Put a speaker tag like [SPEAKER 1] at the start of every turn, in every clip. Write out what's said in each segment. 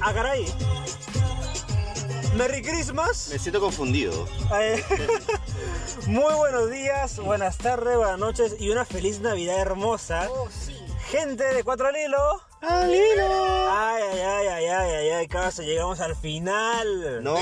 [SPEAKER 1] Ah, caray. Merry Christmas.
[SPEAKER 2] Me siento confundido.
[SPEAKER 1] Eh, Muy buenos días, buenas tardes, buenas noches y una feliz Navidad hermosa.
[SPEAKER 3] Oh, sí.
[SPEAKER 1] Gente de Cuatro al Hilo. Ay, ay, ay, ay, ay, ay, ay, causa, llegamos al final.
[SPEAKER 2] No.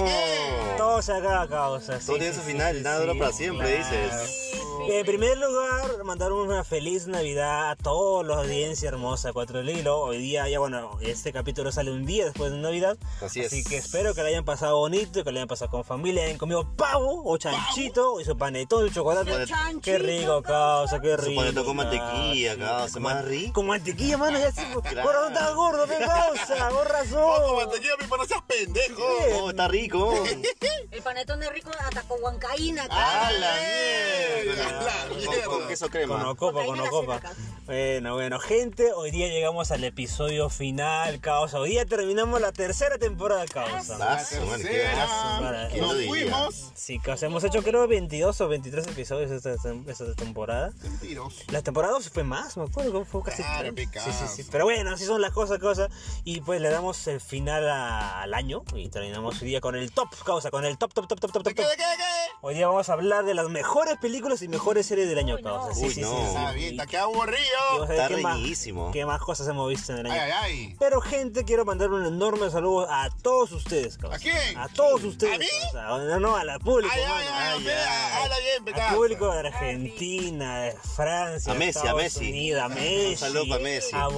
[SPEAKER 1] Todo se acaba, causa. sí,
[SPEAKER 2] Todo tiene
[SPEAKER 1] sí,
[SPEAKER 2] su
[SPEAKER 1] sí,
[SPEAKER 2] final, nada
[SPEAKER 1] sí,
[SPEAKER 2] dura para siempre,
[SPEAKER 1] claro.
[SPEAKER 2] dices.
[SPEAKER 1] En primer lugar, mandar una feliz Navidad a todos los audiencia hermosa de Cuatro del Hilo. Hoy día, ya bueno, este capítulo sale un día después de Navidad.
[SPEAKER 2] Así es.
[SPEAKER 1] que espero que lo hayan pasado bonito, que lo hayan pasado con familia, hayan comido pavo o chanchito y su panetón y chocolate.
[SPEAKER 2] Su
[SPEAKER 3] chanchito,
[SPEAKER 1] Qué rico, causa, qué rico.
[SPEAKER 2] Supone con
[SPEAKER 1] causa.
[SPEAKER 2] mantequilla, causa, más rico.
[SPEAKER 1] Con mantequilla, mano, ya pues. se...
[SPEAKER 2] Claro.
[SPEAKER 1] Gordo, estás gordo, qué causa, con
[SPEAKER 4] Poco
[SPEAKER 1] razón.
[SPEAKER 4] mantequilla, mi pana, seas pendejo.
[SPEAKER 2] Oh, está rico.
[SPEAKER 3] El panetón de rico hasta con huancaína.
[SPEAKER 2] ¡A
[SPEAKER 3] cara.
[SPEAKER 2] Ah, la mierda!
[SPEAKER 4] ¡A la
[SPEAKER 2] Con- Con
[SPEAKER 4] mierda!
[SPEAKER 2] queso
[SPEAKER 1] Con
[SPEAKER 2] crema.
[SPEAKER 1] Ocopa, con
[SPEAKER 3] Cocaína
[SPEAKER 1] Ocopa.
[SPEAKER 3] la cena, causa.
[SPEAKER 1] Bueno, bueno, gente, hoy día llegamos al episodio final, causa. Hoy día terminamos la tercera temporada, causa.
[SPEAKER 2] Ah, su madre, qué
[SPEAKER 4] Tercera.
[SPEAKER 1] asco, ¿quién
[SPEAKER 2] lo
[SPEAKER 4] Nos
[SPEAKER 2] diría?
[SPEAKER 4] fuimos.
[SPEAKER 1] Sí, causa, hemos hecho creo 22 o 23 episodios esta, esta temporada.
[SPEAKER 4] Mentiroso.
[SPEAKER 1] La temporada 2 fue más, me acuerdo, que fue casi
[SPEAKER 4] Claro,
[SPEAKER 1] 30. Sí,
[SPEAKER 4] Picasso.
[SPEAKER 1] sí, sí. Pero bueno, así son las cosas, cosas. Y pues le damos el final a- al año y terminamos hoy día con el top, causa, con el top, top, top, top, top, top.
[SPEAKER 4] ¿De qué,
[SPEAKER 1] top.
[SPEAKER 4] de qué, de qué?
[SPEAKER 1] Hoy día vamos a hablar de las mejores películas y mejores series del año,
[SPEAKER 3] Uy, no.
[SPEAKER 1] causa. Sí,
[SPEAKER 2] Uy,
[SPEAKER 1] sí, sí,
[SPEAKER 2] no.
[SPEAKER 1] sí.
[SPEAKER 4] Ah, bien, está que aburrido.
[SPEAKER 1] Vamos a ver
[SPEAKER 2] Está
[SPEAKER 1] qué más-
[SPEAKER 2] reñidísimo.
[SPEAKER 1] ¿Qué más cosas hemos visto en el año?
[SPEAKER 4] Ay, ay, ay.
[SPEAKER 1] Pero gente, quiero mandar un enorme saludo a todos ustedes, causa.
[SPEAKER 4] ¿A quién?
[SPEAKER 1] A todos ustedes.
[SPEAKER 4] ¿A mí?
[SPEAKER 1] causa. No, no, a la público.
[SPEAKER 4] Ay, ay,
[SPEAKER 1] mano.
[SPEAKER 4] ay,
[SPEAKER 2] ay,
[SPEAKER 4] ve,
[SPEAKER 2] ay.
[SPEAKER 4] Habla bien,
[SPEAKER 1] Al
[SPEAKER 4] petazo.
[SPEAKER 1] público de Argentina, de Francia,
[SPEAKER 2] A Messi, a
[SPEAKER 1] Estados
[SPEAKER 2] Messi.
[SPEAKER 1] Unidos, a Messi,
[SPEAKER 2] saludo para Messi.
[SPEAKER 1] a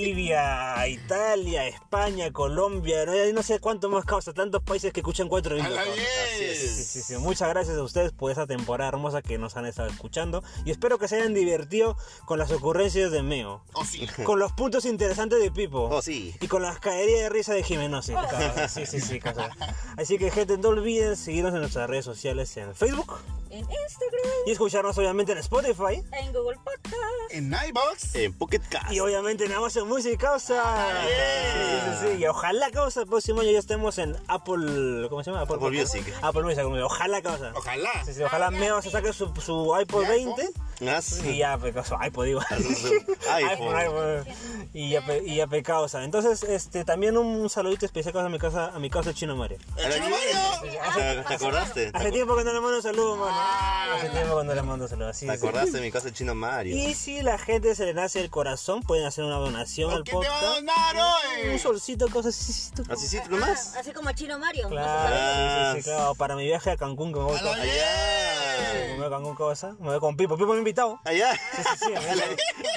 [SPEAKER 1] Bolivia, a Italia, a España, Colombia, no, no sé cuánto más causa, tantos países que escuchan cuatro
[SPEAKER 4] A
[SPEAKER 1] Vientos,
[SPEAKER 4] la
[SPEAKER 1] causa. Sí,
[SPEAKER 4] bien.
[SPEAKER 1] sí, sí. Muchas gracias a ustedes por esa temporada hermosa que nos han estado escuchando y espero que se hayan divertido con las ocurrencias de Meo,
[SPEAKER 4] O Oh, sí.
[SPEAKER 1] con los puntos interesantes de Pipo.
[SPEAKER 2] Oh, sí.
[SPEAKER 1] Y con las caerías de risa de Jimenosis. causa. Sí, sí, sí, causa. Así que gente, no olviden seguirnos en nuestras redes sociales en Facebook,
[SPEAKER 3] En Instagram,
[SPEAKER 1] y escucharnos obviamente en Spotify
[SPEAKER 3] en Google Podcast.
[SPEAKER 4] En Nightbox.
[SPEAKER 2] En Eh, Pocket Cast.
[SPEAKER 1] y obviamente en Amazon Music causa. Sí, sí, sí, sí. Y ojalá causa el próximo año ya estemos en Apple, ¿cómo se llama?
[SPEAKER 2] Apple Music.
[SPEAKER 1] Apple Music, como digo, ojalá causa.
[SPEAKER 4] Ojalá.
[SPEAKER 1] Sí, sí, ojalá Meo se saque su, su iPod
[SPEAKER 4] ¿Ya,
[SPEAKER 1] 20
[SPEAKER 2] Ah, sí.
[SPEAKER 1] y ya pues, causa, iPod digo.
[SPEAKER 2] iPhone.
[SPEAKER 1] y ya pe- y ya pe causa. Entonces, este también un saludito especial causa, a mi casa a mi causa Chino Mario.
[SPEAKER 4] El
[SPEAKER 2] Ahora,
[SPEAKER 4] chino
[SPEAKER 2] ¿Te ac- te acordaste?
[SPEAKER 1] Hace tiempo que no le mando saludos, mano. Hace tiempo que no le mando saludos. Sí,
[SPEAKER 2] ¿Te
[SPEAKER 1] sí, sí.
[SPEAKER 2] acordaste de mi casa chino Mario?
[SPEAKER 1] Y si la gente se le nace el corazón, pueden hacer una donación al
[SPEAKER 4] ¡Oh, ¿Qué te va a
[SPEAKER 1] podcast.
[SPEAKER 4] donar
[SPEAKER 1] Un
[SPEAKER 4] hoy?
[SPEAKER 1] solcito, cosas así. sí, tú-
[SPEAKER 2] Así sí,
[SPEAKER 3] Ah,
[SPEAKER 2] nomás.
[SPEAKER 3] así como Chino Mario.
[SPEAKER 1] Claro, sí, sí, sí, claro. Para mi viaje a Cancún, que me voy
[SPEAKER 4] A la
[SPEAKER 1] con, me
[SPEAKER 4] bien.
[SPEAKER 1] voy a Cancún, cosa. Me voy con Pipo. Pipo me ha invitado.
[SPEAKER 2] Allá.
[SPEAKER 1] Sí, sí, sí.
[SPEAKER 2] A la-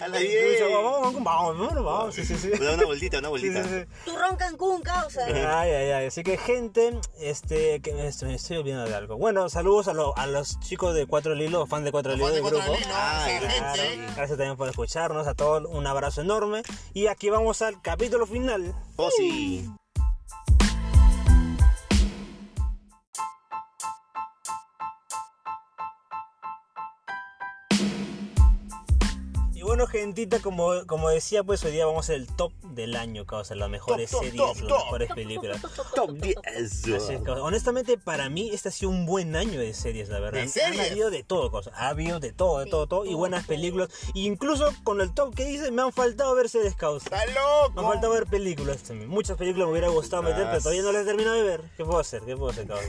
[SPEAKER 2] A la
[SPEAKER 1] Yo he dicho,
[SPEAKER 2] bien.
[SPEAKER 1] Vamos, vamos, vamos, vamos, vamos. Sí, sí, sí.
[SPEAKER 2] Da Una vueltita, una
[SPEAKER 1] Sí,
[SPEAKER 2] vueltita.
[SPEAKER 1] sí, sí.
[SPEAKER 3] Turrón Cancún, causa.
[SPEAKER 1] Ay, ay, ay. Así que, gente, este, que me, est- me estoy olvidando de algo. Bueno, saludos a, lo- a los chicos de Cuatro Lilo, fan de Cuatro Lilo
[SPEAKER 4] Juan de
[SPEAKER 1] del
[SPEAKER 4] Cuatro
[SPEAKER 1] grupo.
[SPEAKER 4] Lino,
[SPEAKER 2] Ay,
[SPEAKER 4] esa
[SPEAKER 1] Claro,
[SPEAKER 4] gente.
[SPEAKER 1] gracias también por escucharnos, a todos un abrazo enorme y aquí vamos al capítulo final.
[SPEAKER 2] Oh, sí.
[SPEAKER 1] Y bueno, gentita, como, como decía, pues hoy día vamos a hacer el top del año, causa, las mejores
[SPEAKER 4] top,
[SPEAKER 1] series,
[SPEAKER 4] top,
[SPEAKER 1] las
[SPEAKER 4] top.
[SPEAKER 1] mejores películas.
[SPEAKER 2] Top 10.
[SPEAKER 1] Así es, causa. Honestamente, para mí este ha sido un buen año de series, la verdad.
[SPEAKER 4] ¿De series?
[SPEAKER 1] Ha habido de todo, causa. Ha habido de todo, de todo, todo y buenas películas. Incluso con el top que hice, me han faltado ver series, causa.
[SPEAKER 4] Está
[SPEAKER 1] Me
[SPEAKER 4] loco.
[SPEAKER 1] han faltado ver películas también. Muchas películas me hubiera gustado meter,
[SPEAKER 2] Ah,
[SPEAKER 1] pero todavía no las he terminado de ver. ¿Qué puedo hacer? ¿Qué puedo hacer, cabrón?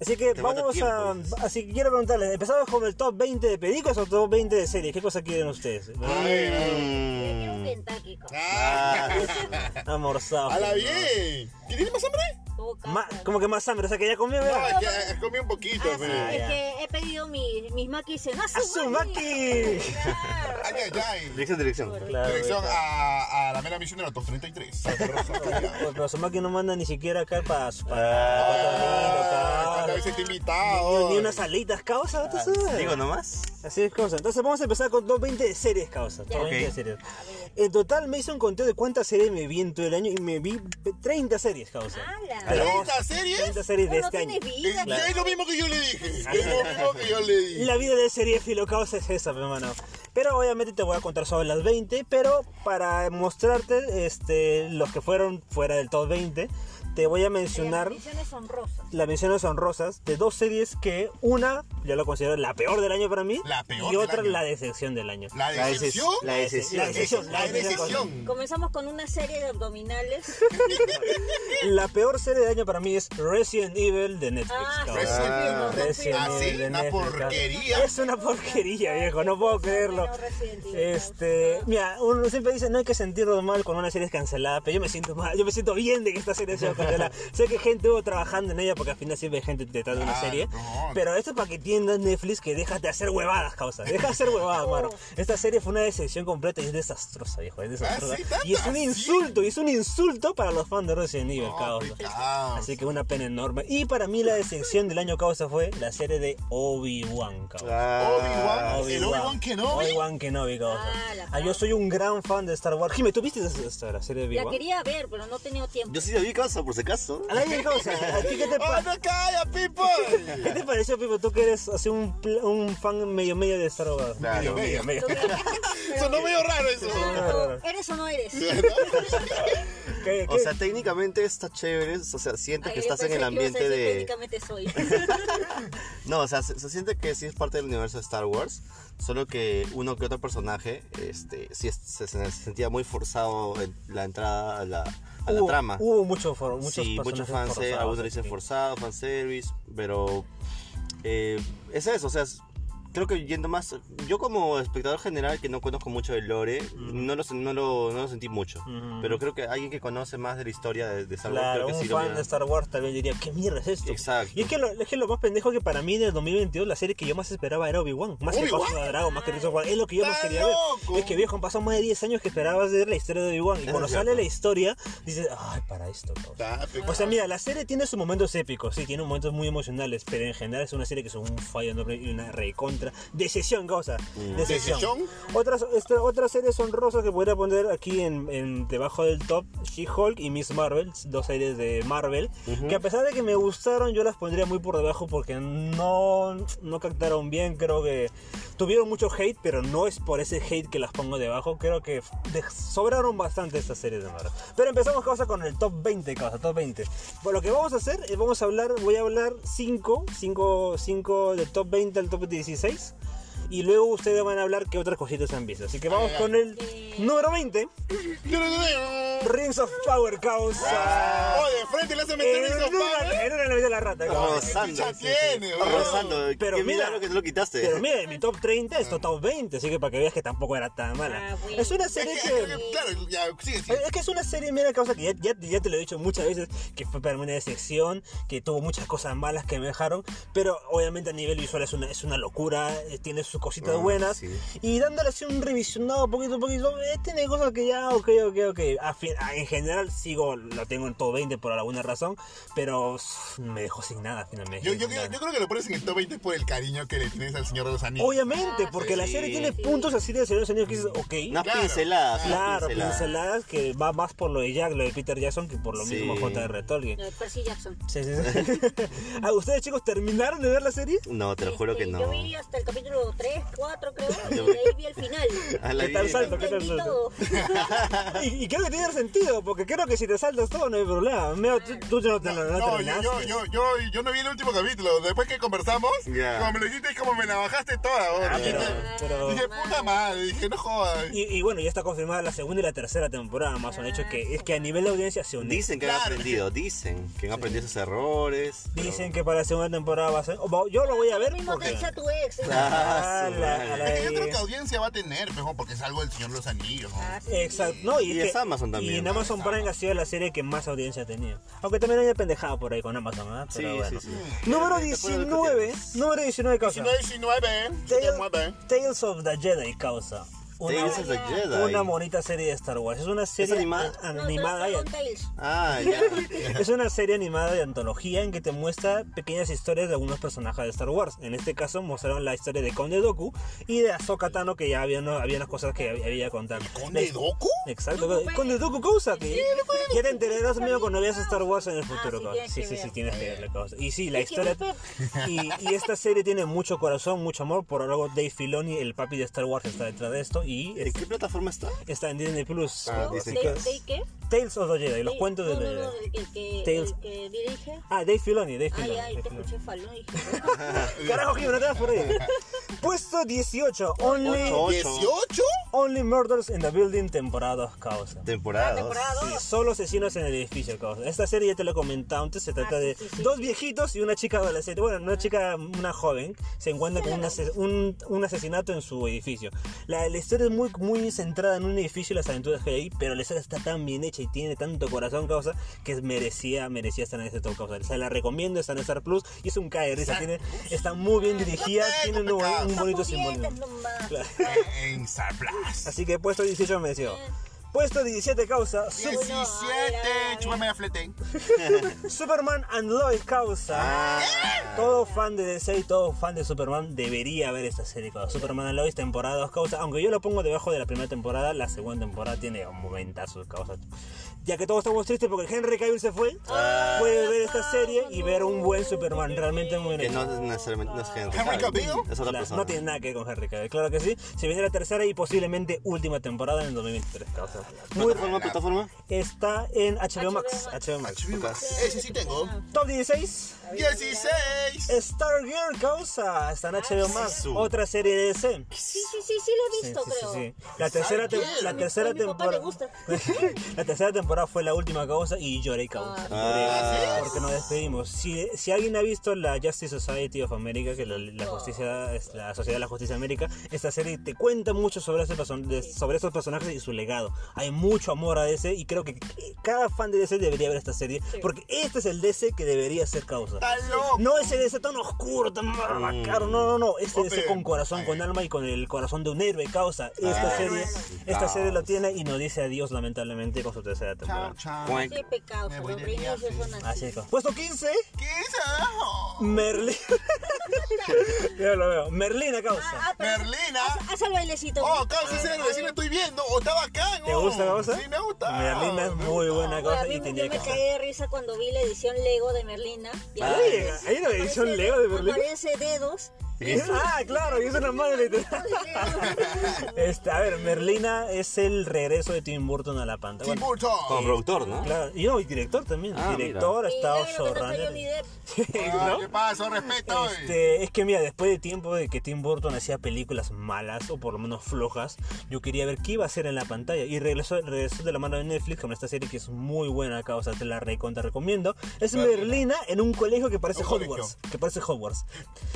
[SPEAKER 1] Así que
[SPEAKER 2] Te falta
[SPEAKER 1] vamos a.
[SPEAKER 2] tiempo.
[SPEAKER 1] Así que quiero preguntarles: ¿empezamos con el top 20 de películas o top 20 de series? ¿Qué cosa quieren ustedes?
[SPEAKER 2] Ah,
[SPEAKER 3] Quiero un
[SPEAKER 2] Mm.
[SPEAKER 3] Kentucky, causa.
[SPEAKER 4] Ah,
[SPEAKER 1] Amorzado.
[SPEAKER 4] A la bien. ¿Quién tiene más hambre?
[SPEAKER 3] Todo, causa.
[SPEAKER 1] Ma- como que más hambre, o sea que ya comió, ¿verdad?
[SPEAKER 4] Ah, es que comí un poquito,
[SPEAKER 3] Ah, sí,
[SPEAKER 4] pero.
[SPEAKER 1] ya.
[SPEAKER 3] es que he pedido mi- mis maquis en
[SPEAKER 1] ¡Azumaki!
[SPEAKER 3] Claro.
[SPEAKER 4] Ay, ay, ay.
[SPEAKER 2] Dirección, dirección.
[SPEAKER 1] Claro,
[SPEAKER 4] Dirección
[SPEAKER 1] güey.
[SPEAKER 4] a, a la mera misión de la Top 33. Santa Rosa, Florida.
[SPEAKER 1] Pues, Pero- Pero Sumaki no manda ni siquiera acá para. para
[SPEAKER 4] Ah,
[SPEAKER 1] para-
[SPEAKER 4] ¿Cuántas veces te he invitado?
[SPEAKER 1] Ni unas alitas, causa, ¿tú sabes?
[SPEAKER 2] Digo nomás.
[SPEAKER 1] Así es, causa. Entonces vamos a empezar con top 20 de series, causa. Top
[SPEAKER 3] Ya.
[SPEAKER 1] 20 de
[SPEAKER 2] Ok.
[SPEAKER 1] series. En total me hizo un conteo de cuántas series me vi en todo el año y me vi 30 series, causa.
[SPEAKER 3] ¡Hala!
[SPEAKER 4] ¿30 series?
[SPEAKER 1] 30 series de
[SPEAKER 3] Ah, Uno
[SPEAKER 1] este año.
[SPEAKER 3] tiene vida.
[SPEAKER 2] Eh,
[SPEAKER 4] Es- Es lo mismo que yo le dije. Es lo mismo que yo le dije.
[SPEAKER 1] La vida de serie filocausa es esa, mi hermano. Pero obviamente te voy a contar sobre las 20, pero para mostrarte este, los que fueron fuera del top 20, te voy a mencionar
[SPEAKER 3] Las bendiciones honrosas.
[SPEAKER 1] las menciones honrosas de dos series que una yo lo considero la peor del año para mí.
[SPEAKER 4] La peor
[SPEAKER 1] Y
[SPEAKER 4] del
[SPEAKER 1] otra
[SPEAKER 4] año.
[SPEAKER 1] la decepción del año.
[SPEAKER 4] La
[SPEAKER 2] La deces-
[SPEAKER 4] decepción.
[SPEAKER 2] La
[SPEAKER 1] La
[SPEAKER 2] decisión.
[SPEAKER 1] decepción.
[SPEAKER 4] La
[SPEAKER 1] decepción.
[SPEAKER 4] decepción.
[SPEAKER 3] Comenzamos con una serie de abdominales.
[SPEAKER 1] La peor serie del año para mí es Resident Evil de Netflix.
[SPEAKER 3] Ah,
[SPEAKER 1] cabrón.
[SPEAKER 4] Resident
[SPEAKER 2] Ah,
[SPEAKER 4] Evil.
[SPEAKER 1] Resident
[SPEAKER 4] Ah, sí,
[SPEAKER 1] Evil de
[SPEAKER 4] una
[SPEAKER 1] Netflix,
[SPEAKER 4] porquería.
[SPEAKER 1] cabrón. Es una porquería, viejo, no puedo creerlo.
[SPEAKER 3] Pero Resident Evil,
[SPEAKER 1] Este, mira, uno siempre dice no hay que sentirnos mal con una serie cancelada, pero yo me siento mal, yo me siento bien de que esta serie sea cancelada. sé que gente hubo trabajando en ella porque al final siempre hay gente detrás de una
[SPEAKER 4] Ah,
[SPEAKER 1] serie,
[SPEAKER 4] no.
[SPEAKER 1] pero esto es para que entiendas Netflix que dejas de hacer huevadas, causa, dejas de hacer huevadas, mano. Esta serie fue una decepción completa y es desastrosa, viejo, es desastrosa.
[SPEAKER 4] Ah, ¿sí? ¿Tanto
[SPEAKER 1] y es un
[SPEAKER 4] así?
[SPEAKER 1] insulto, y es un insulto para los fans de Resident Evil,
[SPEAKER 4] No,
[SPEAKER 1] causa.
[SPEAKER 4] pecado.
[SPEAKER 1] Así que una pena enorme. Y para mí la decepción del año causa fue la serie de Obi-Wan, causa.
[SPEAKER 2] Ah,
[SPEAKER 4] Obi-Wan. el Obi-Wan Kenobi.
[SPEAKER 1] Obi-Wan Kenobi, causa.
[SPEAKER 3] Ah, la
[SPEAKER 1] Ah, yo soy un gran fan de Star Wars. Jimmy, ¿tú viste esa- esta, la serie de
[SPEAKER 3] La
[SPEAKER 1] Obi-Wan?
[SPEAKER 3] quería ver, pero no he tenido tiempo.
[SPEAKER 2] Yo sí la vi casa, por si acaso.
[SPEAKER 1] A la misma causa. ¿A ti qué te,
[SPEAKER 4] ¡Oh,
[SPEAKER 1] pa-
[SPEAKER 4] no calla,
[SPEAKER 1] qué
[SPEAKER 4] people!
[SPEAKER 1] te pareció, Pipo? Tú que eres así un, pl- un fan medio medio de Star Wars.
[SPEAKER 2] Claro.
[SPEAKER 4] Medio, medio.
[SPEAKER 3] Tú que-
[SPEAKER 4] Sonó medio raro eso.
[SPEAKER 3] Claro, ¿Eres o no eres?
[SPEAKER 1] ¿Qué-
[SPEAKER 2] O
[SPEAKER 1] qué-
[SPEAKER 2] sea, técnicamente está chévere. O sea, sientes
[SPEAKER 3] Ay,
[SPEAKER 2] que
[SPEAKER 3] yo
[SPEAKER 2] estás en
[SPEAKER 3] pensé
[SPEAKER 2] el
[SPEAKER 3] que ibas a
[SPEAKER 2] ambiente
[SPEAKER 3] decir,
[SPEAKER 2] de.
[SPEAKER 3] Técnicamente soy.
[SPEAKER 2] No, o sea, se, se siente que sí es parte del universo de Star Wars, solo que uno que otro personaje este, sí es- se, se sentía muy forzado en la entrada a la, a la
[SPEAKER 1] hubo,
[SPEAKER 2] trama.
[SPEAKER 1] Hubo mucho for, muchos
[SPEAKER 2] sí, muchos
[SPEAKER 1] personajes
[SPEAKER 2] fans, eh,
[SPEAKER 1] forzados,
[SPEAKER 2] algunos dicen
[SPEAKER 1] sí.
[SPEAKER 2] forzado, fanservice, pero eh, es eso, o sea, es- creo que yendo más, yo como espectador general que no conozco mucho del lore, no, lo, sen- no, lo, no lo sentí mucho,
[SPEAKER 1] Ujú.
[SPEAKER 2] pero creo que alguien que conoce más de la historia de, de Star Wars,
[SPEAKER 1] Claro,
[SPEAKER 2] creo que
[SPEAKER 1] un
[SPEAKER 2] sí lo
[SPEAKER 1] fan
[SPEAKER 2] hubiera-
[SPEAKER 1] de Star Wars tal vez diría, ¿qué mierda es esto?
[SPEAKER 2] Exacto.
[SPEAKER 1] Y es que lo, es que lo más pendejo que para mí del 2022, la serie que yo más esperaba era Obi-Wan. Más que
[SPEAKER 4] ¿Obi-Wan?
[SPEAKER 1] House de Dragon, más que Rizzo Es lo que yo más
[SPEAKER 4] ¡Está
[SPEAKER 1] quería
[SPEAKER 4] loco!
[SPEAKER 1] ver. Es que viejo, han pasado más de 10 años que esperabas ver la historia de Obi-Wan. Y
[SPEAKER 2] Es
[SPEAKER 1] cuando
[SPEAKER 2] cierto.
[SPEAKER 1] sale la historia, dices, ay, para esto, cabrón".
[SPEAKER 4] Ah,
[SPEAKER 1] O sea, mira, la serie tiene sus momentos épicos, sí, tiene momentos muy emocionales, pero en general es una serie que es un fallo enorme y una recontra. Decisión, cosa.
[SPEAKER 2] Mm.
[SPEAKER 1] Decisión.
[SPEAKER 4] Decisión.
[SPEAKER 1] Otras, este, otras series honrosas que podría poner aquí en, en- debajo del top: She-Hulk y Miss Marvel, dos series de Marvel, que a pesar de que me gustaron, yo las pondría muy por debajo porque no, no captaron bien. Creo que tuvieron mucho hate, pero no es por ese hate que las pongo debajo. Creo que de- sobraron bastante estas series de Marvel. Pero empezamos, causa, con el top 20, causa, top 20. Por lo que vamos a hacer es: vamos a hablar, voy a hablar 5, 5, 5 del top 20 al top 16. Y luego ustedes van a hablar qué otras cositas han visto. Así que vamos con el número 20, Rings of Power
[SPEAKER 4] Ah,
[SPEAKER 1] Causa.
[SPEAKER 4] Oye, frente le hace meter
[SPEAKER 1] En
[SPEAKER 4] esos
[SPEAKER 1] una,
[SPEAKER 4] padres.
[SPEAKER 1] en una nave de la
[SPEAKER 2] Ah,
[SPEAKER 1] rata. causa.
[SPEAKER 2] Rozando,
[SPEAKER 4] Ya
[SPEAKER 2] sí, sí.
[SPEAKER 4] tiene, bro.
[SPEAKER 2] Rozando,
[SPEAKER 1] Pero
[SPEAKER 2] que
[SPEAKER 1] mira-
[SPEAKER 2] mira lo que te lo quitaste.
[SPEAKER 1] Pero mira, en mi top 30 es top 20, así que para que veas que tampoco era tan mala.
[SPEAKER 3] Ah, bueno.
[SPEAKER 1] Es una
[SPEAKER 4] Es que-
[SPEAKER 1] serie
[SPEAKER 4] es
[SPEAKER 1] que...
[SPEAKER 4] que- Claro, ya, sigue, sigue.
[SPEAKER 1] Es que es una serie, mira, causa que ya, ya, ya te lo he dicho muchas veces, que fue para mí una decepción, que tuvo muchas cosas malas que me dejaron, pero obviamente a nivel visual es una, es una locura, eh, tiene sus cositas
[SPEAKER 2] Ah,
[SPEAKER 1] buenas,
[SPEAKER 2] sí.
[SPEAKER 1] y dándole así un revisionado poquito a poquito, eh, tiene cosas que ya, ok, ok, ok, A fin- a- en general sigo, lo tengo en todo 20 por alguna razón, pero uff, me dejó sin nada finalmente.
[SPEAKER 4] Yo, yo, creo- yo creo que lo pones en el top 20 por el cariño que le tienes al Señor de los Anillos.
[SPEAKER 1] Obviamente,
[SPEAKER 3] Ah,
[SPEAKER 1] porque la
[SPEAKER 2] sí.
[SPEAKER 1] serie tiene puntos así de Señor de los Anillos que dices, ok.
[SPEAKER 2] Unas
[SPEAKER 4] Claro.
[SPEAKER 2] pinceladas. unas
[SPEAKER 1] Claro,
[SPEAKER 2] pinceladas.
[SPEAKER 1] pinceladas que va más por lo de Jack, lo de Peter Jackson, que por lo
[SPEAKER 2] Sí.
[SPEAKER 1] mismo J.R. Tolkien.
[SPEAKER 3] No, Percy Jackson.
[SPEAKER 1] Sí, sí, sí. ¿A ¿Ustedes, chicos, terminaron de ver la serie?
[SPEAKER 2] No, te lo juro que
[SPEAKER 3] Este,
[SPEAKER 2] no.
[SPEAKER 3] Yo vi hasta el capítulo 3, 4 creo, y de ahí vi el final.
[SPEAKER 2] A la
[SPEAKER 1] ¿Qué tal
[SPEAKER 2] vida.
[SPEAKER 1] salto? ¿Qué tal
[SPEAKER 3] Entendí
[SPEAKER 1] salto?
[SPEAKER 3] todo.
[SPEAKER 1] Y, y creo que tiene sentido, porque creo que si te saltas todo no hay problema. Meo, tú, tú no te lo no,
[SPEAKER 4] No, yo,
[SPEAKER 1] terminaste.
[SPEAKER 4] yo, yo, yo, yo no vi el último capítulo. Después que conversamos,
[SPEAKER 2] Ya.
[SPEAKER 4] como me lo hiciste y como me la bajaste toda. bro.
[SPEAKER 1] Ah, pero-
[SPEAKER 4] Dije-
[SPEAKER 1] pero-
[SPEAKER 4] Dije, puta madre, dije, no jodas.
[SPEAKER 1] Y, y bueno, ya está confirmada la segunda y la tercera temporada, más o menos. hecho que es que a nivel de audiencia se unen.
[SPEAKER 2] Dicen que han aprendido, dicen que han aprendido sus errores. pero-
[SPEAKER 1] Dicen que para la segunda temporada va a ser. o va- Yo lo voy a ver.
[SPEAKER 3] Lo mismo te
[SPEAKER 1] Porque...
[SPEAKER 3] echa tu ex.
[SPEAKER 2] Ah,
[SPEAKER 1] Ah,
[SPEAKER 2] su
[SPEAKER 1] la-
[SPEAKER 2] madre.
[SPEAKER 1] la-
[SPEAKER 4] Es que yo creo que audiencia va a tener, mejor, porque es algo del Señor de los Anillos. ¿no?
[SPEAKER 3] Ah, sí.
[SPEAKER 1] Exacto, no, y,
[SPEAKER 2] Y
[SPEAKER 1] que-
[SPEAKER 2] es Amazon también,
[SPEAKER 1] Y en
[SPEAKER 2] ¿no?
[SPEAKER 1] Amazon Prime ha sido la serie que más audiencia ha tenido. Aunque también hay pendejada por ahí con Amazon, ¿ah?
[SPEAKER 2] Sí,
[SPEAKER 1] Pero bueno.
[SPEAKER 2] sí, sí.
[SPEAKER 1] Número
[SPEAKER 2] Te acuerdas de
[SPEAKER 1] 19,
[SPEAKER 2] Peter.
[SPEAKER 1] número 19 causa.
[SPEAKER 4] 19, 19,
[SPEAKER 1] Tales,
[SPEAKER 4] 19.
[SPEAKER 1] Tales of the Jedi causa. Una,
[SPEAKER 2] Tales of the Jedi.
[SPEAKER 1] una bonita serie de Star Wars. Es una serie
[SPEAKER 2] animada?
[SPEAKER 1] a-
[SPEAKER 3] No,
[SPEAKER 1] animada.
[SPEAKER 3] pero
[SPEAKER 1] y-
[SPEAKER 3] son Tales.
[SPEAKER 2] Ah, ya.
[SPEAKER 1] es una serie animada de antología en que te muestra pequeñas historias de algunos personajes de Star Wars. En este caso mostraron la historia de Conde Doku y de Ahsoka Tano, que ya había, no, había unas cosas que había, había que contar.
[SPEAKER 4] ¿Conde Doku?
[SPEAKER 1] Exacto, Conde Doku Causa, que ya te enterarás medio cuando veas Star Wars en el futuro. causa.
[SPEAKER 3] tienes
[SPEAKER 1] sí,
[SPEAKER 3] Ah,
[SPEAKER 1] sí,
[SPEAKER 3] que
[SPEAKER 1] sí,
[SPEAKER 3] ver.
[SPEAKER 1] tienes que ver la causa. Y sí, la historia...
[SPEAKER 3] Pepe.
[SPEAKER 1] Y, y esta serie tiene mucho corazón, mucho amor, por algo Dave Filoni, el papi de Star Wars, está detrás de esto. y
[SPEAKER 2] ¿En qué plataforma está?
[SPEAKER 1] está en Disney Plus.
[SPEAKER 2] Ah,
[SPEAKER 3] ¿No?
[SPEAKER 2] Disney
[SPEAKER 3] ¿De,
[SPEAKER 2] Plus.
[SPEAKER 3] de qué?
[SPEAKER 1] Tales of the Jedi, los
[SPEAKER 3] De-
[SPEAKER 1] cuentos de
[SPEAKER 3] no,
[SPEAKER 1] los
[SPEAKER 3] no, no,
[SPEAKER 1] Jedi.
[SPEAKER 3] el que- el que,
[SPEAKER 1] Tales.
[SPEAKER 3] el que dirige.
[SPEAKER 1] Ah, Dave Filoni, Dave Filoni.
[SPEAKER 3] Ay, ay,
[SPEAKER 1] Dave
[SPEAKER 3] te
[SPEAKER 1] Filoni.
[SPEAKER 3] escuché falón. Dije,
[SPEAKER 1] Carajo, Jimmy, no te vas por ahí. Puesto 18, Only,
[SPEAKER 2] Ocho.
[SPEAKER 4] ¿18?
[SPEAKER 1] only Murders in the Building, temporada 2, causa.
[SPEAKER 2] Temporada. dos.
[SPEAKER 3] temporada
[SPEAKER 1] Sí,
[SPEAKER 3] dos.
[SPEAKER 1] solo asesinos en el edificio, causa. Esta serie ya te lo he comentado antes, se trata
[SPEAKER 3] Ah, sí,
[SPEAKER 1] de
[SPEAKER 3] sí, sí.
[SPEAKER 1] dos viejitos y una chica adolescente. Bueno, una chica, una joven, se encuentra con un, ase- un, un asesinato en su edificio. La, la historia es muy, muy centrada en un edificio y las aventuras que hay ahí, pero la historia está tan bien hecha y tiene tanto corazón, causa, que merecía, merecía estar en este top, causa. Se la recomiendo, está en Star Plus y es un cae de risa. Tiene, está muy bien dirigida, tiene un, un bonito simbolismo.
[SPEAKER 3] Está nomás.
[SPEAKER 1] Claro.
[SPEAKER 4] En Star Plus.
[SPEAKER 1] Así que puesto 18 me decía. Puesto 17 causa Su-
[SPEAKER 4] 17, chúpame la flete.
[SPEAKER 1] Superman and Lois causa.
[SPEAKER 2] Ah.
[SPEAKER 1] Todo fan de DC y todo fan de Superman debería ver esta serie causa. Superman and Lois temporada 2 causa. Aunque yo lo pongo debajo de la primera temporada, la segunda temporada tiene un momentazo causa. Ya que todos estamos tristes porque Henry Cavill se fue,
[SPEAKER 2] Ah.
[SPEAKER 1] puedes ver esta serie y ver un buen Superman. Realmente muy
[SPEAKER 2] Que
[SPEAKER 1] bien.
[SPEAKER 2] no es necesariamente no es Henry
[SPEAKER 4] Henry
[SPEAKER 2] Cavill,
[SPEAKER 4] Cavill.
[SPEAKER 2] Es otra
[SPEAKER 1] Claro,
[SPEAKER 2] persona.
[SPEAKER 1] no tiene nada que ver con Henry Cavill, claro que sí. Se viene la tercera y posiblemente última temporada en el 2023. Causa. Muy-
[SPEAKER 2] ¿Plataforma, plataforma?
[SPEAKER 1] está en HBO Max. HBO Max.
[SPEAKER 4] Ese sí tengo.
[SPEAKER 1] Top 16,
[SPEAKER 4] 16.
[SPEAKER 1] Stargirl Causa, está en
[SPEAKER 3] Ah,
[SPEAKER 1] HBO Max,
[SPEAKER 2] su.
[SPEAKER 1] otra serie de DC.
[SPEAKER 3] Sí, sí, sí, sí, lo he
[SPEAKER 1] Sí,
[SPEAKER 3] visto,
[SPEAKER 1] sí,
[SPEAKER 3] creo.
[SPEAKER 1] sí, sí. La tercera, tem-
[SPEAKER 4] Stargirl.
[SPEAKER 1] la
[SPEAKER 3] A mi-
[SPEAKER 1] tercera
[SPEAKER 3] a mi papá
[SPEAKER 1] temporada.
[SPEAKER 3] le gusta. Ah,
[SPEAKER 1] la tercera temporada fue la última causa y lloré causa. Lloré, porque nos despedimos. Si, si alguien ha visto la Justice Society of America, que la, la justicia es la Sociedad de la Justicia de América, esta serie te cuenta mucho sobre, ese person- de- sobre esos personajes y su legado. Hay mucho amor a DC y creo que cada fan de DC debería ver esta serie. Porque este es el DC que debería ser causa.
[SPEAKER 4] Está loco.
[SPEAKER 1] No ese de ese tan oscuro, tan macabro, no, no, no. Este de ese
[SPEAKER 4] Ope.
[SPEAKER 1] con corazón, con alma y con el corazón de un héroe causa. Esta serie, esta serie lo tiene y nos dice adiós lamentablemente con su tercera temporada.
[SPEAKER 4] Chao, chao.
[SPEAKER 2] Cuenca.
[SPEAKER 3] Qué pecado,
[SPEAKER 4] Me
[SPEAKER 3] los
[SPEAKER 4] voy de
[SPEAKER 3] reinos
[SPEAKER 4] viaje.
[SPEAKER 3] son así.
[SPEAKER 1] Así es. Puesto 15,
[SPEAKER 4] ¿Qué es abajo?
[SPEAKER 1] Merlina. Yo lo veo. Merlina causa.
[SPEAKER 3] Ah, pero-
[SPEAKER 4] Merlina.
[SPEAKER 3] Haz, haz el bailecito.
[SPEAKER 4] Oh, casi se lo me estoy viendo. O está bacán.
[SPEAKER 1] ¿Te
[SPEAKER 4] oh.
[SPEAKER 1] gusta causa?
[SPEAKER 4] Sí, me gusta.
[SPEAKER 1] Merlina es
[SPEAKER 4] Me
[SPEAKER 1] muy buena
[SPEAKER 4] gusta.
[SPEAKER 3] Bueno, a
[SPEAKER 1] causa
[SPEAKER 3] mí
[SPEAKER 1] y
[SPEAKER 3] yo
[SPEAKER 1] tenía que
[SPEAKER 3] me caí de risa cuando vi la edición Lego de Merlina. Y
[SPEAKER 1] Ah,
[SPEAKER 3] aparece-
[SPEAKER 1] hay una edición
[SPEAKER 3] aparece-
[SPEAKER 1] Lego de Merlina.
[SPEAKER 3] Aparece dedos.
[SPEAKER 1] Ah, claro, y es una madre. Este, a ver, Merlina es el regreso de Tim Burton a la pantalla.
[SPEAKER 4] Tim
[SPEAKER 1] Bueno,
[SPEAKER 2] Como
[SPEAKER 4] Burton.
[SPEAKER 2] productor, ¿no?
[SPEAKER 1] claro, y no, y director también.
[SPEAKER 2] Ah, mira.
[SPEAKER 1] director ha
[SPEAKER 3] Y
[SPEAKER 1] estado
[SPEAKER 3] luego lo que no soy Johnny
[SPEAKER 1] zorrando.
[SPEAKER 3] Depp.
[SPEAKER 4] Ah, ¿Qué pasa? Respeto. eh.
[SPEAKER 1] Este, es que mira, después de tiempo de que Tim Burton hacía películas malas o por lo menos flojas, yo quería ver qué iba a hacer en la pantalla. Y regresó, regresó de la mano de Netflix con esta serie que es muy buena acá, o sea, te la recontra recomiendo. Es Merlina en un colegio que parece
[SPEAKER 4] Un colegio.
[SPEAKER 1] Hogwarts. Que parece Hogwarts.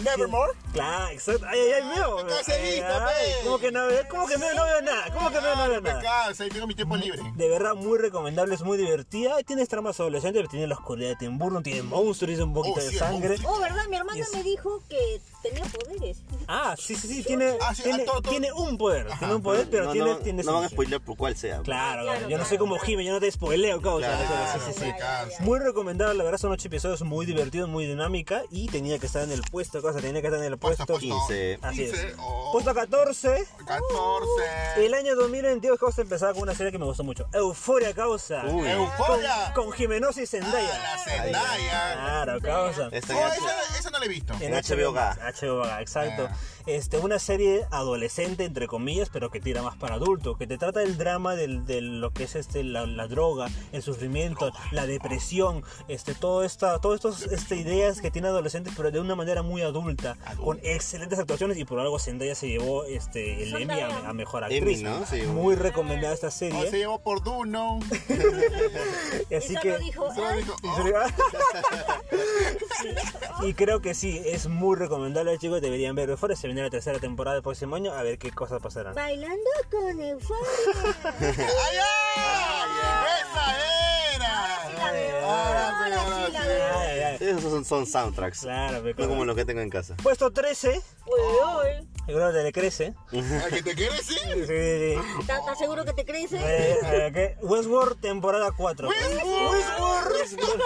[SPEAKER 4] Nevermore.
[SPEAKER 1] Claro, exacto. Ay, ay, ay, veo.
[SPEAKER 4] me cansé
[SPEAKER 1] Ay,
[SPEAKER 4] vista,
[SPEAKER 1] ay,
[SPEAKER 4] pe.
[SPEAKER 1] ¿Cómo que no veo? ¿Cómo que no, no veo nada? ¿Cómo que no, no veo
[SPEAKER 4] Me
[SPEAKER 1] nada?
[SPEAKER 4] cansa, ahí Ah, tengo mi tiempo libre.
[SPEAKER 1] De verdad, muy recomendable, es muy divertida. Tienes tramas adolescentes, pero tiene la oscuridad de Tim Burton, tiene monstruos, un poquito
[SPEAKER 4] Oh,
[SPEAKER 1] de
[SPEAKER 4] sí,
[SPEAKER 1] sangre.
[SPEAKER 4] monstruos.
[SPEAKER 3] Oh, ¿verdad? Mi hermana
[SPEAKER 1] Yes.
[SPEAKER 3] me dijo que tenía poderes.
[SPEAKER 1] Ah, sí, sí, sí, tiene,
[SPEAKER 4] Ah, sí, ah,
[SPEAKER 1] tiene,
[SPEAKER 4] todo, todo.
[SPEAKER 1] tiene un poder, tiene un poder, pero
[SPEAKER 2] no,
[SPEAKER 1] tiene,
[SPEAKER 2] no,
[SPEAKER 1] tiene
[SPEAKER 2] no van a
[SPEAKER 1] solución.
[SPEAKER 2] spoiler por cuál sea.
[SPEAKER 1] Claro, claro,
[SPEAKER 3] Claro,
[SPEAKER 1] yo no
[SPEAKER 3] claro,
[SPEAKER 1] soy como Jimmy, yo no te spoileo, causa.
[SPEAKER 4] Ah,
[SPEAKER 2] Claro.
[SPEAKER 1] Sí, sí, sí.
[SPEAKER 4] Me cansa.
[SPEAKER 1] Muy recomendable, la verdad son ocho episodios muy divertidos, muy dinámica y tenía que estar en el puesto, cosa, tenía que estar en el puesto.
[SPEAKER 4] Puesto, puesto.
[SPEAKER 2] 15.
[SPEAKER 1] Así es.
[SPEAKER 4] 15, oh,
[SPEAKER 1] Puesto 14.
[SPEAKER 4] 14.
[SPEAKER 1] El año 2022 causa empezaba con una serie que me gustó mucho. Euforia causa.
[SPEAKER 2] Uy.
[SPEAKER 4] Euforia.
[SPEAKER 1] Con Jimenosa y
[SPEAKER 4] Ah,
[SPEAKER 1] Zendaya. Ah,
[SPEAKER 4] la Zendaya.
[SPEAKER 1] Claro, causa.
[SPEAKER 2] Esta
[SPEAKER 4] Oh,
[SPEAKER 2] ya-
[SPEAKER 4] esa, esa no la he visto. Oh,
[SPEAKER 1] En
[SPEAKER 2] En
[SPEAKER 1] HBO
[SPEAKER 2] HBO
[SPEAKER 1] Max,
[SPEAKER 2] Ga.
[SPEAKER 1] HBO Ga, exacto.
[SPEAKER 4] Ah.
[SPEAKER 1] Este, una serie adolescente, entre comillas, pero que tira más para adulto, que te trata del drama del- de lo que es este, la, la droga, el sufrimiento, la depresión, este, todo esta, todas estas este, ideas que tiene adolescentes, pero de una manera muy adulta, con excelentes actuaciones y por algo Zendaya se llevó este, el Emmy a, a Mejor
[SPEAKER 2] Emmy,
[SPEAKER 1] Actriz.
[SPEAKER 2] ¿no? Sí.
[SPEAKER 1] Muy recomendada esta
[SPEAKER 4] Oh, se
[SPEAKER 1] serie.
[SPEAKER 4] llevó por Duno.
[SPEAKER 1] Así
[SPEAKER 3] y solo
[SPEAKER 1] que...
[SPEAKER 3] dijo,
[SPEAKER 4] Solo
[SPEAKER 3] "Ah,
[SPEAKER 4] dijo,
[SPEAKER 1] Y
[SPEAKER 4] oh,
[SPEAKER 1] se le- y creo que sí, es muy recomendable, chicos. Deberían ver Euforia. Se viene la tercera temporada del próximo año. A ver qué cosas pasarán.
[SPEAKER 3] bailando con euforia.
[SPEAKER 4] ¡Ay, ay! ¡Esa era! Ahora sí, ahora sí.
[SPEAKER 1] Ay, ay,
[SPEAKER 2] Esos son, son soundtracks.
[SPEAKER 1] Claro, me
[SPEAKER 2] No como
[SPEAKER 1] acuerdo.
[SPEAKER 2] los que tengo en casa.
[SPEAKER 1] Puesto 13.
[SPEAKER 3] Uy, uy.
[SPEAKER 1] Yo creo que le crece.
[SPEAKER 4] ¿A que te quieres
[SPEAKER 1] Sí, sí,
[SPEAKER 4] ir?
[SPEAKER 1] sí.
[SPEAKER 3] ¿Estás estás seguro que te crees? eh?
[SPEAKER 1] Eh, eh, ¿qué? Westworld temporada 4.
[SPEAKER 4] Westworld.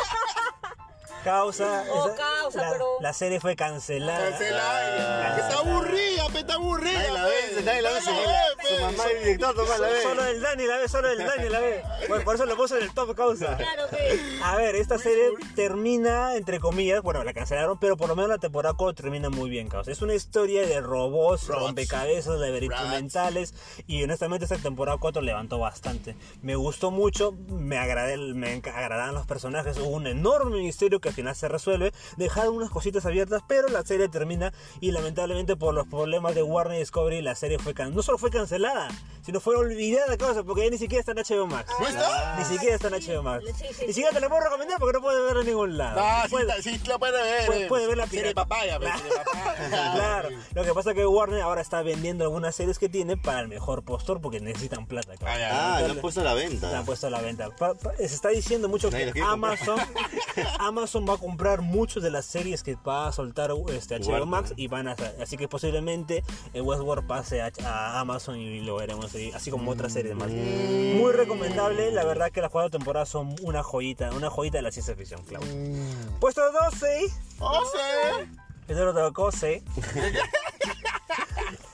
[SPEAKER 1] Causa.
[SPEAKER 3] Oh,
[SPEAKER 1] esa-
[SPEAKER 3] causa,
[SPEAKER 1] la,
[SPEAKER 3] pero-
[SPEAKER 1] la serie fue cancelada.
[SPEAKER 4] Cancelada. Que Está aburrida, pe, está aburrida.
[SPEAKER 2] Nadie la ve,
[SPEAKER 4] pe.
[SPEAKER 2] nadie la ve.
[SPEAKER 4] Nadie
[SPEAKER 2] Su,
[SPEAKER 4] la ve,
[SPEAKER 2] su
[SPEAKER 4] pe.
[SPEAKER 2] mamá y el director nomás la
[SPEAKER 1] Solo
[SPEAKER 2] ve.
[SPEAKER 1] el Dani la ve, solo el Dani la ve. Bueno, por eso lo puso en el top causa.
[SPEAKER 3] Claro que.
[SPEAKER 1] A ver, esta serie termina, entre comillas, bueno, la cancelaron, pero por lo menos la temporada 4 termina muy bien, causa. Es una historia de robots,
[SPEAKER 4] Robots.
[SPEAKER 1] rompecabezas, laberintos
[SPEAKER 4] Robots.
[SPEAKER 1] mentales, y honestamente esta temporada 4 levantó bastante. Me gustó mucho, me, agradé, me enc- agradaron los personajes, hubo un enorme misterio que al final se resuelve, dejaron unas cositas abiertas, pero la serie termina, y lamentablemente por los problemas de Warner y Discovery, la serie fue can- no solo fue cancelada, sino fue olvidada, causa, porque ya ni siquiera está en HBO Max.
[SPEAKER 4] ¿No está?
[SPEAKER 1] Ni siquiera está en HBO Max.
[SPEAKER 3] Sí, sí,
[SPEAKER 1] Ni
[SPEAKER 3] sí.
[SPEAKER 1] siquiera te la puedo recomendar porque no puedes verla en ningún lado.
[SPEAKER 2] Ah.
[SPEAKER 4] No, Ah, sí,
[SPEAKER 1] Puedes-
[SPEAKER 4] está- sí, la puede ver.
[SPEAKER 1] puede-
[SPEAKER 4] eh.
[SPEAKER 1] puede ver la
[SPEAKER 4] Tiene
[SPEAKER 1] pirata.
[SPEAKER 4] papaya, pe, tiene papaya.
[SPEAKER 1] Claro, lo que pasa es que Warner ahora está vendiendo algunas series que tiene para el mejor postor porque necesitan plata. claro.
[SPEAKER 4] Ah, ya.
[SPEAKER 2] Ah, la han puesto a la venta.
[SPEAKER 1] La han puesto a la venta. Pa- pa- se está diciendo mucho
[SPEAKER 2] Nadie la
[SPEAKER 1] que
[SPEAKER 2] quiere comprar.
[SPEAKER 1] Amazon, Amazon va a comprar muchas de las series que va a soltar este, HBO
[SPEAKER 2] Warner.
[SPEAKER 1] Max y van a sa- así que posiblemente eh, Westworld pase a, a Amazon y lo veremos ahí, así como otras series más. Muy recomendable, la verdad que las cuatro temporadas son una joyita, una joyita de la ciencia ficción, Claudio.
[SPEAKER 2] Mm.
[SPEAKER 1] Puesto 12.
[SPEAKER 4] O sea,
[SPEAKER 1] Es de otra cosa, ¿eh?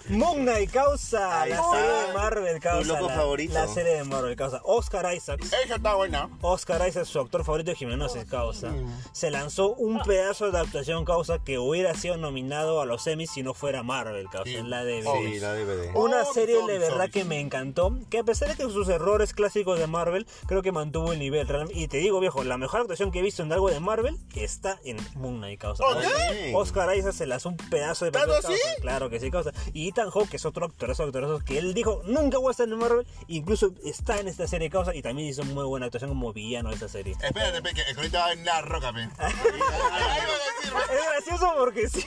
[SPEAKER 1] Moon Knight causa
[SPEAKER 2] Ahí
[SPEAKER 1] la
[SPEAKER 2] está.
[SPEAKER 1] serie de Marvel causa
[SPEAKER 2] Tu loco
[SPEAKER 1] la,
[SPEAKER 2] favorito.
[SPEAKER 1] la serie de Marvel causa Oscar Isaacs
[SPEAKER 4] ella está buena.
[SPEAKER 1] Oscar Isaacs su actor favorito de Jimenosis causa se lanzó un pedazo de adaptación causa que hubiera sido nominado a los Emmys si no fuera Marvel causa
[SPEAKER 4] Sí.
[SPEAKER 1] en la de
[SPEAKER 2] Sí, la DVD.
[SPEAKER 1] una
[SPEAKER 4] Oh,
[SPEAKER 1] serie de
[SPEAKER 4] zombies,
[SPEAKER 1] verdad
[SPEAKER 4] zombies.
[SPEAKER 1] que me encantó, que a pesar de que sus errores clásicos de Marvel, creo que mantuvo el nivel. realmente. Y te digo, viejo, la mejor actuación que he visto en algo de Marvel está en Moon Knight, causa.
[SPEAKER 4] Ok.
[SPEAKER 1] Oscar Isaac se las un pedazo de
[SPEAKER 4] ¿Tanto
[SPEAKER 1] papel, causa.
[SPEAKER 4] así?
[SPEAKER 1] Claro que sí, causa. Y Ethan Hawke, que es otro actorazo, actorazo, que él dijo, nunca voy a estar en Marvel, incluso está en esta serie, causa, y también hizo muy buena actuación como villano de esta serie.
[SPEAKER 4] Espérate, pe, que el colito va en la roca, pe. Ahí va a decir, pe.
[SPEAKER 1] Es gracioso porque sí.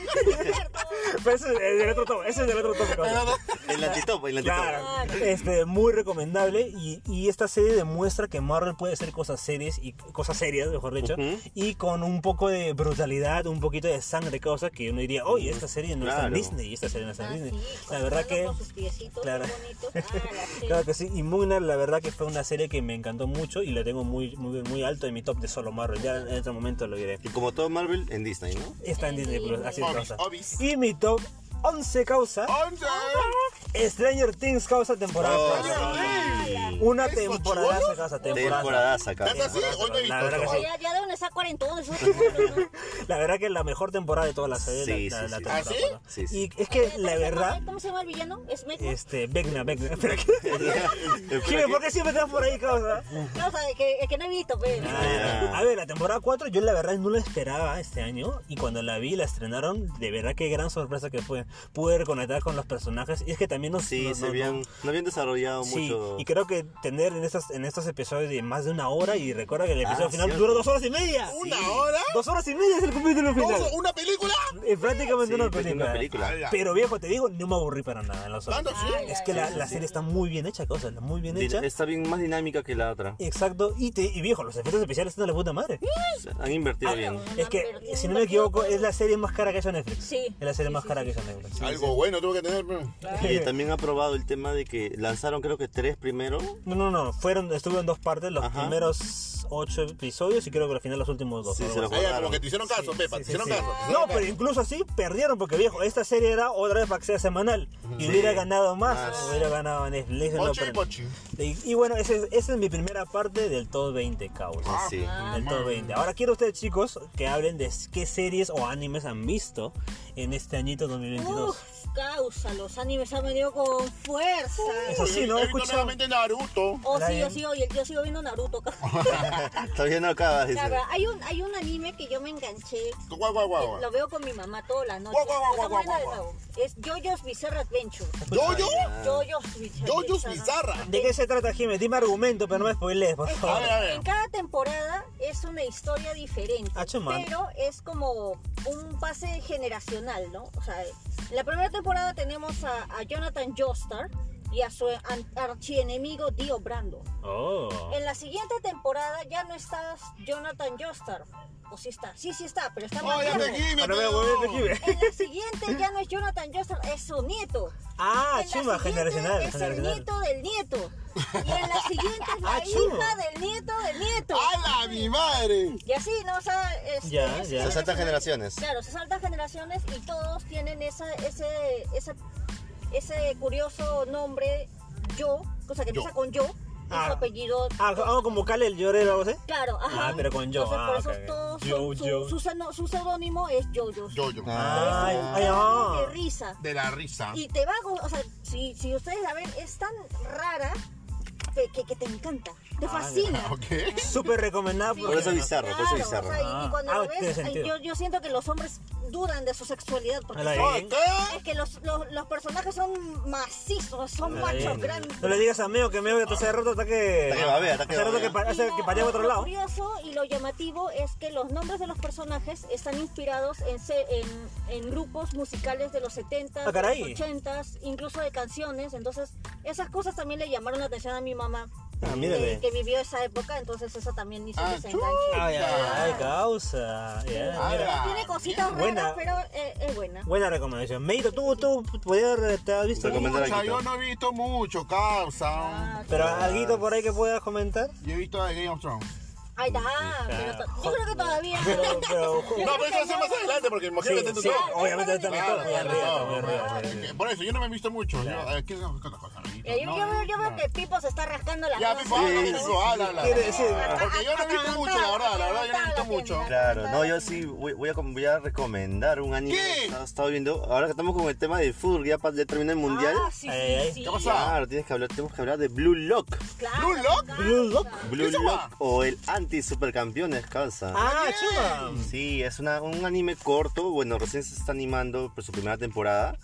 [SPEAKER 1] Pero ese es del otro tomo, ese es del otro tomo, causa.
[SPEAKER 2] El antitop, el antitop.
[SPEAKER 1] Claro, este, muy recomendable y, y esta serie demuestra que Marvel puede hacer cosas serias y cosas serias, mejor dicho, y con un poco de brutalidad, un poquito de sangre, cosas que uno diría, oye, esta serie no está en
[SPEAKER 2] Claro.
[SPEAKER 1] Disney, y esta serie no está en
[SPEAKER 3] Ah,
[SPEAKER 1] Disney.
[SPEAKER 3] sí,
[SPEAKER 1] la verdad que,
[SPEAKER 3] Con sus piecitos
[SPEAKER 1] Claro.
[SPEAKER 3] claro. bonitos. Ah, la serie.
[SPEAKER 1] claro que sí. Y Moon Knight, la verdad que fue una serie que me encantó mucho y la tengo muy, muy, muy alto en mi top de solo Marvel. Ya en otro momento lo diré.
[SPEAKER 2] Y como todo Marvel, en Disney, ¿no?
[SPEAKER 1] Está en Disney Plus, así es
[SPEAKER 4] Obis,
[SPEAKER 1] causa.
[SPEAKER 4] obis.
[SPEAKER 1] Y mi top 11 causa,
[SPEAKER 3] Oh.
[SPEAKER 4] Once.
[SPEAKER 1] Stranger Things causa temporada. cuatro. Una
[SPEAKER 4] ¿Eso,
[SPEAKER 1] temporada
[SPEAKER 4] chibolo?
[SPEAKER 1] casa, temporada.
[SPEAKER 2] Temporadaza, cabrón.
[SPEAKER 4] ¿Tanto así? Hoy no he visto.
[SPEAKER 1] La verdad que
[SPEAKER 4] chaval.
[SPEAKER 1] sí.
[SPEAKER 3] Ya, ya de dónde está cuarentón, eso es todo,
[SPEAKER 1] La verdad que es la mejor temporada de toda la serie.
[SPEAKER 2] Sí,
[SPEAKER 1] la,
[SPEAKER 2] sí,
[SPEAKER 1] la-
[SPEAKER 2] sí.
[SPEAKER 1] la
[SPEAKER 4] ¿Ah,
[SPEAKER 1] temporada.
[SPEAKER 2] sí? Sí, sí.
[SPEAKER 1] Y es que la verdad,
[SPEAKER 3] ¿Cómo se llama el villano? ¿Es Mecna?
[SPEAKER 1] este, Vegna, Vegna. Espera, ¿qué? Jimmy, ¿por qué siempre estás por ahí, causa?
[SPEAKER 2] Ah.
[SPEAKER 3] No, o sea, el que, el que no he visto, pues. pero.
[SPEAKER 1] Ah, A ver, la temporada 4 yo la verdad no la esperaba este año y cuando la vi, la estrenaron, de verdad qué gran sorpresa que fue. Pude reconectar con los personajes y es que también nos...
[SPEAKER 2] Sí,
[SPEAKER 1] nos-
[SPEAKER 2] se
[SPEAKER 1] nos-
[SPEAKER 2] habían, no habían desarrollado
[SPEAKER 1] Sí,
[SPEAKER 2] mucho.
[SPEAKER 1] y creo que tener en estos, en estos episodios de más de una hora y recuerda que el episodio
[SPEAKER 2] Ah,
[SPEAKER 1] final
[SPEAKER 2] cierto.
[SPEAKER 1] duró dos horas y media.
[SPEAKER 4] ¿Una hora?
[SPEAKER 1] Dos horas y media es el capítulo final.
[SPEAKER 4] ¿Todo? ¿Una película?
[SPEAKER 1] Es prácticamente
[SPEAKER 2] Sí,
[SPEAKER 1] una,
[SPEAKER 2] pues,
[SPEAKER 1] película.
[SPEAKER 2] una película.
[SPEAKER 1] Pero viejo, te digo, no me aburrí para nada en los
[SPEAKER 4] ¿Tanto
[SPEAKER 1] otros.
[SPEAKER 4] sí?
[SPEAKER 1] Es que la, la serie está muy bien hecha, cosa, está muy bien hecha.
[SPEAKER 2] Din- Está bien más dinámica que la otra.
[SPEAKER 1] Exacto, y, te, y viejo, los efectos especiales están de la puta madre.
[SPEAKER 2] Han invertido bien.
[SPEAKER 1] Es que, si no me equivoco, es la serie más cara que haya Netflix.
[SPEAKER 3] Sí.
[SPEAKER 1] Es la serie más cara que haya Netflix.
[SPEAKER 4] Algo bueno tuvo que tener, pe.
[SPEAKER 2] Y también ha probado el tema de que lanzaron creo que tres primero.
[SPEAKER 1] No, no, no, fueron, estuvo en dos partes, los
[SPEAKER 2] Ajá.
[SPEAKER 1] primeros ocho episodios y creo que al final los últimos dos.
[SPEAKER 2] Sí,
[SPEAKER 1] algo
[SPEAKER 2] se
[SPEAKER 1] así.
[SPEAKER 2] los
[SPEAKER 4] Ahí ya, como
[SPEAKER 2] guardaron.
[SPEAKER 4] que te hicieron caso, Pepa, te
[SPEAKER 1] Sí,
[SPEAKER 4] hicieron
[SPEAKER 1] sí.
[SPEAKER 4] caso. te
[SPEAKER 1] No,
[SPEAKER 4] hicieron
[SPEAKER 1] pero
[SPEAKER 4] caso.
[SPEAKER 1] incluso así perdieron porque viejo, esta serie era otra vez para que sea semanal y hubiera ganado más, hubiera ganado Netflix. no,
[SPEAKER 4] Pochi,
[SPEAKER 1] pero-
[SPEAKER 4] pochi.
[SPEAKER 1] Y, y bueno, esa es, esa es mi primera parte del top 20, cabrón.
[SPEAKER 4] Ah,
[SPEAKER 2] Sí.
[SPEAKER 3] Ah,
[SPEAKER 1] Del top 20. Ahora quiero ustedes, chicos, que hablen de qué series o animes han visto en este añito 2022.
[SPEAKER 3] Uf, causa, los animes han venido con fuerza.
[SPEAKER 1] Eso sí, ¿no?
[SPEAKER 4] He
[SPEAKER 1] He
[SPEAKER 4] visto
[SPEAKER 1] escuchado.
[SPEAKER 4] nuevamente Naruto.
[SPEAKER 3] Oh, sí,
[SPEAKER 1] Brian.
[SPEAKER 3] yo sigo, yo, yo sigo viendo Naruto.
[SPEAKER 2] Todavía no acaba. dice.
[SPEAKER 3] Claro, hay un, hay un anime que yo me enganché.
[SPEAKER 4] Guau, guau, guau, guau.
[SPEAKER 3] Lo veo con mi mamá todas las noches.
[SPEAKER 4] Guau, guau, guau,
[SPEAKER 3] Está
[SPEAKER 4] guau,
[SPEAKER 3] buena de
[SPEAKER 4] guau, Ah.
[SPEAKER 3] nuevo. Es JoJo's Bizarre Adventure.
[SPEAKER 4] ¿Yo, yo?
[SPEAKER 3] JoJo's Bizarre
[SPEAKER 4] Yo, yo,
[SPEAKER 3] Adventure.
[SPEAKER 4] bizarra.
[SPEAKER 1] ¿De qué se trata, Jiménez? Dime argumento, pero no me spoilees, por
[SPEAKER 4] A
[SPEAKER 1] favor.
[SPEAKER 4] ver, a ver.
[SPEAKER 3] En cada temporada es una historia diferente,
[SPEAKER 1] Ah, chumán.
[SPEAKER 3] pero es como un pase generacional, ¿no? O sea, en la primera temporada tenemos a, a Jonathan Joestar y a su an- archienemigo Dio Brando.
[SPEAKER 1] Oh.
[SPEAKER 3] En la siguiente temporada ya no está Jonathan Joestar, o sí está, sí, sí está, pero está más
[SPEAKER 4] Oye,
[SPEAKER 3] viejo.
[SPEAKER 4] Jimmy,
[SPEAKER 1] Ah, no me
[SPEAKER 4] pero-
[SPEAKER 1] voy a Jiménez.
[SPEAKER 3] En la siguiente ya no es Jonathan Joestar, es su nieto.
[SPEAKER 1] Ah,
[SPEAKER 3] En la
[SPEAKER 1] chima,
[SPEAKER 3] siguiente
[SPEAKER 1] generacional.
[SPEAKER 3] Es el
[SPEAKER 1] generacional.
[SPEAKER 3] nieto del nieto. Y en la siguiente es la
[SPEAKER 1] Ah, chuma.
[SPEAKER 3] hija del nieto del nieto.
[SPEAKER 4] ¡A la mi madre!
[SPEAKER 3] Y así, ¿no? O sea, este,
[SPEAKER 1] Ya,
[SPEAKER 3] es-
[SPEAKER 1] ya.
[SPEAKER 2] Se saltan generaciones.
[SPEAKER 3] Claro, se saltan generaciones y todos tienen esa, ese, ese, ese curioso nombre yo, cosa que
[SPEAKER 2] Yo.
[SPEAKER 3] empieza con yo, y
[SPEAKER 1] Ah.
[SPEAKER 3] su apellido.
[SPEAKER 1] Ah, algo como Cale el llorero o algo así.
[SPEAKER 3] Claro, ajá.
[SPEAKER 1] Ah, pero con yo,
[SPEAKER 3] Entonces,
[SPEAKER 1] ah,
[SPEAKER 3] por eso
[SPEAKER 1] ok, ok.
[SPEAKER 3] todos
[SPEAKER 1] Yo,
[SPEAKER 3] son- su,
[SPEAKER 1] yo.
[SPEAKER 3] su pseudo- su seudónimo es yo, yo.
[SPEAKER 4] Yo-yo.
[SPEAKER 1] Ay, ay,
[SPEAKER 3] Es
[SPEAKER 1] ah.
[SPEAKER 3] de risa.
[SPEAKER 4] De la risa.
[SPEAKER 3] Y te va a. go- O sea, si, si ustedes la ven, es tan rara que, que, que te encanta.
[SPEAKER 1] Ah,
[SPEAKER 3] Te fascina.
[SPEAKER 4] ¿Ok?
[SPEAKER 1] Súper recomendado.
[SPEAKER 3] Sí,
[SPEAKER 2] Por eso
[SPEAKER 1] porque-
[SPEAKER 2] bizarro, por eso
[SPEAKER 3] claro,
[SPEAKER 2] bizarro.
[SPEAKER 3] o sea, y- y,
[SPEAKER 1] Ah.
[SPEAKER 3] cuando
[SPEAKER 1] Ah,
[SPEAKER 3] lo
[SPEAKER 1] tiene
[SPEAKER 3] ves, ay,
[SPEAKER 1] sentido.
[SPEAKER 3] yo, yo siento que los hombres dudan de su sexualidad. Porque
[SPEAKER 1] Ala,
[SPEAKER 3] son-
[SPEAKER 1] ¿eh?
[SPEAKER 4] ¿Qué?
[SPEAKER 3] es que los, los, los personajes son macizos, son
[SPEAKER 1] Ala,
[SPEAKER 3] machos
[SPEAKER 1] ¿eh?
[SPEAKER 3] grandes.
[SPEAKER 1] No le digas a Meo que Meo ya te hace roto, hasta que.
[SPEAKER 2] Hasta que babea, hasta que
[SPEAKER 1] hace rato
[SPEAKER 2] babea.
[SPEAKER 1] que pa- hace
[SPEAKER 3] Y
[SPEAKER 1] que
[SPEAKER 3] lo-
[SPEAKER 1] patea a otro
[SPEAKER 3] lo
[SPEAKER 1] lado.
[SPEAKER 3] curioso y lo llamativo es que los nombres de los personajes están inspirados en, se- en, en grupos musicales de los 70s,
[SPEAKER 1] Ah, caray.
[SPEAKER 3] de los 80s, incluso de canciones. Entonces, esas cosas también le llamaron la atención a mi mamá,
[SPEAKER 1] Ah,
[SPEAKER 3] que,
[SPEAKER 1] mírale.
[SPEAKER 3] que vivió esa época. Entonces, eso también hizo
[SPEAKER 4] Ah,
[SPEAKER 3] que se
[SPEAKER 4] chuta.
[SPEAKER 1] Ay,
[SPEAKER 3] enganche.
[SPEAKER 1] ay, ay, causa. Ya,
[SPEAKER 4] Ala.
[SPEAKER 1] mira.
[SPEAKER 3] Tiene cositas raras,
[SPEAKER 1] Buena.
[SPEAKER 3] pero eh, es buena.
[SPEAKER 1] Buena recomendación. Meito, tú, tú, podías, te has visto.
[SPEAKER 2] Recomend- Comentar
[SPEAKER 4] Pucha,
[SPEAKER 2] aquí,
[SPEAKER 4] yo
[SPEAKER 2] pues.
[SPEAKER 4] no he visto mucho, causa.
[SPEAKER 3] Ah,
[SPEAKER 1] Pero algo por ahí que puedas comentar.
[SPEAKER 4] Yo he visto a Game of Thrones.
[SPEAKER 3] Ahí está, pero to- yo creo que todavía.
[SPEAKER 1] Pero, pero,
[SPEAKER 3] Yo
[SPEAKER 4] No,
[SPEAKER 3] creo
[SPEAKER 4] pero eso
[SPEAKER 3] que
[SPEAKER 4] va a ser más
[SPEAKER 3] no.
[SPEAKER 4] adelante porque imagino que
[SPEAKER 1] Sí,
[SPEAKER 4] tengo
[SPEAKER 1] sí,
[SPEAKER 4] todo.
[SPEAKER 1] obviamente está en el
[SPEAKER 4] Claro,
[SPEAKER 1] top, muy
[SPEAKER 4] claro,
[SPEAKER 1] arriba,
[SPEAKER 4] no,
[SPEAKER 1] muy arriba, muy arriba.
[SPEAKER 4] eh, Por eso yo no me he visto mucho. Yo, eh, ¿Qué es otra cosa? amiguito?
[SPEAKER 3] Eh, Yo,
[SPEAKER 4] No,
[SPEAKER 3] yo veo, yo veo
[SPEAKER 4] no.
[SPEAKER 3] que Pipo se está rascando la Ah,
[SPEAKER 4] Ya,
[SPEAKER 3] panza.
[SPEAKER 4] Pipo, habla, Pipo, habla, habla.
[SPEAKER 1] Quiere decir-
[SPEAKER 4] Porque yo no he visto
[SPEAKER 3] Atragantado,
[SPEAKER 4] mucho, la verdad, la verdad, yo no he visto
[SPEAKER 3] atragantado
[SPEAKER 4] mucho. Ah,
[SPEAKER 3] tiene.
[SPEAKER 2] Claro, no, yo sí voy, voy a, com- voy a recomendar un anime
[SPEAKER 4] ¿Qué?
[SPEAKER 2] que he estado- estado viendo. Ahora que estamos con el tema del fútbol, ya, pa- ya termina el mundial.
[SPEAKER 3] Ah, sí,
[SPEAKER 1] Ay, ay.
[SPEAKER 3] sí, sí.
[SPEAKER 4] ¿Qué pasa?
[SPEAKER 2] Claro, tienes que hablar, tenemos que hablar de Blue Lock.
[SPEAKER 3] Claro,
[SPEAKER 4] Blue Lock.
[SPEAKER 3] claro.
[SPEAKER 1] Blue Lock.
[SPEAKER 2] Blue
[SPEAKER 4] se llama?
[SPEAKER 2] Lock o el anti-supercampeones, calza.
[SPEAKER 1] Ah, chupa.
[SPEAKER 2] Sí, es una- un anime corto, bueno, recién se está animando por su primera temporada,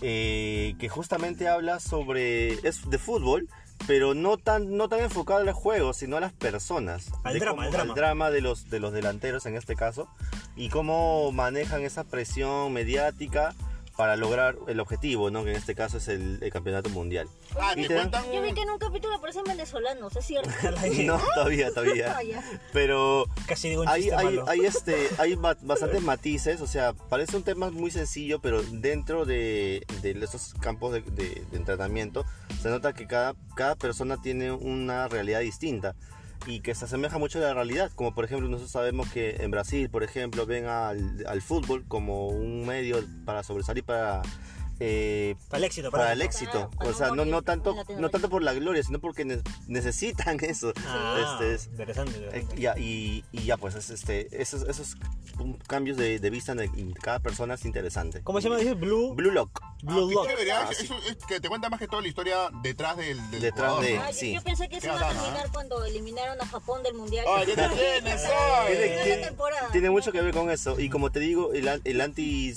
[SPEAKER 2] eh, que justamente habla sobre, es de fútbol, pero no tan, no tan enfocado al juego, sino a las personas.
[SPEAKER 1] Al
[SPEAKER 2] De
[SPEAKER 1] drama,
[SPEAKER 2] cómo-
[SPEAKER 1] al drama.
[SPEAKER 2] de, los, de los delanteros en este caso, y cómo manejan esa presión mediática para lograr el objetivo, ¿no? que en este caso es el, el campeonato mundial.
[SPEAKER 4] Ah,
[SPEAKER 2] Y
[SPEAKER 4] te
[SPEAKER 2] te-
[SPEAKER 4] cuentan.
[SPEAKER 3] Yo vi que en un capítulo aparecen venezolanos, es cierto.
[SPEAKER 2] No, todavía, todavía.
[SPEAKER 3] Ah, ya.
[SPEAKER 2] Pero
[SPEAKER 1] Casi digo un
[SPEAKER 2] hay,
[SPEAKER 1] chiste
[SPEAKER 2] hay,
[SPEAKER 1] malo.
[SPEAKER 2] hay, este, hay ba- bastantes matices, o sea, parece un tema muy sencillo, pero dentro de, de estos campos de, de- de entrenamiento se nota que cada, cada persona tiene una realidad distinta y que se asemeja mucho a la realidad, como por ejemplo nosotros sabemos que en Brasil, por ejemplo, ven al, al fútbol como un medio para sobresalir, para... eh,
[SPEAKER 1] Para el éxito,
[SPEAKER 2] para el
[SPEAKER 1] éxito.
[SPEAKER 2] éxito,
[SPEAKER 3] para
[SPEAKER 2] o
[SPEAKER 3] no
[SPEAKER 2] sea, no,
[SPEAKER 3] morir
[SPEAKER 2] no,
[SPEAKER 3] en
[SPEAKER 2] tanto, no
[SPEAKER 3] Latinoamérica.
[SPEAKER 2] tanto por la gloria, sino porque ne- necesitan eso.
[SPEAKER 1] Ah,
[SPEAKER 2] Este, es-
[SPEAKER 1] interesante.
[SPEAKER 2] eh,
[SPEAKER 1] interesante.
[SPEAKER 2] ya, y, y ya, pues es, este, esos, esos pum, cambios de, de vista en, el- en cada persona es interesante.
[SPEAKER 1] ¿Cómo se llama? Dice Blue.
[SPEAKER 2] Blue Lock.
[SPEAKER 1] Blue
[SPEAKER 4] Qué
[SPEAKER 1] Lock.
[SPEAKER 4] chévere,
[SPEAKER 2] Ah,
[SPEAKER 4] es-
[SPEAKER 2] sí.
[SPEAKER 4] es- es que te cuenta más que toda la historia detrás del. del
[SPEAKER 2] Detrás
[SPEAKER 4] jugador,
[SPEAKER 2] de-
[SPEAKER 4] ¿no?
[SPEAKER 3] Ah, yo-
[SPEAKER 2] Sí.
[SPEAKER 3] Yo pensé que eso
[SPEAKER 4] Qué
[SPEAKER 3] iba a
[SPEAKER 4] bacana,
[SPEAKER 3] terminar
[SPEAKER 4] ¿eh?
[SPEAKER 3] cuando eliminaron a Japón del mundial.
[SPEAKER 4] Ay, ¿qué te tienes
[SPEAKER 2] Tiene,
[SPEAKER 4] hoy?
[SPEAKER 3] Tiene
[SPEAKER 2] tiene-
[SPEAKER 3] la temporada.
[SPEAKER 2] tiene mucho que ver con eso. Y como te digo, el, an- el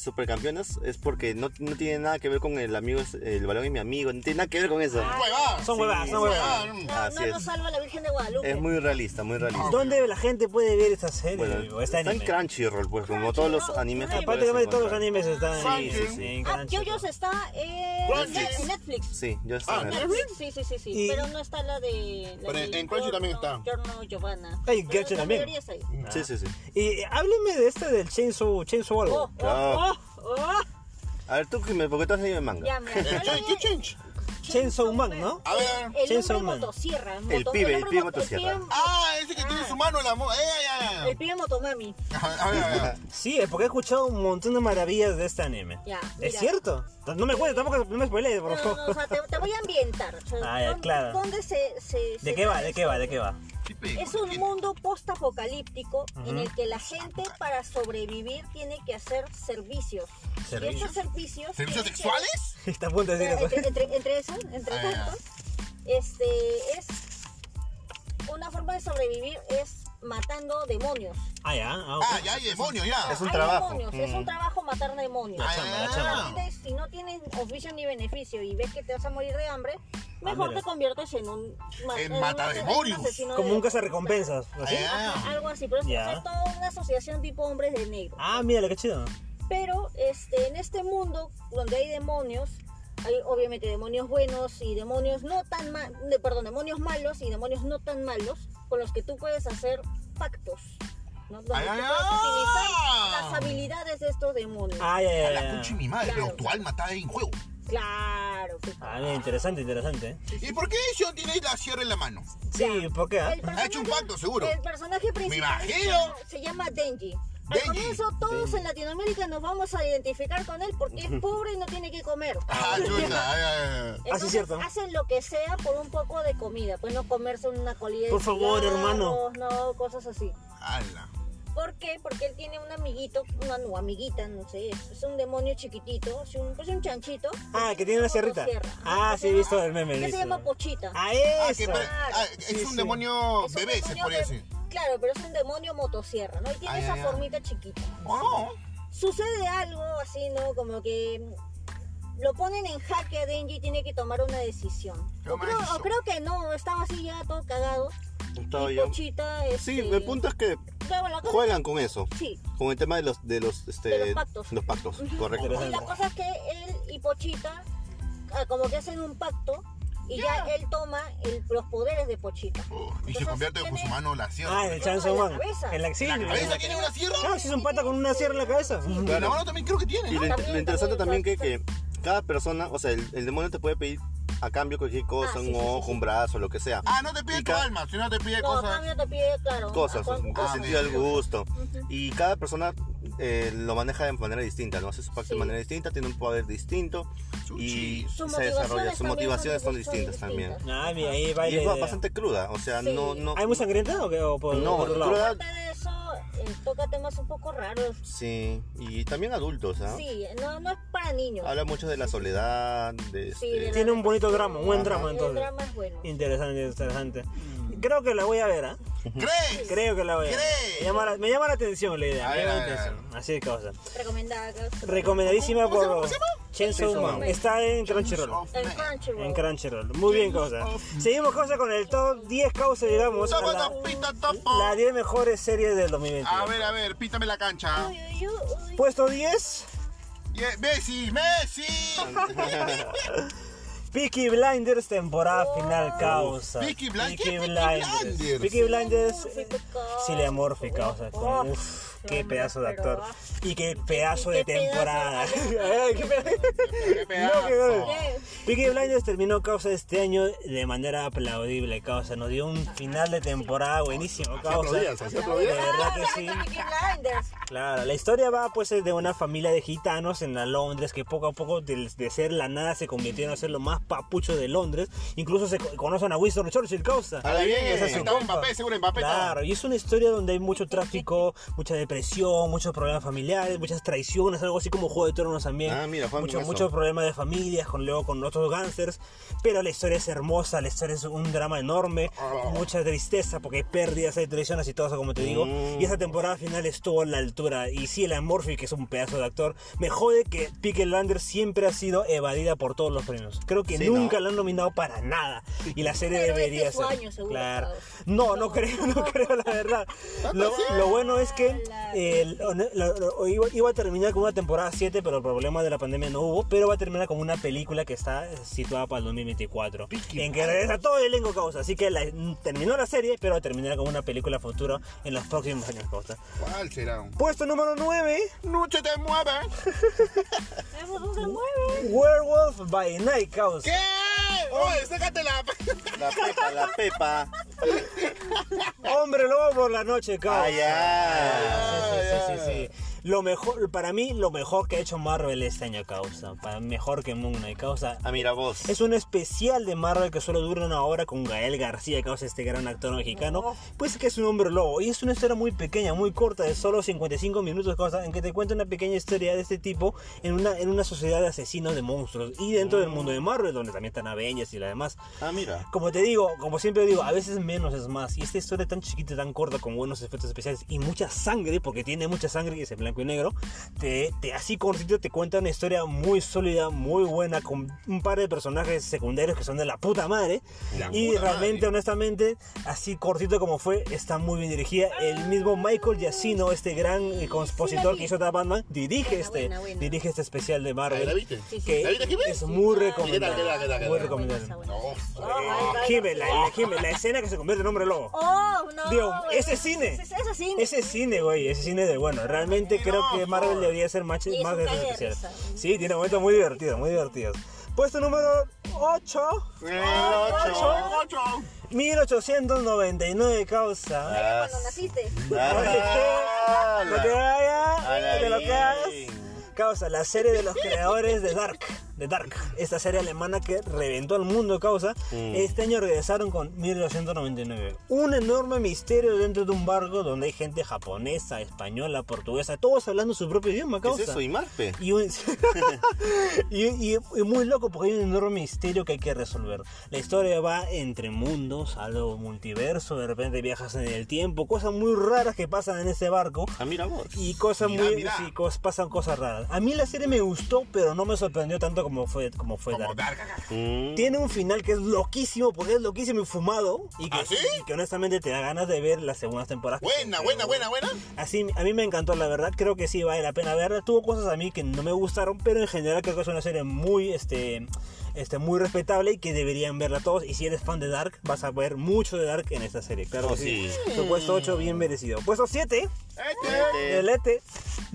[SPEAKER 2] anti-supercampeones es porque no, no tiene nada que ver con el amigo, es- el balón es mi amigo, no tiene nada que ver con eso.
[SPEAKER 4] Huevada.
[SPEAKER 1] Son huevadas, son huevadas.
[SPEAKER 4] Huevada, mm.
[SPEAKER 3] No,
[SPEAKER 2] Así
[SPEAKER 3] no lo
[SPEAKER 2] es.
[SPEAKER 3] salva la Virgen de Guadalupe.
[SPEAKER 2] Es muy realista, muy realista.
[SPEAKER 1] ¿Dónde la gente puede ver esta serie?
[SPEAKER 2] Bueno,
[SPEAKER 1] o este
[SPEAKER 2] está en
[SPEAKER 1] anime?
[SPEAKER 2] Crunchyroll, pues como todos los animes que
[SPEAKER 1] Ah,
[SPEAKER 3] Crunchyroll.
[SPEAKER 2] puedes
[SPEAKER 1] Prácticamente todos los
[SPEAKER 2] encontrar.
[SPEAKER 1] animes están
[SPEAKER 4] Sí,
[SPEAKER 1] en,
[SPEAKER 4] sí,
[SPEAKER 1] sí,
[SPEAKER 4] sí.
[SPEAKER 1] en
[SPEAKER 3] Ah,
[SPEAKER 1] Crunchyroll.
[SPEAKER 3] Yoyos está en
[SPEAKER 4] Netflix.
[SPEAKER 3] en Netflix.
[SPEAKER 2] Sí, yo estoy
[SPEAKER 4] Ah,
[SPEAKER 2] en
[SPEAKER 4] ¿Netflix?
[SPEAKER 3] Sí, sí, sí, sí.
[SPEAKER 1] Y-
[SPEAKER 3] Pero no está la de. La
[SPEAKER 4] Pero
[SPEAKER 3] de
[SPEAKER 4] en- en Crunchy también está.
[SPEAKER 3] Giorno Giovanna.
[SPEAKER 1] Ay,
[SPEAKER 3] Pero
[SPEAKER 1] Crunchy
[SPEAKER 3] la
[SPEAKER 1] también.
[SPEAKER 3] mayoría está ahí.
[SPEAKER 2] Sí, sí, sí.
[SPEAKER 1] Y eh, hábleme de este del Chainsaw, Chainsaw
[SPEAKER 3] Oh,
[SPEAKER 1] algo.
[SPEAKER 3] oh, oh, oh.
[SPEAKER 2] A ver, tú, Jimé, ¿por qué tú has leído el manga?
[SPEAKER 3] Ya, mira,
[SPEAKER 4] El
[SPEAKER 3] yo
[SPEAKER 4] change,
[SPEAKER 3] le-
[SPEAKER 4] ¿Qué change?
[SPEAKER 1] Chainsaw Man, ¿no?
[SPEAKER 4] A ver.
[SPEAKER 3] El
[SPEAKER 1] Chainsaw
[SPEAKER 3] hombre
[SPEAKER 1] Man.
[SPEAKER 3] motosierra. moto-
[SPEAKER 2] El pibe, el
[SPEAKER 3] hombre
[SPEAKER 2] pibe
[SPEAKER 3] moto-
[SPEAKER 2] motosierra.
[SPEAKER 3] pibe-
[SPEAKER 4] Ah, ese que tiene su mano en la mo. ¡Eh, ya,
[SPEAKER 3] El pibe motomami.
[SPEAKER 4] ya! A ver, a ver, a ver.
[SPEAKER 1] Sí, eh, porque he escuchado un montón de maravillas de este anime.
[SPEAKER 3] Ya,
[SPEAKER 1] ¿Es
[SPEAKER 3] mira.
[SPEAKER 1] cierto? No me cuentes, tampoco no me spoilees,
[SPEAKER 3] No,
[SPEAKER 1] por
[SPEAKER 3] no,
[SPEAKER 1] favor.
[SPEAKER 3] no, o sea, te, te voy a ambientar. O sea,
[SPEAKER 1] Ah, ya,
[SPEAKER 3] ¿dónde-
[SPEAKER 1] claro.
[SPEAKER 3] ¿Dónde se, se-
[SPEAKER 1] ¿De
[SPEAKER 3] se
[SPEAKER 1] qué va?
[SPEAKER 3] da
[SPEAKER 1] ¿De
[SPEAKER 3] esto?
[SPEAKER 1] qué va? ¿De qué va?
[SPEAKER 3] Es un mundo postapocalíptico en el que la gente para sobrevivir tiene que hacer servicios. Y
[SPEAKER 1] ¿Servicios? pues.
[SPEAKER 3] estos servicios. tienen
[SPEAKER 4] ¿Servicios
[SPEAKER 3] que-
[SPEAKER 4] sexuales?
[SPEAKER 1] Está a punto de decir
[SPEAKER 3] entre,
[SPEAKER 1] eso.
[SPEAKER 3] entre, entre eso, entre
[SPEAKER 4] Ah, ya.
[SPEAKER 3] tanto, este es una forma de sobrevivir es matando demonios.
[SPEAKER 1] Ah, ya. Ah, ok.
[SPEAKER 4] Ah, ya hay demonios, ya.
[SPEAKER 2] Es un
[SPEAKER 3] Hay
[SPEAKER 2] trabajo.
[SPEAKER 3] demonios, es un
[SPEAKER 2] Mm.
[SPEAKER 3] trabajo matar demonios.
[SPEAKER 1] La
[SPEAKER 4] Ah,
[SPEAKER 1] chamba, la
[SPEAKER 4] ya.
[SPEAKER 1] chamba.
[SPEAKER 3] Entonces, si no tienes oficio ni beneficio y ves que te vas a morir de hambre, mejor
[SPEAKER 1] mira.
[SPEAKER 3] te conviertes en un ma-
[SPEAKER 4] En
[SPEAKER 3] un-
[SPEAKER 4] matademonios.
[SPEAKER 3] un asesino
[SPEAKER 1] Como
[SPEAKER 3] de-
[SPEAKER 1] un cazarrecompensas, ¿así?
[SPEAKER 4] Ah,
[SPEAKER 3] Ajá, algo así, pero es,
[SPEAKER 1] Ya.
[SPEAKER 3] o sea, es toda una asociación tipo hombres de negro.
[SPEAKER 1] Ah, mira, qué chido.
[SPEAKER 3] Pero este, en este mundo donde hay demonios, hay obviamente demonios buenos y demonios no tan ma- de- perdón, demonios malos y demonios no tan malos con los que tú puedes hacer pactos. ¿no? Donde
[SPEAKER 4] Ay,
[SPEAKER 3] tú
[SPEAKER 4] ay,
[SPEAKER 3] puedes
[SPEAKER 4] ay.
[SPEAKER 3] utilizar las habilidades de estos demonios.
[SPEAKER 1] Ah, ya,
[SPEAKER 4] A
[SPEAKER 1] ya,
[SPEAKER 4] la
[SPEAKER 1] ya.
[SPEAKER 4] concha de mi madre,
[SPEAKER 3] Claro.
[SPEAKER 4] pero tu alma está ahí en juego.
[SPEAKER 3] Claro, se
[SPEAKER 1] Ah, mira, interesante, interesante.
[SPEAKER 4] ¿Y por qué Sean tiene la sierra en la mano?
[SPEAKER 1] Sí, ¿por qué? ah?
[SPEAKER 3] El personaje-
[SPEAKER 4] hecho un pacto, seguro.
[SPEAKER 3] El personaje principal se
[SPEAKER 4] imagino.
[SPEAKER 3] llama, se llama Denji. Al
[SPEAKER 4] Denji.
[SPEAKER 3] comienzo todos en Latinoamérica nos vamos a identificar con él porque es pobre y no tiene que comer.
[SPEAKER 4] Ah, chuta. ay, ay, ay.
[SPEAKER 1] Ah, sí, cierto.
[SPEAKER 3] Hacen lo que sea por un poco de comida, pues no comerse una colilla de
[SPEAKER 1] Por favor,
[SPEAKER 3] cigarros,
[SPEAKER 1] hermano.
[SPEAKER 3] No, cosas así.
[SPEAKER 4] Ala.
[SPEAKER 3] ¿Por qué? Porque él tiene un amiguito, una no, amiguita, no sé, es, es un demonio chiquitito, es un, pues un chanchito.
[SPEAKER 1] Ah, que tiene una sierrita.
[SPEAKER 3] Motosierra.
[SPEAKER 1] Ah,
[SPEAKER 3] Que
[SPEAKER 1] sí,
[SPEAKER 3] se
[SPEAKER 1] he
[SPEAKER 3] llama-
[SPEAKER 1] visto el meme.
[SPEAKER 3] Que
[SPEAKER 1] listo.
[SPEAKER 3] se llama Pochita.
[SPEAKER 1] Ah,
[SPEAKER 4] Ah, que
[SPEAKER 1] eso.
[SPEAKER 4] pare- ah,
[SPEAKER 1] Sí,
[SPEAKER 4] es un
[SPEAKER 1] sí.
[SPEAKER 4] demonio
[SPEAKER 3] Es un
[SPEAKER 4] bebé, se
[SPEAKER 3] demonio
[SPEAKER 4] podría
[SPEAKER 3] que-
[SPEAKER 4] decir.
[SPEAKER 3] Claro, pero es un demonio motosierra, ¿no? Y tiene
[SPEAKER 4] Ay,
[SPEAKER 3] esa
[SPEAKER 4] ay, ay.
[SPEAKER 3] formita chiquita.
[SPEAKER 4] Oh,
[SPEAKER 3] Sucede algo así, ¿no? Como que mm, lo ponen en jaque a Denji y tiene que tomar una decisión.
[SPEAKER 4] Qué
[SPEAKER 3] O creo,
[SPEAKER 4] mazo.
[SPEAKER 3] o creo que no, estaba así ya todo cagado.
[SPEAKER 2] Estaba
[SPEAKER 3] y
[SPEAKER 2] yo.
[SPEAKER 3] Pochita,
[SPEAKER 2] Sí,
[SPEAKER 3] este,
[SPEAKER 2] el punto es que
[SPEAKER 3] ya, bueno, la cosa-
[SPEAKER 2] juegan con eso.
[SPEAKER 3] Sí.
[SPEAKER 2] Con el tema de los, de los, este,
[SPEAKER 4] Eh,
[SPEAKER 3] De los pactos.
[SPEAKER 2] los pactos, correcto.
[SPEAKER 1] Pero-
[SPEAKER 3] Y la cosa es que él y Pochita ah, como que hacen un pacto y ya, él toma el- los poderes de Pochita.
[SPEAKER 4] oh. Y se
[SPEAKER 3] Entonces,
[SPEAKER 4] convierte en
[SPEAKER 3] tiene-
[SPEAKER 4] Cusumano la
[SPEAKER 1] Ah,
[SPEAKER 4] sierra.
[SPEAKER 1] el Chanson
[SPEAKER 3] en la
[SPEAKER 1] Man.
[SPEAKER 3] cabeza.
[SPEAKER 1] En la
[SPEAKER 4] ¿La
[SPEAKER 1] axila.
[SPEAKER 4] cabeza tiene una sierra?
[SPEAKER 1] Claro, si es un pata con una sierra en la cabeza.
[SPEAKER 4] Y la mano también creo que tiene.
[SPEAKER 2] Y lo,
[SPEAKER 4] ¿no?
[SPEAKER 2] in-
[SPEAKER 3] También,
[SPEAKER 2] lo interesante
[SPEAKER 3] también,
[SPEAKER 2] también que, que cada persona, o sea, el, el demonio te puede pedir a cambio cualquier cosa,
[SPEAKER 3] Ah, sí,
[SPEAKER 2] un
[SPEAKER 3] sí, sí,
[SPEAKER 2] ojo,
[SPEAKER 3] sí.
[SPEAKER 2] un brazo, lo que sea.
[SPEAKER 4] Ah, no te pide
[SPEAKER 2] Y
[SPEAKER 4] tu
[SPEAKER 2] ca-
[SPEAKER 4] alma, sino te pide
[SPEAKER 3] No, a
[SPEAKER 4] cosas.
[SPEAKER 3] cambio te pide, claro. ah,
[SPEAKER 2] Cosas,
[SPEAKER 3] a cuan-
[SPEAKER 2] con
[SPEAKER 3] a-
[SPEAKER 1] Ah,
[SPEAKER 2] sentido del gusto.
[SPEAKER 3] Ujú.
[SPEAKER 2] Y cada persona eh, lo maneja de manera distinta, ¿no? Hace su pacto
[SPEAKER 3] Sí.
[SPEAKER 2] de manera distinta, tiene un poder distinto y
[SPEAKER 4] Chuchis.
[SPEAKER 2] se
[SPEAKER 3] Sus
[SPEAKER 2] desarrolla.
[SPEAKER 3] motivaciones
[SPEAKER 2] Sus
[SPEAKER 3] también
[SPEAKER 2] motivaciones
[SPEAKER 3] son
[SPEAKER 2] son distintas también.
[SPEAKER 3] distintas.
[SPEAKER 1] Ah, mira, ahí va
[SPEAKER 2] Y es
[SPEAKER 1] la idea.
[SPEAKER 2] bastante cruda, o sea,
[SPEAKER 3] Sí.
[SPEAKER 2] no, no.
[SPEAKER 1] ¿Hay muy sangrienta o qué? O por,
[SPEAKER 2] No,
[SPEAKER 1] por otro lado?
[SPEAKER 2] cruda-
[SPEAKER 3] Aparte de eso, eh, toca temas un poco raros.
[SPEAKER 2] Sí, y también adultos, ¿ah?
[SPEAKER 3] Sí, no, no es para niños.
[SPEAKER 2] Habla mucho de la soledad, de este-
[SPEAKER 3] Sí, de la-
[SPEAKER 1] Tiene un bonito drama, un buen
[SPEAKER 2] Ajá.
[SPEAKER 1] drama
[SPEAKER 3] el
[SPEAKER 1] entonces.
[SPEAKER 3] drama es bueno.
[SPEAKER 1] Interesante, interesante. Creo que la voy a ver, ¿ah?
[SPEAKER 4] ¿Crees?
[SPEAKER 1] Creo que la voy a ver.
[SPEAKER 4] ¿Crees?
[SPEAKER 1] Me llama la, me llama la atención la idea.
[SPEAKER 4] A
[SPEAKER 1] me
[SPEAKER 4] ver,
[SPEAKER 1] llama
[SPEAKER 4] a
[SPEAKER 1] la
[SPEAKER 4] ver, a
[SPEAKER 1] atención. Así de causa.
[SPEAKER 3] Recomendada.
[SPEAKER 1] Recomendadísima
[SPEAKER 4] ¿Cómo se llama?
[SPEAKER 1] por
[SPEAKER 4] ¿Cómo se llama?
[SPEAKER 1] Chainsaw
[SPEAKER 2] Chainsaw
[SPEAKER 1] Man.
[SPEAKER 2] Man.
[SPEAKER 1] Está en Crunchyroll.
[SPEAKER 4] Of
[SPEAKER 3] En
[SPEAKER 4] man.
[SPEAKER 3] Crunchyroll.
[SPEAKER 1] En Crunchyroll. Muy bien, causa. Seguimos, causa, con el top 10 causa, llegamos. A
[SPEAKER 4] Somos
[SPEAKER 1] la,
[SPEAKER 4] los pita topo.
[SPEAKER 1] la 10 mejores series del 2020.
[SPEAKER 4] A ver, a ver, pítame la cancha.
[SPEAKER 3] Uy, uy, uy, uy.
[SPEAKER 1] Puesto 10,
[SPEAKER 4] Yeah, Messi, Messi.
[SPEAKER 1] Peaky Blinders, temporada final causa.
[SPEAKER 4] Peaky Blinders,
[SPEAKER 1] Peaky
[SPEAKER 4] Peaky
[SPEAKER 1] Blinders.
[SPEAKER 4] Blinders.
[SPEAKER 1] Peaky Blinders, eh,
[SPEAKER 3] Sileamórfico,
[SPEAKER 1] sileamórfica,
[SPEAKER 3] causa.
[SPEAKER 1] o sea,
[SPEAKER 3] Oh,
[SPEAKER 1] uf,
[SPEAKER 3] no,
[SPEAKER 1] qué
[SPEAKER 3] no,
[SPEAKER 1] pedazo de
[SPEAKER 3] pero,
[SPEAKER 1] actor.
[SPEAKER 3] ah.
[SPEAKER 1] Y qué pedazo
[SPEAKER 3] Y
[SPEAKER 1] de
[SPEAKER 3] qué pedazo,
[SPEAKER 1] temporada.
[SPEAKER 3] ah,
[SPEAKER 1] Ay, qué pedazo.
[SPEAKER 4] Qué pedazo.
[SPEAKER 1] No,
[SPEAKER 3] Eh,
[SPEAKER 1] Peaky Blinders terminó causa este año de manera aplaudible, causa. Nos dio un final de temporada buenísimo, causa.
[SPEAKER 4] aplaudías, así
[SPEAKER 1] De
[SPEAKER 4] aplaudías.
[SPEAKER 1] verdad que sí.
[SPEAKER 3] Peaky Ah, Blinders.
[SPEAKER 1] Claro, la historia va pues es de una familia de gitanos en la Londres que poco a poco de, de ser la nada se convirtieron a ser lo más papucho de Londres. Incluso se co- conocen a Winston Churchill, causa.
[SPEAKER 2] Ahora bien,
[SPEAKER 1] Ese es su
[SPEAKER 4] estaba
[SPEAKER 1] compa.
[SPEAKER 4] Mbappé, seguro Mbappé estaba.
[SPEAKER 1] Claro, y es una historia donde hay mucho tráfico, mucha depresión, muchos problemas familiares, muchas traiciones, algo así como Juego de Tronos también.
[SPEAKER 2] Ah, mira, Juan,
[SPEAKER 1] Mucho-
[SPEAKER 2] con eso.
[SPEAKER 1] Muchos problemas de familias, con luego con otros gángsters. Pero la historia es hermosa, la historia es un drama enorme,
[SPEAKER 2] Oh.
[SPEAKER 1] mucha tristeza porque hay pérdidas, hay traiciones y todo eso, como te digo.
[SPEAKER 2] Mm.
[SPEAKER 1] Y esa temporada final estuvo a la altura. Y sí, el Amorphy, que es un pedazo de actor, me jode que Pickle Lander siempre ha sido evadida por todos los premios. Creo que
[SPEAKER 2] Sí,
[SPEAKER 1] nunca
[SPEAKER 2] ¿no?
[SPEAKER 1] la han nominado para nada. Y la serie
[SPEAKER 3] Pero
[SPEAKER 1] debería
[SPEAKER 3] este es su
[SPEAKER 1] ser.
[SPEAKER 3] año, seguro,
[SPEAKER 1] claro.
[SPEAKER 3] Gustavo.
[SPEAKER 1] No, no creo, no creo, la verdad. Lo, lo bueno es que eh, el- lo- lo- iba, iba a terminar con una temporada 7, pero el problema de la pandemia no hubo, pero va a terminar con una película que está eh, situada para el 2024. en que regresa todo el elenco causa. Así que la- mm, terminó la serie, pero va a terminar con una película futura en los próximos años causa.
[SPEAKER 4] ¿Cuál será?
[SPEAKER 1] Puesto número 9,
[SPEAKER 4] Noche te mueve.
[SPEAKER 3] Vemos dónde mueve.
[SPEAKER 1] Werewolf by Night causa.
[SPEAKER 4] ¿Qué? Oye, sácate la.
[SPEAKER 2] La pepa, la pepa.
[SPEAKER 1] Hombre lobo por la noche causa.
[SPEAKER 2] Ay, ay.
[SPEAKER 1] sí, sí, sí, sí, sí. Lo mejor, para mí, lo mejor que ha hecho Marvel este año, causa. Para, mejor que Moon Knight, causa.
[SPEAKER 2] Ah, mira vos.
[SPEAKER 1] Es un especial de Marvel que solo dura una hora con Gael García, causa este gran actor mexicano. Pues que es un hombre lobo. Y es una historia muy pequeña, muy corta, de solo 55 minutos, causa, en que te cuenta una pequeña historia de este tipo en una, en una sociedad de asesinos de monstruos. Y dentro del mundo de Marvel, donde también están Avengers y la demás.
[SPEAKER 2] Ah, mira.
[SPEAKER 1] Como te digo, como siempre digo, a veces menos es más. Y esta historia tan chiquita, tan corta, con buenos efectos especiales y mucha sangre, porque tiene mucha sangre y es en blanco y negro, te, te- así cortito te cuenta una historia muy sólida, muy buena, con un par de personajes secundarios que son de la puta madre.
[SPEAKER 4] La
[SPEAKER 1] y
[SPEAKER 4] puta
[SPEAKER 1] realmente,
[SPEAKER 4] madre.
[SPEAKER 1] honestamente, así cortito como fue, está muy bien dirigida. El mismo Michael Giacino, este gran eh, compositor
[SPEAKER 3] vi.
[SPEAKER 1] que hizo The Batman, dirige,
[SPEAKER 3] Buena,
[SPEAKER 1] este,
[SPEAKER 3] buena, buena.
[SPEAKER 1] dirige este especial de
[SPEAKER 4] Ahí
[SPEAKER 1] Marvel.
[SPEAKER 4] Ah, la viste.
[SPEAKER 3] Sí, sí.
[SPEAKER 1] Que
[SPEAKER 4] ¿La viste, Jimmy?
[SPEAKER 1] es muy
[SPEAKER 4] tal, qué tal, qué tal,
[SPEAKER 1] recomendable.
[SPEAKER 4] qué
[SPEAKER 1] Muy
[SPEAKER 4] tal?
[SPEAKER 1] recomendable.
[SPEAKER 4] No,
[SPEAKER 1] Ah, Jimé, la, la, Jimé, la escena que se convierte en hombre lobo.
[SPEAKER 3] Oh, no.
[SPEAKER 1] Digo,
[SPEAKER 3] güey.
[SPEAKER 1] ese cine.
[SPEAKER 3] Ese, ese cine.
[SPEAKER 1] Ese es cine, güey, ese cine de bueno. Realmente creo que Marvel debería ser más,
[SPEAKER 3] Y es
[SPEAKER 1] más
[SPEAKER 3] un
[SPEAKER 1] de esos
[SPEAKER 3] cague de
[SPEAKER 1] especiales.
[SPEAKER 3] risa.
[SPEAKER 1] Sí, tiene momentos muy divertidos, muy divertidos. Puesto número 8,
[SPEAKER 2] El
[SPEAKER 4] Ocho,
[SPEAKER 2] 8.
[SPEAKER 4] ocho.
[SPEAKER 1] 1899 causa.
[SPEAKER 3] Cuando naciste.
[SPEAKER 1] Así que, lo que
[SPEAKER 2] Ala
[SPEAKER 1] vaya, te lo
[SPEAKER 2] bien.
[SPEAKER 1] quedas. Causa, la serie de los creadores de Dark. De Dark, esta serie alemana que reventó al mundo, causa.
[SPEAKER 2] Mm.
[SPEAKER 1] Este año regresaron con 1899. Un enorme misterio dentro de un barco donde hay gente japonesa, española, portuguesa, todos hablando su propio idioma, causa.
[SPEAKER 2] ¿Qué es eso, Imarpe?
[SPEAKER 1] Y, un- y- y- y muy loco porque hay un enorme misterio que hay que resolver. La historia va entre mundos, algo multiverso, de repente viajas en el tiempo, cosas muy raras que pasan en ese barco.
[SPEAKER 2] Ah, mira vos.
[SPEAKER 1] Y cosas
[SPEAKER 4] Mirá,
[SPEAKER 1] muy...
[SPEAKER 4] mirá.
[SPEAKER 1] sí, cos- pasan cosas raras. A mí la serie me gustó, pero no me sorprendió tanto como fue, como fue
[SPEAKER 4] Como
[SPEAKER 1] Dark.
[SPEAKER 4] Dark, acá.
[SPEAKER 2] Mm.
[SPEAKER 1] Tiene un final que es loquísimo, porque es loquísimo y fumado. Y que,
[SPEAKER 4] ¿Ah, sí?
[SPEAKER 1] y que honestamente te da ganas de ver las segundas temporadas.
[SPEAKER 4] Buena, buena, buena, buena.
[SPEAKER 1] Así, a mí me encantó, la verdad. Creo que sí vale la pena verla. Tuvo cosas a mí que no me gustaron, pero en general creo que es una serie muy, este, este, muy respetable y que deberían verla todos. Y si eres fan de Dark, vas a ver mucho de Dark en esta serie. Claro
[SPEAKER 2] Oh,
[SPEAKER 1] que sí.
[SPEAKER 2] sí.
[SPEAKER 1] Su puesto 8, bien merecido. Puesto 7,
[SPEAKER 4] Este.
[SPEAKER 1] el ET,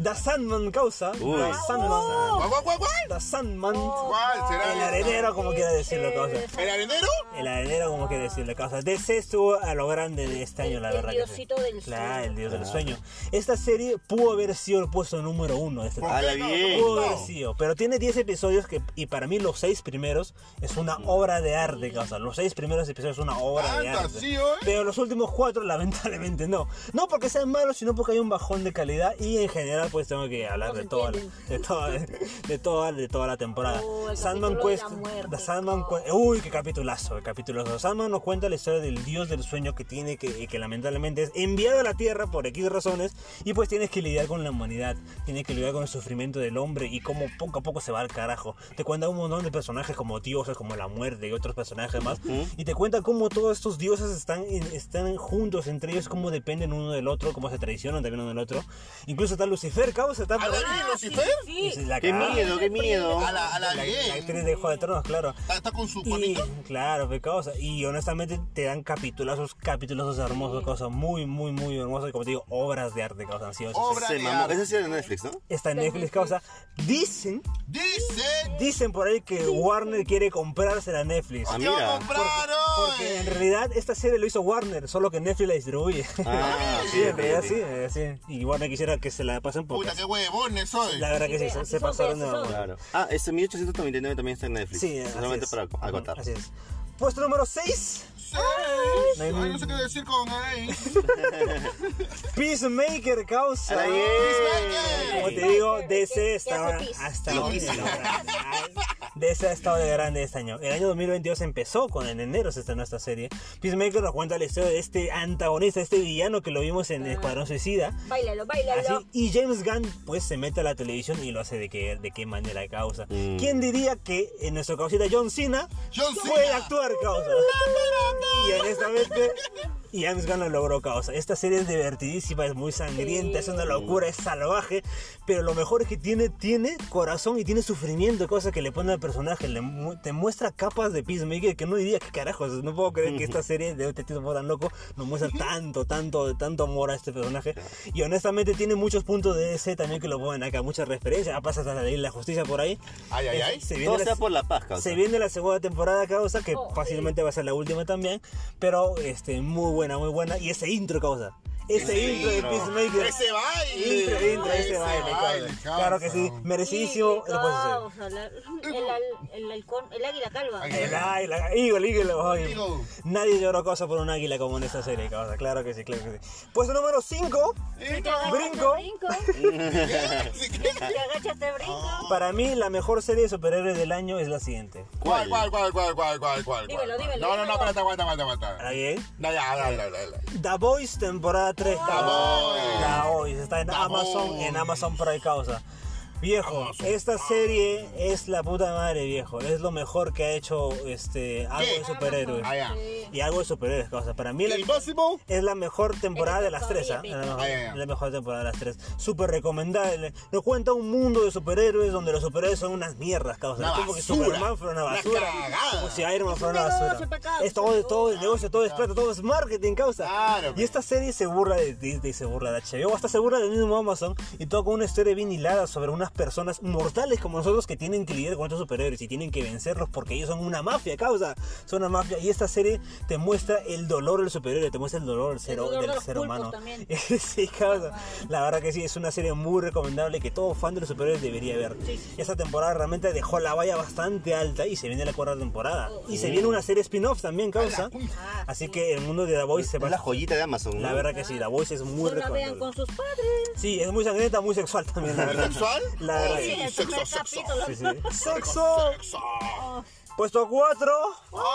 [SPEAKER 1] The Sandman causa.
[SPEAKER 2] Eh. Uy. Oh.
[SPEAKER 1] The Sandman.
[SPEAKER 4] Guau, guau, guau, guau.
[SPEAKER 1] The Sandman.
[SPEAKER 4] ¿Cuál será?
[SPEAKER 1] El arenero, como quiera decirlo, causa.
[SPEAKER 4] ¿El arenero?
[SPEAKER 1] El arenero, como que decirle, causa. DC estuvo a lo grande de este año, la
[SPEAKER 3] el
[SPEAKER 1] verdad. que sí.
[SPEAKER 3] diosito del
[SPEAKER 1] Claro,
[SPEAKER 3] sueño.
[SPEAKER 1] el dios
[SPEAKER 2] Ah.
[SPEAKER 1] del sueño. Esta serie pudo haber sido el puesto número uno de este
[SPEAKER 4] ¿Por
[SPEAKER 1] año.
[SPEAKER 2] Ala
[SPEAKER 4] qué no?
[SPEAKER 2] bien.
[SPEAKER 1] Pudo haber
[SPEAKER 4] No.
[SPEAKER 1] sido, pero tiene 10 episodios que, y para mí los 6 primeros es una obra de arte, causa. Los 6 primeros episodios es una obra de
[SPEAKER 4] Mm. Anda,
[SPEAKER 1] arte.
[SPEAKER 4] sí, ¿eh?
[SPEAKER 1] Pero los últimos 4 lamentablemente no. No porque sean malos, sino porque hay un bajón de calidad y en general pues tengo que hablar
[SPEAKER 3] No
[SPEAKER 1] de
[SPEAKER 3] se
[SPEAKER 1] toda, la-
[SPEAKER 3] entienden.
[SPEAKER 1] de, toda, de, toda, de toda la temporada.
[SPEAKER 3] Oh, el
[SPEAKER 1] Sandman
[SPEAKER 3] capítulo de
[SPEAKER 1] Quest...
[SPEAKER 3] la muerte.
[SPEAKER 1] The Sandman Quest- Uy, qué capitulazo, el capítulo 2. Sandman nos cuenta la historia del dios del sueño que tiene que, y que lamentablemente es enviado a la tierra por X razones y pues tienes que lidiar con la humanidad, tienes que lidiar con el sufrimiento del hombre y cómo poco a poco se va al carajo. Te cuenta un montón de personajes como dioses, como la muerte y otros personajes más y te cuenta cómo todos estos dioses están, en- están juntos entre ellos, cómo dependen uno del otro, cómo se traicionan también uno del otro. Incluso está Lucifer, causa, está por
[SPEAKER 4] ¿Ala
[SPEAKER 1] ahí.
[SPEAKER 4] bien,
[SPEAKER 3] Ah, Sí,
[SPEAKER 4] Lucifer?
[SPEAKER 3] sí.
[SPEAKER 1] Es la
[SPEAKER 2] Qué
[SPEAKER 1] cagada.
[SPEAKER 2] miedo, qué miedo.
[SPEAKER 4] Ala, ala
[SPEAKER 1] La actriz
[SPEAKER 4] bien.
[SPEAKER 1] de Juego de Tronos, claro.
[SPEAKER 4] Ah, ¿Está está con su
[SPEAKER 1] Y,
[SPEAKER 4] cuadrito?
[SPEAKER 1] claro, qué cosa. Y honestamente te dan capitulazos, capitulazos hermosos, cosas muy, muy, muy hermosas. Y Como te digo, obras de arte, causa. Han sido esas.
[SPEAKER 4] Obra
[SPEAKER 2] Se
[SPEAKER 4] de
[SPEAKER 2] mamó.
[SPEAKER 4] arte.
[SPEAKER 2] Esa sí era de Netflix, ¿no?
[SPEAKER 1] Está en Netflix, causa. Dicen,
[SPEAKER 4] Dice.
[SPEAKER 1] dicen por ahí que Warner quiere comprarse la Netflix.
[SPEAKER 2] Ah,
[SPEAKER 4] Yo
[SPEAKER 2] mira.
[SPEAKER 4] compraron.
[SPEAKER 1] Porque en realidad esta serie lo hizo Warner, solo que Netflix la distribuye.
[SPEAKER 2] Ah,
[SPEAKER 1] sí, en
[SPEAKER 2] ok,
[SPEAKER 1] realidad
[SPEAKER 2] ok.
[SPEAKER 1] sí, eh, sí. Y Warner quisiera que se la pasen por.
[SPEAKER 4] Puta, qué huevones soy.
[SPEAKER 1] La verdad que sí,
[SPEAKER 3] Sí,
[SPEAKER 1] se,
[SPEAKER 3] así
[SPEAKER 1] se
[SPEAKER 3] son,
[SPEAKER 1] pasaron
[SPEAKER 3] así
[SPEAKER 1] de
[SPEAKER 3] son.
[SPEAKER 1] mamón.
[SPEAKER 2] Claro. Ah, este 1899 también está en Netflix.
[SPEAKER 1] Sí, así
[SPEAKER 2] Solamente
[SPEAKER 1] es.
[SPEAKER 2] para acotar.
[SPEAKER 1] Así es. Puesto número 6.
[SPEAKER 4] Sí. Ay, no sé qué decir con ahí.
[SPEAKER 1] Peacemaker causa.
[SPEAKER 2] Ala bien.
[SPEAKER 1] Como te
[SPEAKER 3] Peacemaker,
[SPEAKER 1] digo,
[SPEAKER 3] ¿qué-
[SPEAKER 1] DC
[SPEAKER 3] qué
[SPEAKER 1] estaba
[SPEAKER 3] hace Peace?
[SPEAKER 1] hasta
[SPEAKER 2] Lo
[SPEAKER 1] ahora.
[SPEAKER 2] hizo.
[SPEAKER 1] DC ha estado de grande este año. El año 2022 empezó con en enero se estrenó esta serie. Peacemaker nos cuenta la historia de este antagonista, este villano que lo vimos en Escuadrón Suicida.
[SPEAKER 3] Báilalo,
[SPEAKER 1] Así,
[SPEAKER 3] báilalo.
[SPEAKER 1] y James Gunn pues se mete a la televisión y lo hace de qué, de qué manera causa. ¿Quién diría que en nuestro causita John Cena
[SPEAKER 4] Mm. John
[SPEAKER 1] puede
[SPEAKER 4] Cena.
[SPEAKER 1] actuar causa? y honestamente, y James Gunn lo logró causa. Esta serie es divertidísima, es muy sangrienta, es una locura, es salvaje, pero lo mejor es que tiene, tiene corazón y tiene sufrimiento, cosa que le pone al personaje, le mu- te muestra capas de Peacemaker que no diría que carajos, no puedo creer que esta serie de este tipo tan loco nos muestra tanto, tanto, tanto amor a este personaje. Y honestamente tiene muchos puntos de ese también que lo ponen acá, muchas referencias, pasa hasta la ley de la justicia por ahí.
[SPEAKER 4] Ay, ay,
[SPEAKER 1] Es-
[SPEAKER 4] ay.
[SPEAKER 1] se viene
[SPEAKER 2] Todo
[SPEAKER 1] la-
[SPEAKER 2] sea por la paz, causa.
[SPEAKER 1] se viene la segunda temporada, causa, que
[SPEAKER 3] Oh,
[SPEAKER 1] fácilmente va a ser la última también. Pero este, muy buena, muy buena. Y ese intro, causa. Ese intro de
[SPEAKER 2] intro.
[SPEAKER 1] Peacemaker.
[SPEAKER 4] Ese baile.
[SPEAKER 1] Intro, intro, ese baile,
[SPEAKER 4] baile,
[SPEAKER 1] causa. Claro que sí,
[SPEAKER 4] causa.
[SPEAKER 1] merecidísimo.
[SPEAKER 3] Y-
[SPEAKER 1] lo puedes hacer.
[SPEAKER 3] vamos a hablar. El al- el halcón, el águila calva.
[SPEAKER 4] Águila.
[SPEAKER 1] El águila, eagle, eagle, oye.
[SPEAKER 4] Eagle.
[SPEAKER 1] Nadie lloró cosa por un águila como en esta serie, causa. Claro que sí, claro que sí. Puesto número 5, Brinco.
[SPEAKER 3] Brinco. Te agachas, te brinco.
[SPEAKER 1] para mí la mejor serie de superhéroes del año es la siguiente.
[SPEAKER 4] ¿Cuál, cuál, cuál, cuál, cuál, cuál, cuál?
[SPEAKER 3] Dímelo, dímelo,
[SPEAKER 4] No, no,
[SPEAKER 3] dímelo.
[SPEAKER 4] no, espérate, aguanta, aguanta, aguanta.
[SPEAKER 1] ¿Ahora bien?
[SPEAKER 4] No, ya, ya, ya, ya, ya.
[SPEAKER 1] The Voice temporada 3
[SPEAKER 4] Boys.
[SPEAKER 1] está en
[SPEAKER 4] The
[SPEAKER 1] Amazon
[SPEAKER 4] Boys.
[SPEAKER 1] en Amazon Prime causa viejo
[SPEAKER 4] Amazon
[SPEAKER 1] esta serie es la puta madre viejo es lo mejor que ha hecho este algo
[SPEAKER 4] ¿Qué?
[SPEAKER 1] de superhéroes
[SPEAKER 4] Ah, ya.
[SPEAKER 3] eh,
[SPEAKER 1] y algo de superhéroes causa para mí la-
[SPEAKER 4] Impossible.
[SPEAKER 1] es la mejor temporada de las tres, ¿ah? Es
[SPEAKER 3] Todavía
[SPEAKER 1] La mejor,
[SPEAKER 4] Ah, ya, ya.
[SPEAKER 1] es la mejor temporada de las tres. Súper recomendable. Nos cuenta un mundo de superhéroes donde los superhéroes son unas mierdas, causa.
[SPEAKER 4] Una
[SPEAKER 1] Es como que
[SPEAKER 4] basura.
[SPEAKER 1] Superman fue una
[SPEAKER 4] Una
[SPEAKER 1] basura.
[SPEAKER 4] cagada.
[SPEAKER 1] Como si Iron Man
[SPEAKER 3] Es
[SPEAKER 1] fuera una
[SPEAKER 3] un negocio,
[SPEAKER 1] basura.
[SPEAKER 3] pecado,
[SPEAKER 1] Es todo,
[SPEAKER 3] señor.
[SPEAKER 1] todo el negocio, todo es plata, todo es marketing, causa.
[SPEAKER 4] Claro,
[SPEAKER 1] y esta serie se burla de Disney, se burla de HBO, hasta se burla del mismo Amazon y todo con una historia bien hilada sobre una unas personas mortales como nosotros que tienen que lidiar con estos superhéroes y tienen que vencerlos porque ellos son una mafia, causa. Son una mafia. Y esta serie te muestra el dolor del superhéroe, te muestra el dolor del ser,
[SPEAKER 3] dolor de
[SPEAKER 1] del
[SPEAKER 3] los
[SPEAKER 1] ser
[SPEAKER 3] pulpos
[SPEAKER 1] humano.
[SPEAKER 3] también.
[SPEAKER 1] sí, causa. La verdad que sí, es una serie muy recomendable que todo fan de los superhéroes debería ver. Esta temporada realmente dejó la valla bastante alta y se viene la cuarta temporada. Y se viene una serie spin-off también, causa. Así que el mundo de The Voice se va
[SPEAKER 2] Es la joyita de Amazon.
[SPEAKER 1] la
[SPEAKER 2] ¿no?
[SPEAKER 1] verdad que sí, la voz es muy
[SPEAKER 3] Pues No la vean con
[SPEAKER 1] recomendable.
[SPEAKER 3] sus padres.
[SPEAKER 1] Sí, es muy sangrienta, muy sexual también, la verdad.
[SPEAKER 4] ¿Sexual?
[SPEAKER 1] La verdad.
[SPEAKER 3] Sí, el
[SPEAKER 4] sexo,
[SPEAKER 3] primer
[SPEAKER 4] sexo.
[SPEAKER 3] capítulo. Oh.
[SPEAKER 1] Sí, sí. Sexo,
[SPEAKER 4] Sexo.
[SPEAKER 1] puesto 4.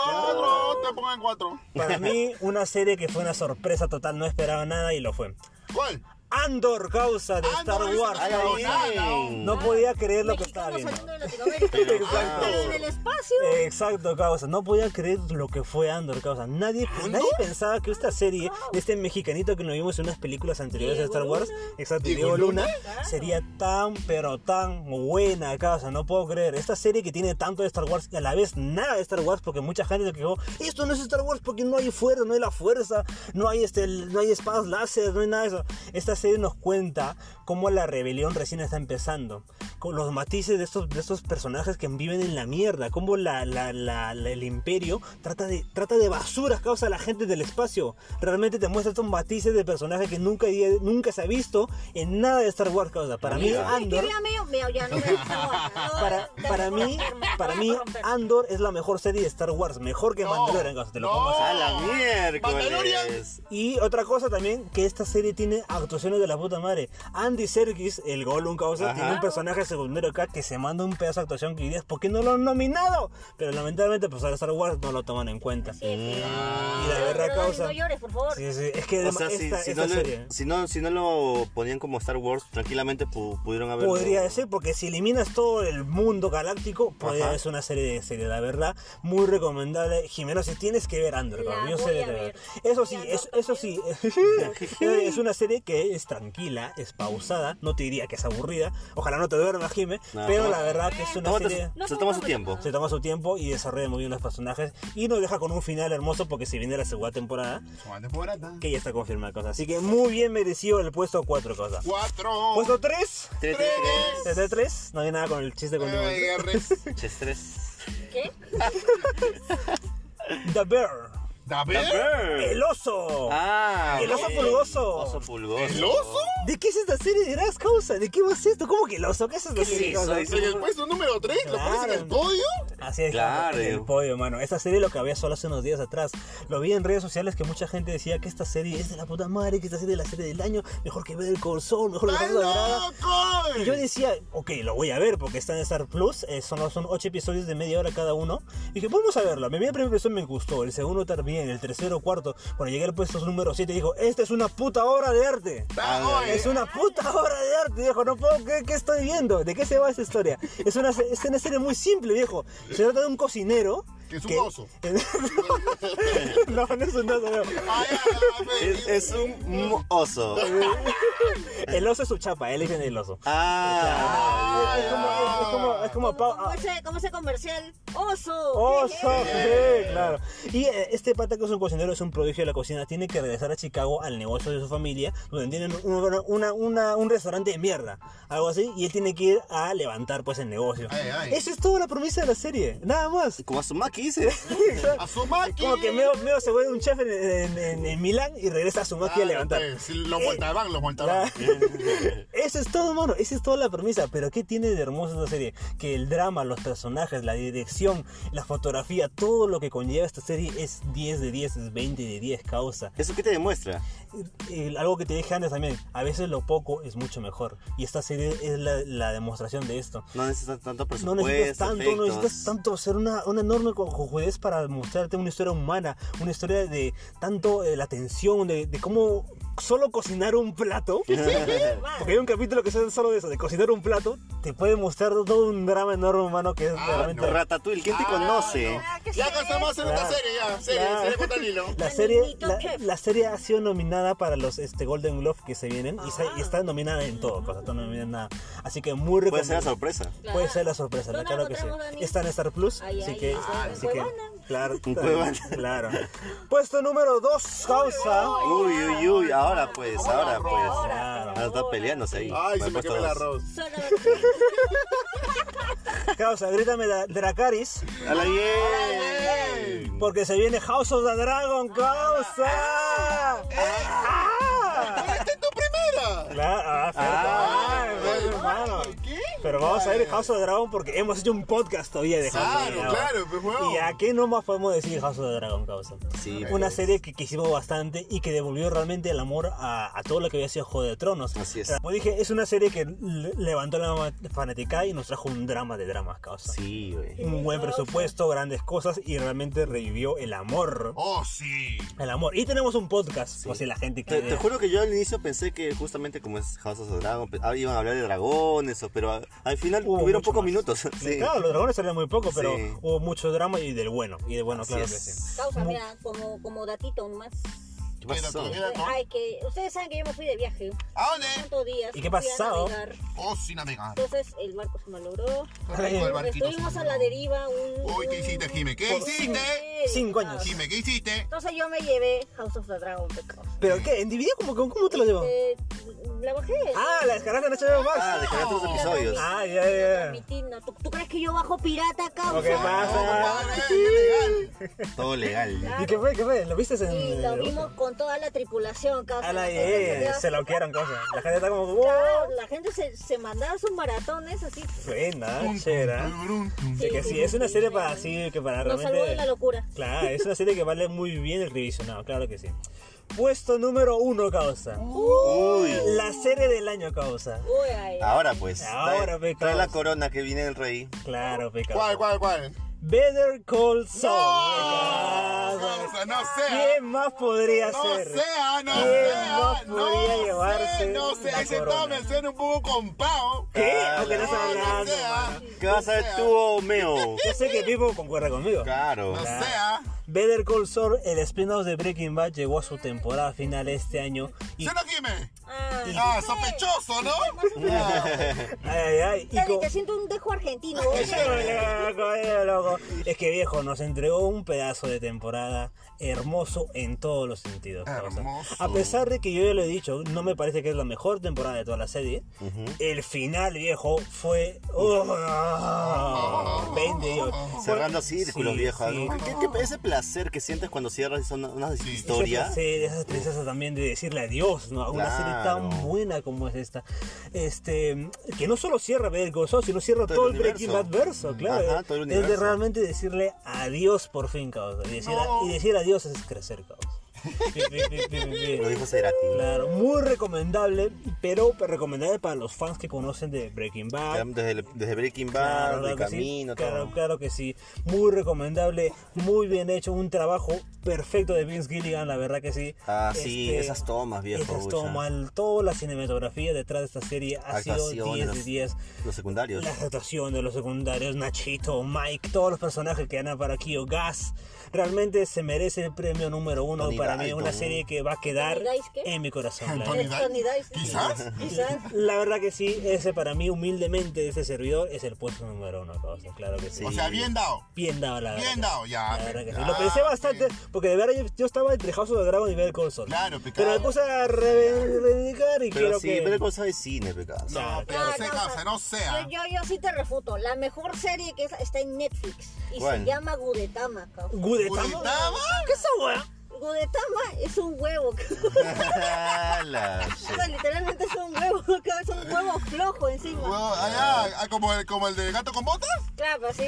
[SPEAKER 4] Cuatro, te pongo en cuatro.
[SPEAKER 1] Para mí, una serie que fue una sorpresa total, no esperaba nada y lo fue.
[SPEAKER 4] ¿Cuál?
[SPEAKER 1] Andor causa de Star
[SPEAKER 4] Andor es
[SPEAKER 1] Wars.
[SPEAKER 4] una
[SPEAKER 1] Ay,
[SPEAKER 4] coronada,
[SPEAKER 1] ay, No podía creer lo que estaba
[SPEAKER 3] Mexicanos
[SPEAKER 1] viendo. Eh,
[SPEAKER 3] saliendo de Latinoamérica.
[SPEAKER 1] Exacto.
[SPEAKER 3] Hasta en el espacio.
[SPEAKER 1] Exacto, causa. No podía creer lo que fue Andor, causa. Nadie, nadie pensaba que esta serie, de este mexicanito que nos vimos en unas películas anteriores de
[SPEAKER 3] Diego
[SPEAKER 1] Star Wars, exacto,
[SPEAKER 4] Diego
[SPEAKER 1] Diego Luna,
[SPEAKER 3] Luna.
[SPEAKER 1] sería tan, pero tan buena, causa. No puedo creer. Esta serie que tiene tanto de Star Wars y a la vez nada de Star Wars, porque mucha gente se quejó, esto no es Star Wars porque no hay fuerza, no hay la fuerza, no hay, este, el- no hay espadas láser, no hay nada de eso. Esta serie nos cuenta cómo la rebelión recién está empezando, con los matices de estos, de estos personajes que viven en la mierda, cómo la, la- la- la- el imperio trata de, trata de basuras, causa a la gente del espacio. Realmente te muestra estos matices de personajes que nunca, había- nunca se ha visto en nada de Star Wars, causa. Para mí,
[SPEAKER 2] Mira.
[SPEAKER 3] Ay,
[SPEAKER 1] Andor...
[SPEAKER 3] que
[SPEAKER 1] ah,
[SPEAKER 3] vea mío, mío, ya no veo Star Wars. No,
[SPEAKER 1] Para,
[SPEAKER 3] ya
[SPEAKER 1] para
[SPEAKER 3] voy a
[SPEAKER 1] mí,
[SPEAKER 3] romperme,
[SPEAKER 1] para
[SPEAKER 3] voy a
[SPEAKER 1] mí,
[SPEAKER 3] romperme.
[SPEAKER 1] Andor es la mejor serie de Star Wars, mejor que
[SPEAKER 4] No,
[SPEAKER 1] Mandalorian, causa, te lo pongo así.
[SPEAKER 2] A la
[SPEAKER 4] Mandalorian.
[SPEAKER 2] miércoles.
[SPEAKER 1] Y otra cosa también, que esta serie tiene actuaciones de la puta madre. Andy Serkis, el Gollum causa,
[SPEAKER 2] Ajá.
[SPEAKER 1] tiene un personaje secundario acá que se manda un pedazo de actuación que dirías, ¿por qué no lo han nominado? Pero lamentablemente, pues a Star Wars no lo toman en cuenta.
[SPEAKER 3] Sí, sí.
[SPEAKER 1] Y la
[SPEAKER 3] Pero,
[SPEAKER 1] verdad
[SPEAKER 3] pero, Dani,
[SPEAKER 1] causa...
[SPEAKER 3] No llores, por favor.
[SPEAKER 1] Sí, sí, es que
[SPEAKER 2] O sea,
[SPEAKER 1] además
[SPEAKER 2] si,
[SPEAKER 1] esta,
[SPEAKER 2] si
[SPEAKER 1] esta
[SPEAKER 2] no
[SPEAKER 1] serie...
[SPEAKER 2] le- si no- si no lo ponían como Star Wars, tranquilamente pu- pudieron haberlo.
[SPEAKER 1] Podría ser, porque si eliminas todo el mundo galáctico, podría
[SPEAKER 2] Ajá.
[SPEAKER 1] ser una serie de serie, la verdad, muy recomendable. Jimeno, si tienes que ver Andor,
[SPEAKER 3] La
[SPEAKER 1] cabrón, yo sé
[SPEAKER 3] voy
[SPEAKER 1] de
[SPEAKER 3] a
[SPEAKER 1] verdad.
[SPEAKER 3] ver.
[SPEAKER 1] Eso
[SPEAKER 3] Y
[SPEAKER 1] sí,
[SPEAKER 3] Andor
[SPEAKER 1] es, eso sí, es una serie que es tranquila, es pausada, no te diría que es aburrida, ojalá no te duermas, Jime,
[SPEAKER 2] Ajá.
[SPEAKER 1] pero la verdad que es una
[SPEAKER 2] Tómate-
[SPEAKER 1] serie...
[SPEAKER 3] No
[SPEAKER 2] se toma su
[SPEAKER 3] puedo
[SPEAKER 2] tiempo.
[SPEAKER 1] Se toma su tiempo y desarrolla muy bien los personajes y nos deja con un final hermoso porque si viene la segunda temporada,
[SPEAKER 4] Juan de Porata.
[SPEAKER 1] que ya está confirmada cosa. Así que muy bien merecido el puesto 4 cosa.
[SPEAKER 4] Cuatro.
[SPEAKER 1] Puesto 3,
[SPEAKER 2] Tres, tres, tres.
[SPEAKER 1] desde 3, no hay nada con el chiste con
[SPEAKER 4] Nueve guerras.
[SPEAKER 2] Ches, tres.
[SPEAKER 3] ¿Qué?
[SPEAKER 1] The Bear.
[SPEAKER 4] Da
[SPEAKER 2] The
[SPEAKER 4] ver.
[SPEAKER 2] Bird.
[SPEAKER 1] El oso.
[SPEAKER 2] Ah,
[SPEAKER 1] El oso
[SPEAKER 2] ok.
[SPEAKER 1] pulgoso.
[SPEAKER 2] Oso pulgoso.
[SPEAKER 4] ¿El oso?
[SPEAKER 1] ¿De qué es esta serie? Dirás, causa. ¿De qué va esto? ¿Cómo que el oso? ¿Qué es esta
[SPEAKER 2] ¿Qué
[SPEAKER 1] serie?
[SPEAKER 2] es eso?
[SPEAKER 1] causa?
[SPEAKER 2] Es-
[SPEAKER 4] En el puesto número tres, lo pones en
[SPEAKER 1] Claro.
[SPEAKER 4] el podio.
[SPEAKER 1] Así es,
[SPEAKER 2] Claro.
[SPEAKER 1] claro. El pollo, mano. Esta serie lo que había solo hace unos días atrás. Lo vi en redes sociales que mucha gente decía que esta serie es de la puta madre, que esta serie es la serie del año, mejor que ver el corazón, mejor que
[SPEAKER 4] ¡Está
[SPEAKER 1] ver la grada.
[SPEAKER 4] loco!
[SPEAKER 1] Y yo decía, ok, lo voy a ver porque está en Star Plus, eh, son, son ocho episodios de media hora cada uno. Y dije, vamos a verlo. Me vi el primer episodio, me gustó, el segundo también, el tercero, cuarto. Cuando llegué al puesto número 7, dijo, esta es una puta obra de arte.
[SPEAKER 4] Está oye.
[SPEAKER 1] "Ah, Es una puta obra de arte, viejo. No puedo creer que estoy viendo. ¿De qué se va esta historia? Es una, se- es una serie muy simple, viejo. Se trata de un cocinero.
[SPEAKER 4] Que es un oso.
[SPEAKER 1] no, no es un oso, viejo.
[SPEAKER 4] Ay, ay, ay, ay.
[SPEAKER 2] Es, es un mo- oso.
[SPEAKER 1] El oso es su chapa, él es el oso.
[SPEAKER 2] Ah,
[SPEAKER 1] Es como, es- es como, es como a
[SPEAKER 3] ¿Cómo,
[SPEAKER 1] Pau-
[SPEAKER 3] cómo
[SPEAKER 1] a-
[SPEAKER 3] ese, cómo ese comercial? ¡Oso!
[SPEAKER 1] ah? Oso,
[SPEAKER 3] Jeje.
[SPEAKER 1] sí, Oh, claro. Y eh, este pata que es un cocinero es un prodigio de la cocina. Tiene que regresar a Chicago al negocio de su familia, donde tienen un, una- una- un restaurante de mierda, algo así. Y él tiene que ir a levantar pues el negocio.
[SPEAKER 4] Ay, ay.
[SPEAKER 1] Esa es toda la promesa de la serie, nada más.
[SPEAKER 2] como Azumaki dice.
[SPEAKER 4] A Sumaki.
[SPEAKER 1] Como que Meo, Meo se vuelve un chef en, en- en- en Milán y regresa a su máquina
[SPEAKER 4] Ah,
[SPEAKER 1] a levantar.
[SPEAKER 4] Los
[SPEAKER 1] Eh,
[SPEAKER 4] montaban, los montaban.
[SPEAKER 1] Eso es todo, mano. Esa es toda la premisa. Pero ¿qué tiene de hermosa esta serie? Que el drama, los personajes, la dirección, la fotografía, todo lo que conlleva esta serie es 10 de 10, es 20 de 10 causa.
[SPEAKER 2] ¿Eso qué te demuestra?
[SPEAKER 1] Eh, algo que te dije antes también, a veces lo poco es mucho mejor. Y esta serie es la, la demostración de esto.
[SPEAKER 2] No necesitas tanto
[SPEAKER 1] No
[SPEAKER 2] presupuesto.
[SPEAKER 1] necesitas tanto, no
[SPEAKER 2] efectos.
[SPEAKER 1] necesitas tanto ser una, una enorme cojudez para mostrarte una historia humana, una historia de tanto eh, la atención, de, de cómo solo cocinar un plato.
[SPEAKER 3] Ah,
[SPEAKER 1] Porque hay un capítulo que se hace solo de eso, de cocinar un plato, te puede mostrar todo un drama enorme humano que es
[SPEAKER 4] Ah,
[SPEAKER 1] realmente...
[SPEAKER 2] Ratatouille, ¿quién te
[SPEAKER 4] Ah,
[SPEAKER 2] conoce?
[SPEAKER 4] no.
[SPEAKER 3] Ah, ¿qué
[SPEAKER 4] Ya
[SPEAKER 3] sé?
[SPEAKER 4] acá estamos en otra
[SPEAKER 1] Claro.
[SPEAKER 4] serie, ya. Serie,
[SPEAKER 1] Claro.
[SPEAKER 4] serie contra el hilo.
[SPEAKER 1] La serie,
[SPEAKER 3] Anonimito
[SPEAKER 1] la,
[SPEAKER 3] Chef.
[SPEAKER 1] la serie ha sido nominada para los este, Golden Globe que se vienen y,
[SPEAKER 3] Ah.
[SPEAKER 1] se- y está nominada en todo, cosa, está nominada en nada. Así que muy
[SPEAKER 2] Puede ser la
[SPEAKER 1] recomendable.
[SPEAKER 2] sorpresa.
[SPEAKER 3] Claro.
[SPEAKER 1] Puede ser la sorpresa, la
[SPEAKER 3] ¿Dónde
[SPEAKER 1] claro que sí.
[SPEAKER 3] encontramos, Dani?
[SPEAKER 1] Está en Star Plus,
[SPEAKER 3] Ay,
[SPEAKER 1] así
[SPEAKER 3] ay,
[SPEAKER 1] que,
[SPEAKER 3] ay,
[SPEAKER 1] así que
[SPEAKER 3] huevona.
[SPEAKER 1] Claro,
[SPEAKER 2] Un cuevana.
[SPEAKER 1] claro. Puesto número 2, causa.
[SPEAKER 2] Uy, uy, uy, ahora pues, ahora pues.
[SPEAKER 1] Claro.
[SPEAKER 2] Ahora está peleándose ahí.
[SPEAKER 4] Ay,
[SPEAKER 1] pues
[SPEAKER 4] se me
[SPEAKER 2] puesto
[SPEAKER 4] quemó el
[SPEAKER 2] dos.
[SPEAKER 4] arroz.
[SPEAKER 3] Solamente.
[SPEAKER 1] Causa, grítame da- Dracaris.
[SPEAKER 2] ¡A la bien!
[SPEAKER 1] Porque se viene House of the Dragon, causa.
[SPEAKER 3] eh.
[SPEAKER 1] Ah.
[SPEAKER 4] ¡Esta es tu primera!
[SPEAKER 1] Claro, ah, Fer,
[SPEAKER 2] Ah,
[SPEAKER 1] ay, bueno, hermano.
[SPEAKER 4] ¿Qué?
[SPEAKER 1] Pero vamos a ir House of the Dragon porque hemos hecho un podcast todavía de House of the
[SPEAKER 4] Claro,
[SPEAKER 1] Dragon.
[SPEAKER 4] claro, pues, huevón.
[SPEAKER 1] Y a qué no más podemos decir House of the Dragon, causa.
[SPEAKER 2] Sí,
[SPEAKER 1] Una
[SPEAKER 2] pues.
[SPEAKER 1] serie que quisimos bastante y que devolvió realmente el amor a, a todo lo que había sido Juego de Tronos.
[SPEAKER 2] Así es.
[SPEAKER 1] Como dije, es una serie que le- levantó la ma- fanaticada y nos trajo un drama de dramas, causa.
[SPEAKER 2] Sí, güey.
[SPEAKER 1] Un buen presupuesto, grandes cosas y realmente revivió el amor.
[SPEAKER 4] ¡Oh, sí!
[SPEAKER 1] El amor. Y tenemos un podcast, por si la gente
[SPEAKER 2] Te,
[SPEAKER 1] quiere.
[SPEAKER 2] te juro que yo al inicio pensé que justamente como es House of the Dragon, pe- ah, iban a hablar de dragones, o- pero a- al final
[SPEAKER 1] Hubo
[SPEAKER 2] hubieron
[SPEAKER 1] mucho
[SPEAKER 2] pocos
[SPEAKER 1] más.
[SPEAKER 2] minutos. Sí.
[SPEAKER 1] Claro, los dragones salían muy poco, pero
[SPEAKER 2] Sí.
[SPEAKER 1] hubo mucho drama y del bueno. Y del bueno,
[SPEAKER 2] Así
[SPEAKER 1] claro
[SPEAKER 2] es.
[SPEAKER 1] que sí.
[SPEAKER 3] Causa, mira, como, como datito nomás.
[SPEAKER 2] ¿Qué
[SPEAKER 4] Mira
[SPEAKER 2] pasó?
[SPEAKER 4] tú, mira tú.
[SPEAKER 3] Ay, que ustedes saben que yo me fui de viaje.
[SPEAKER 4] ¿A dónde?
[SPEAKER 3] Tantos días.
[SPEAKER 1] ¿Y qué
[SPEAKER 3] fui a
[SPEAKER 1] pasado?
[SPEAKER 3] navegar.
[SPEAKER 4] ¡Oh, sí, navegar!
[SPEAKER 3] Entonces el barco se malogró.
[SPEAKER 4] Qué rico el barquito.
[SPEAKER 3] Estuvimos a la deriva un.
[SPEAKER 4] Uy, ¿qué hiciste, Jime? ¿Qué
[SPEAKER 1] Pues
[SPEAKER 3] un-
[SPEAKER 4] hiciste?
[SPEAKER 1] Cinco años.
[SPEAKER 4] Jime, ¿qué hiciste?
[SPEAKER 3] Entonces yo me llevé House of the Dragon. pe causa.
[SPEAKER 1] ¿Pero qué? ¿En DVD? ¿Cómo, cómo, cómo te lo llevas?
[SPEAKER 3] Eh, la bajé.
[SPEAKER 1] Oh. Ah, la descargaste en HBO Max.
[SPEAKER 2] Ah, descargaste los
[SPEAKER 3] La
[SPEAKER 2] episodios.
[SPEAKER 3] transmití,
[SPEAKER 1] Ah, ya, ya.
[SPEAKER 3] la transmití, no. ¿Tú, tú crees que yo bajo pirata, causa?
[SPEAKER 1] ¿O qué pasa?
[SPEAKER 4] Compadre, ¡Qué legal!
[SPEAKER 2] Todo legal.
[SPEAKER 1] ¿Y qué fue? ¿Qué fue? ¿Lo viste en.?
[SPEAKER 3] Y lo vimos con toda la tripulación, causa.
[SPEAKER 1] A la
[SPEAKER 3] Entonces,
[SPEAKER 1] eh,
[SPEAKER 3] ya-
[SPEAKER 1] se lo quieran cosas. La gente está como. ¡Wow!
[SPEAKER 3] Claro, la gente se, se mandaba sus maratones así.
[SPEAKER 1] Buena, chera.
[SPEAKER 4] Tum,
[SPEAKER 1] Sí, que sí, es una serie para así, que para
[SPEAKER 3] Nos
[SPEAKER 1] realmente.
[SPEAKER 3] salvó de la locura.
[SPEAKER 1] Claro, es una serie que vale muy bien el revisionado, claro que sí. Puesto número uno, causa.
[SPEAKER 2] Uy.
[SPEAKER 1] La serie del año, causa.
[SPEAKER 3] Uy, ay.
[SPEAKER 4] Ah,
[SPEAKER 2] Ahora pues.
[SPEAKER 1] Ahora,
[SPEAKER 2] trae,
[SPEAKER 1] pecado.
[SPEAKER 2] trae la corona que viene el rey.
[SPEAKER 1] Claro, pecado.
[SPEAKER 4] ¿Cuál, cuál, cuál?
[SPEAKER 1] Better Call Saul. Causa.
[SPEAKER 4] Causa, no sea.
[SPEAKER 1] ¿Quién más podría
[SPEAKER 4] No
[SPEAKER 1] ser?
[SPEAKER 4] sea, no
[SPEAKER 1] ¿Quién
[SPEAKER 4] sea.
[SPEAKER 1] más podría
[SPEAKER 4] No
[SPEAKER 1] llevarse
[SPEAKER 4] sé, no
[SPEAKER 1] la
[SPEAKER 4] sea. Ese
[SPEAKER 1] corona?
[SPEAKER 4] todo me suena un poco compao.
[SPEAKER 1] ¿Qué? Aunque no
[SPEAKER 4] No,
[SPEAKER 1] estás
[SPEAKER 4] no ah.
[SPEAKER 1] hablando.
[SPEAKER 4] sea.
[SPEAKER 1] mano.
[SPEAKER 2] ¿Qué vas a ver tú, Homeo?
[SPEAKER 1] Yo sé que Pipo concuerda conmigo.
[SPEAKER 2] Claro.
[SPEAKER 4] No sea.
[SPEAKER 1] Better Call Saul, el spin-off de Breaking Bad, llegó a su temporada final este año. Y,
[SPEAKER 4] ¿Sí o no, Jime?
[SPEAKER 3] Ah.
[SPEAKER 4] Ah, sospechoso, ¿no?
[SPEAKER 1] ay, ay, y
[SPEAKER 3] Dani,
[SPEAKER 1] con-
[SPEAKER 3] te siento un dejo argentino.
[SPEAKER 1] Loco, eh, loco. Es que viejo, nos entregó un pedazo de temporada hermoso en todos los sentidos. causa.
[SPEAKER 4] Hermoso.
[SPEAKER 1] A pesar de que yo ya lo he dicho, no me parece que es la mejor temporada de toda la serie. El final viejo fue. ¡Oh! Vende, Dios.
[SPEAKER 2] Ah. Cerrando círculos,
[SPEAKER 1] Sí,
[SPEAKER 2] viejo.
[SPEAKER 1] sí.
[SPEAKER 2] ¿Qué- qué- ese placer que sientes cuando cierras una, una
[SPEAKER 1] Ese
[SPEAKER 2] historia.
[SPEAKER 1] placer, esa tristeza también de decirle adiós ¿no? a una serie tan
[SPEAKER 2] Claro.
[SPEAKER 1] buena como es esta. Este, que no solo cierra Better Call Saul, sino cierra todo,
[SPEAKER 2] Todo
[SPEAKER 1] el
[SPEAKER 2] el
[SPEAKER 1] Breaking Bad
[SPEAKER 2] universo.
[SPEAKER 1] verso, claro.
[SPEAKER 2] Ajá, todo el
[SPEAKER 1] es de
[SPEAKER 2] universo.
[SPEAKER 1] realmente decirle adiós por fin, causa. Y decir,
[SPEAKER 4] No.
[SPEAKER 1] y decir adiós es crecer, causa. Pi, pi, pi, pi, pi,
[SPEAKER 2] Lo
[SPEAKER 1] pi.
[SPEAKER 2] dijo Cerati.
[SPEAKER 1] Claro, muy recomendable, pero recomendable para los fans que conocen de Breaking Bad,
[SPEAKER 2] Desde, el- desde Breaking Bad,
[SPEAKER 1] Claro,
[SPEAKER 2] de
[SPEAKER 1] claro que sí.
[SPEAKER 2] Camino,
[SPEAKER 1] claro,
[SPEAKER 2] todo.
[SPEAKER 1] claro que sí. Muy recomendable, muy bien hecho, un trabajo perfecto de Vince Gilligan, la verdad que sí.
[SPEAKER 2] Ah, sí,
[SPEAKER 1] Este,
[SPEAKER 2] esas tomas, viejo.
[SPEAKER 1] esas
[SPEAKER 2] pucha.
[SPEAKER 1] tomas, toda la cinematografía detrás de esta serie ha sido
[SPEAKER 2] Actuaciones,
[SPEAKER 1] 10 de
[SPEAKER 2] los-
[SPEAKER 1] 10.
[SPEAKER 2] Los secundarios.
[SPEAKER 1] La actuación de los secundarios, Nachito, Mike, todos los personajes que ganan para Kyo Gas, realmente se merece el premio número uno
[SPEAKER 2] Tony
[SPEAKER 1] para mí,
[SPEAKER 2] Dalton.
[SPEAKER 1] una serie que va a quedar
[SPEAKER 3] ¿Tony Dice qué?
[SPEAKER 1] en mi corazón. la
[SPEAKER 4] Tony
[SPEAKER 1] verdad.
[SPEAKER 4] Dice.
[SPEAKER 3] Tony Dice.
[SPEAKER 4] Quizás.
[SPEAKER 3] Quizás.
[SPEAKER 1] La verdad que sí, ese para mí humildemente, ese servidor es el puesto número uno, causa, claro que sí.
[SPEAKER 4] O sea, bien dado.
[SPEAKER 1] Bien dado, la verdad.
[SPEAKER 4] Bien dado, ya,
[SPEAKER 1] La verdad que sí.
[SPEAKER 4] ya,
[SPEAKER 1] Lo pensé
[SPEAKER 4] bien.
[SPEAKER 1] bastante, porque de verdad yo, yo estaba entre House of the Dragon y Better Call Saul.
[SPEAKER 4] Claro,
[SPEAKER 1] Pero
[SPEAKER 4] pecado.
[SPEAKER 1] me puse a re- reivindicar y
[SPEAKER 2] Pero
[SPEAKER 1] quiero
[SPEAKER 2] sí,
[SPEAKER 1] que...
[SPEAKER 2] pero cosa de cine, pecado.
[SPEAKER 4] No, pero
[SPEAKER 3] Ah,
[SPEAKER 4] se
[SPEAKER 3] no, o sea,
[SPEAKER 4] causa, no sea.
[SPEAKER 3] Yo, yo, yo sí te refuto. La mejor serie que es- está en Netflix y se
[SPEAKER 2] ¿Cuál?
[SPEAKER 3] llama Gudetama. cabrón.
[SPEAKER 1] ¿Gudetama?
[SPEAKER 4] ¿Gudetama?
[SPEAKER 1] ¿Qué es esa weá?
[SPEAKER 3] Gudetama es un huevo. cabrón.
[SPEAKER 2] La
[SPEAKER 3] O
[SPEAKER 2] shit.
[SPEAKER 3] sea, literalmente es un huevo. cabrón. Es un huevo flojo encima.
[SPEAKER 4] Huevo, ah, ya, ah, como el, como el de gato con botas.
[SPEAKER 3] Claro, así.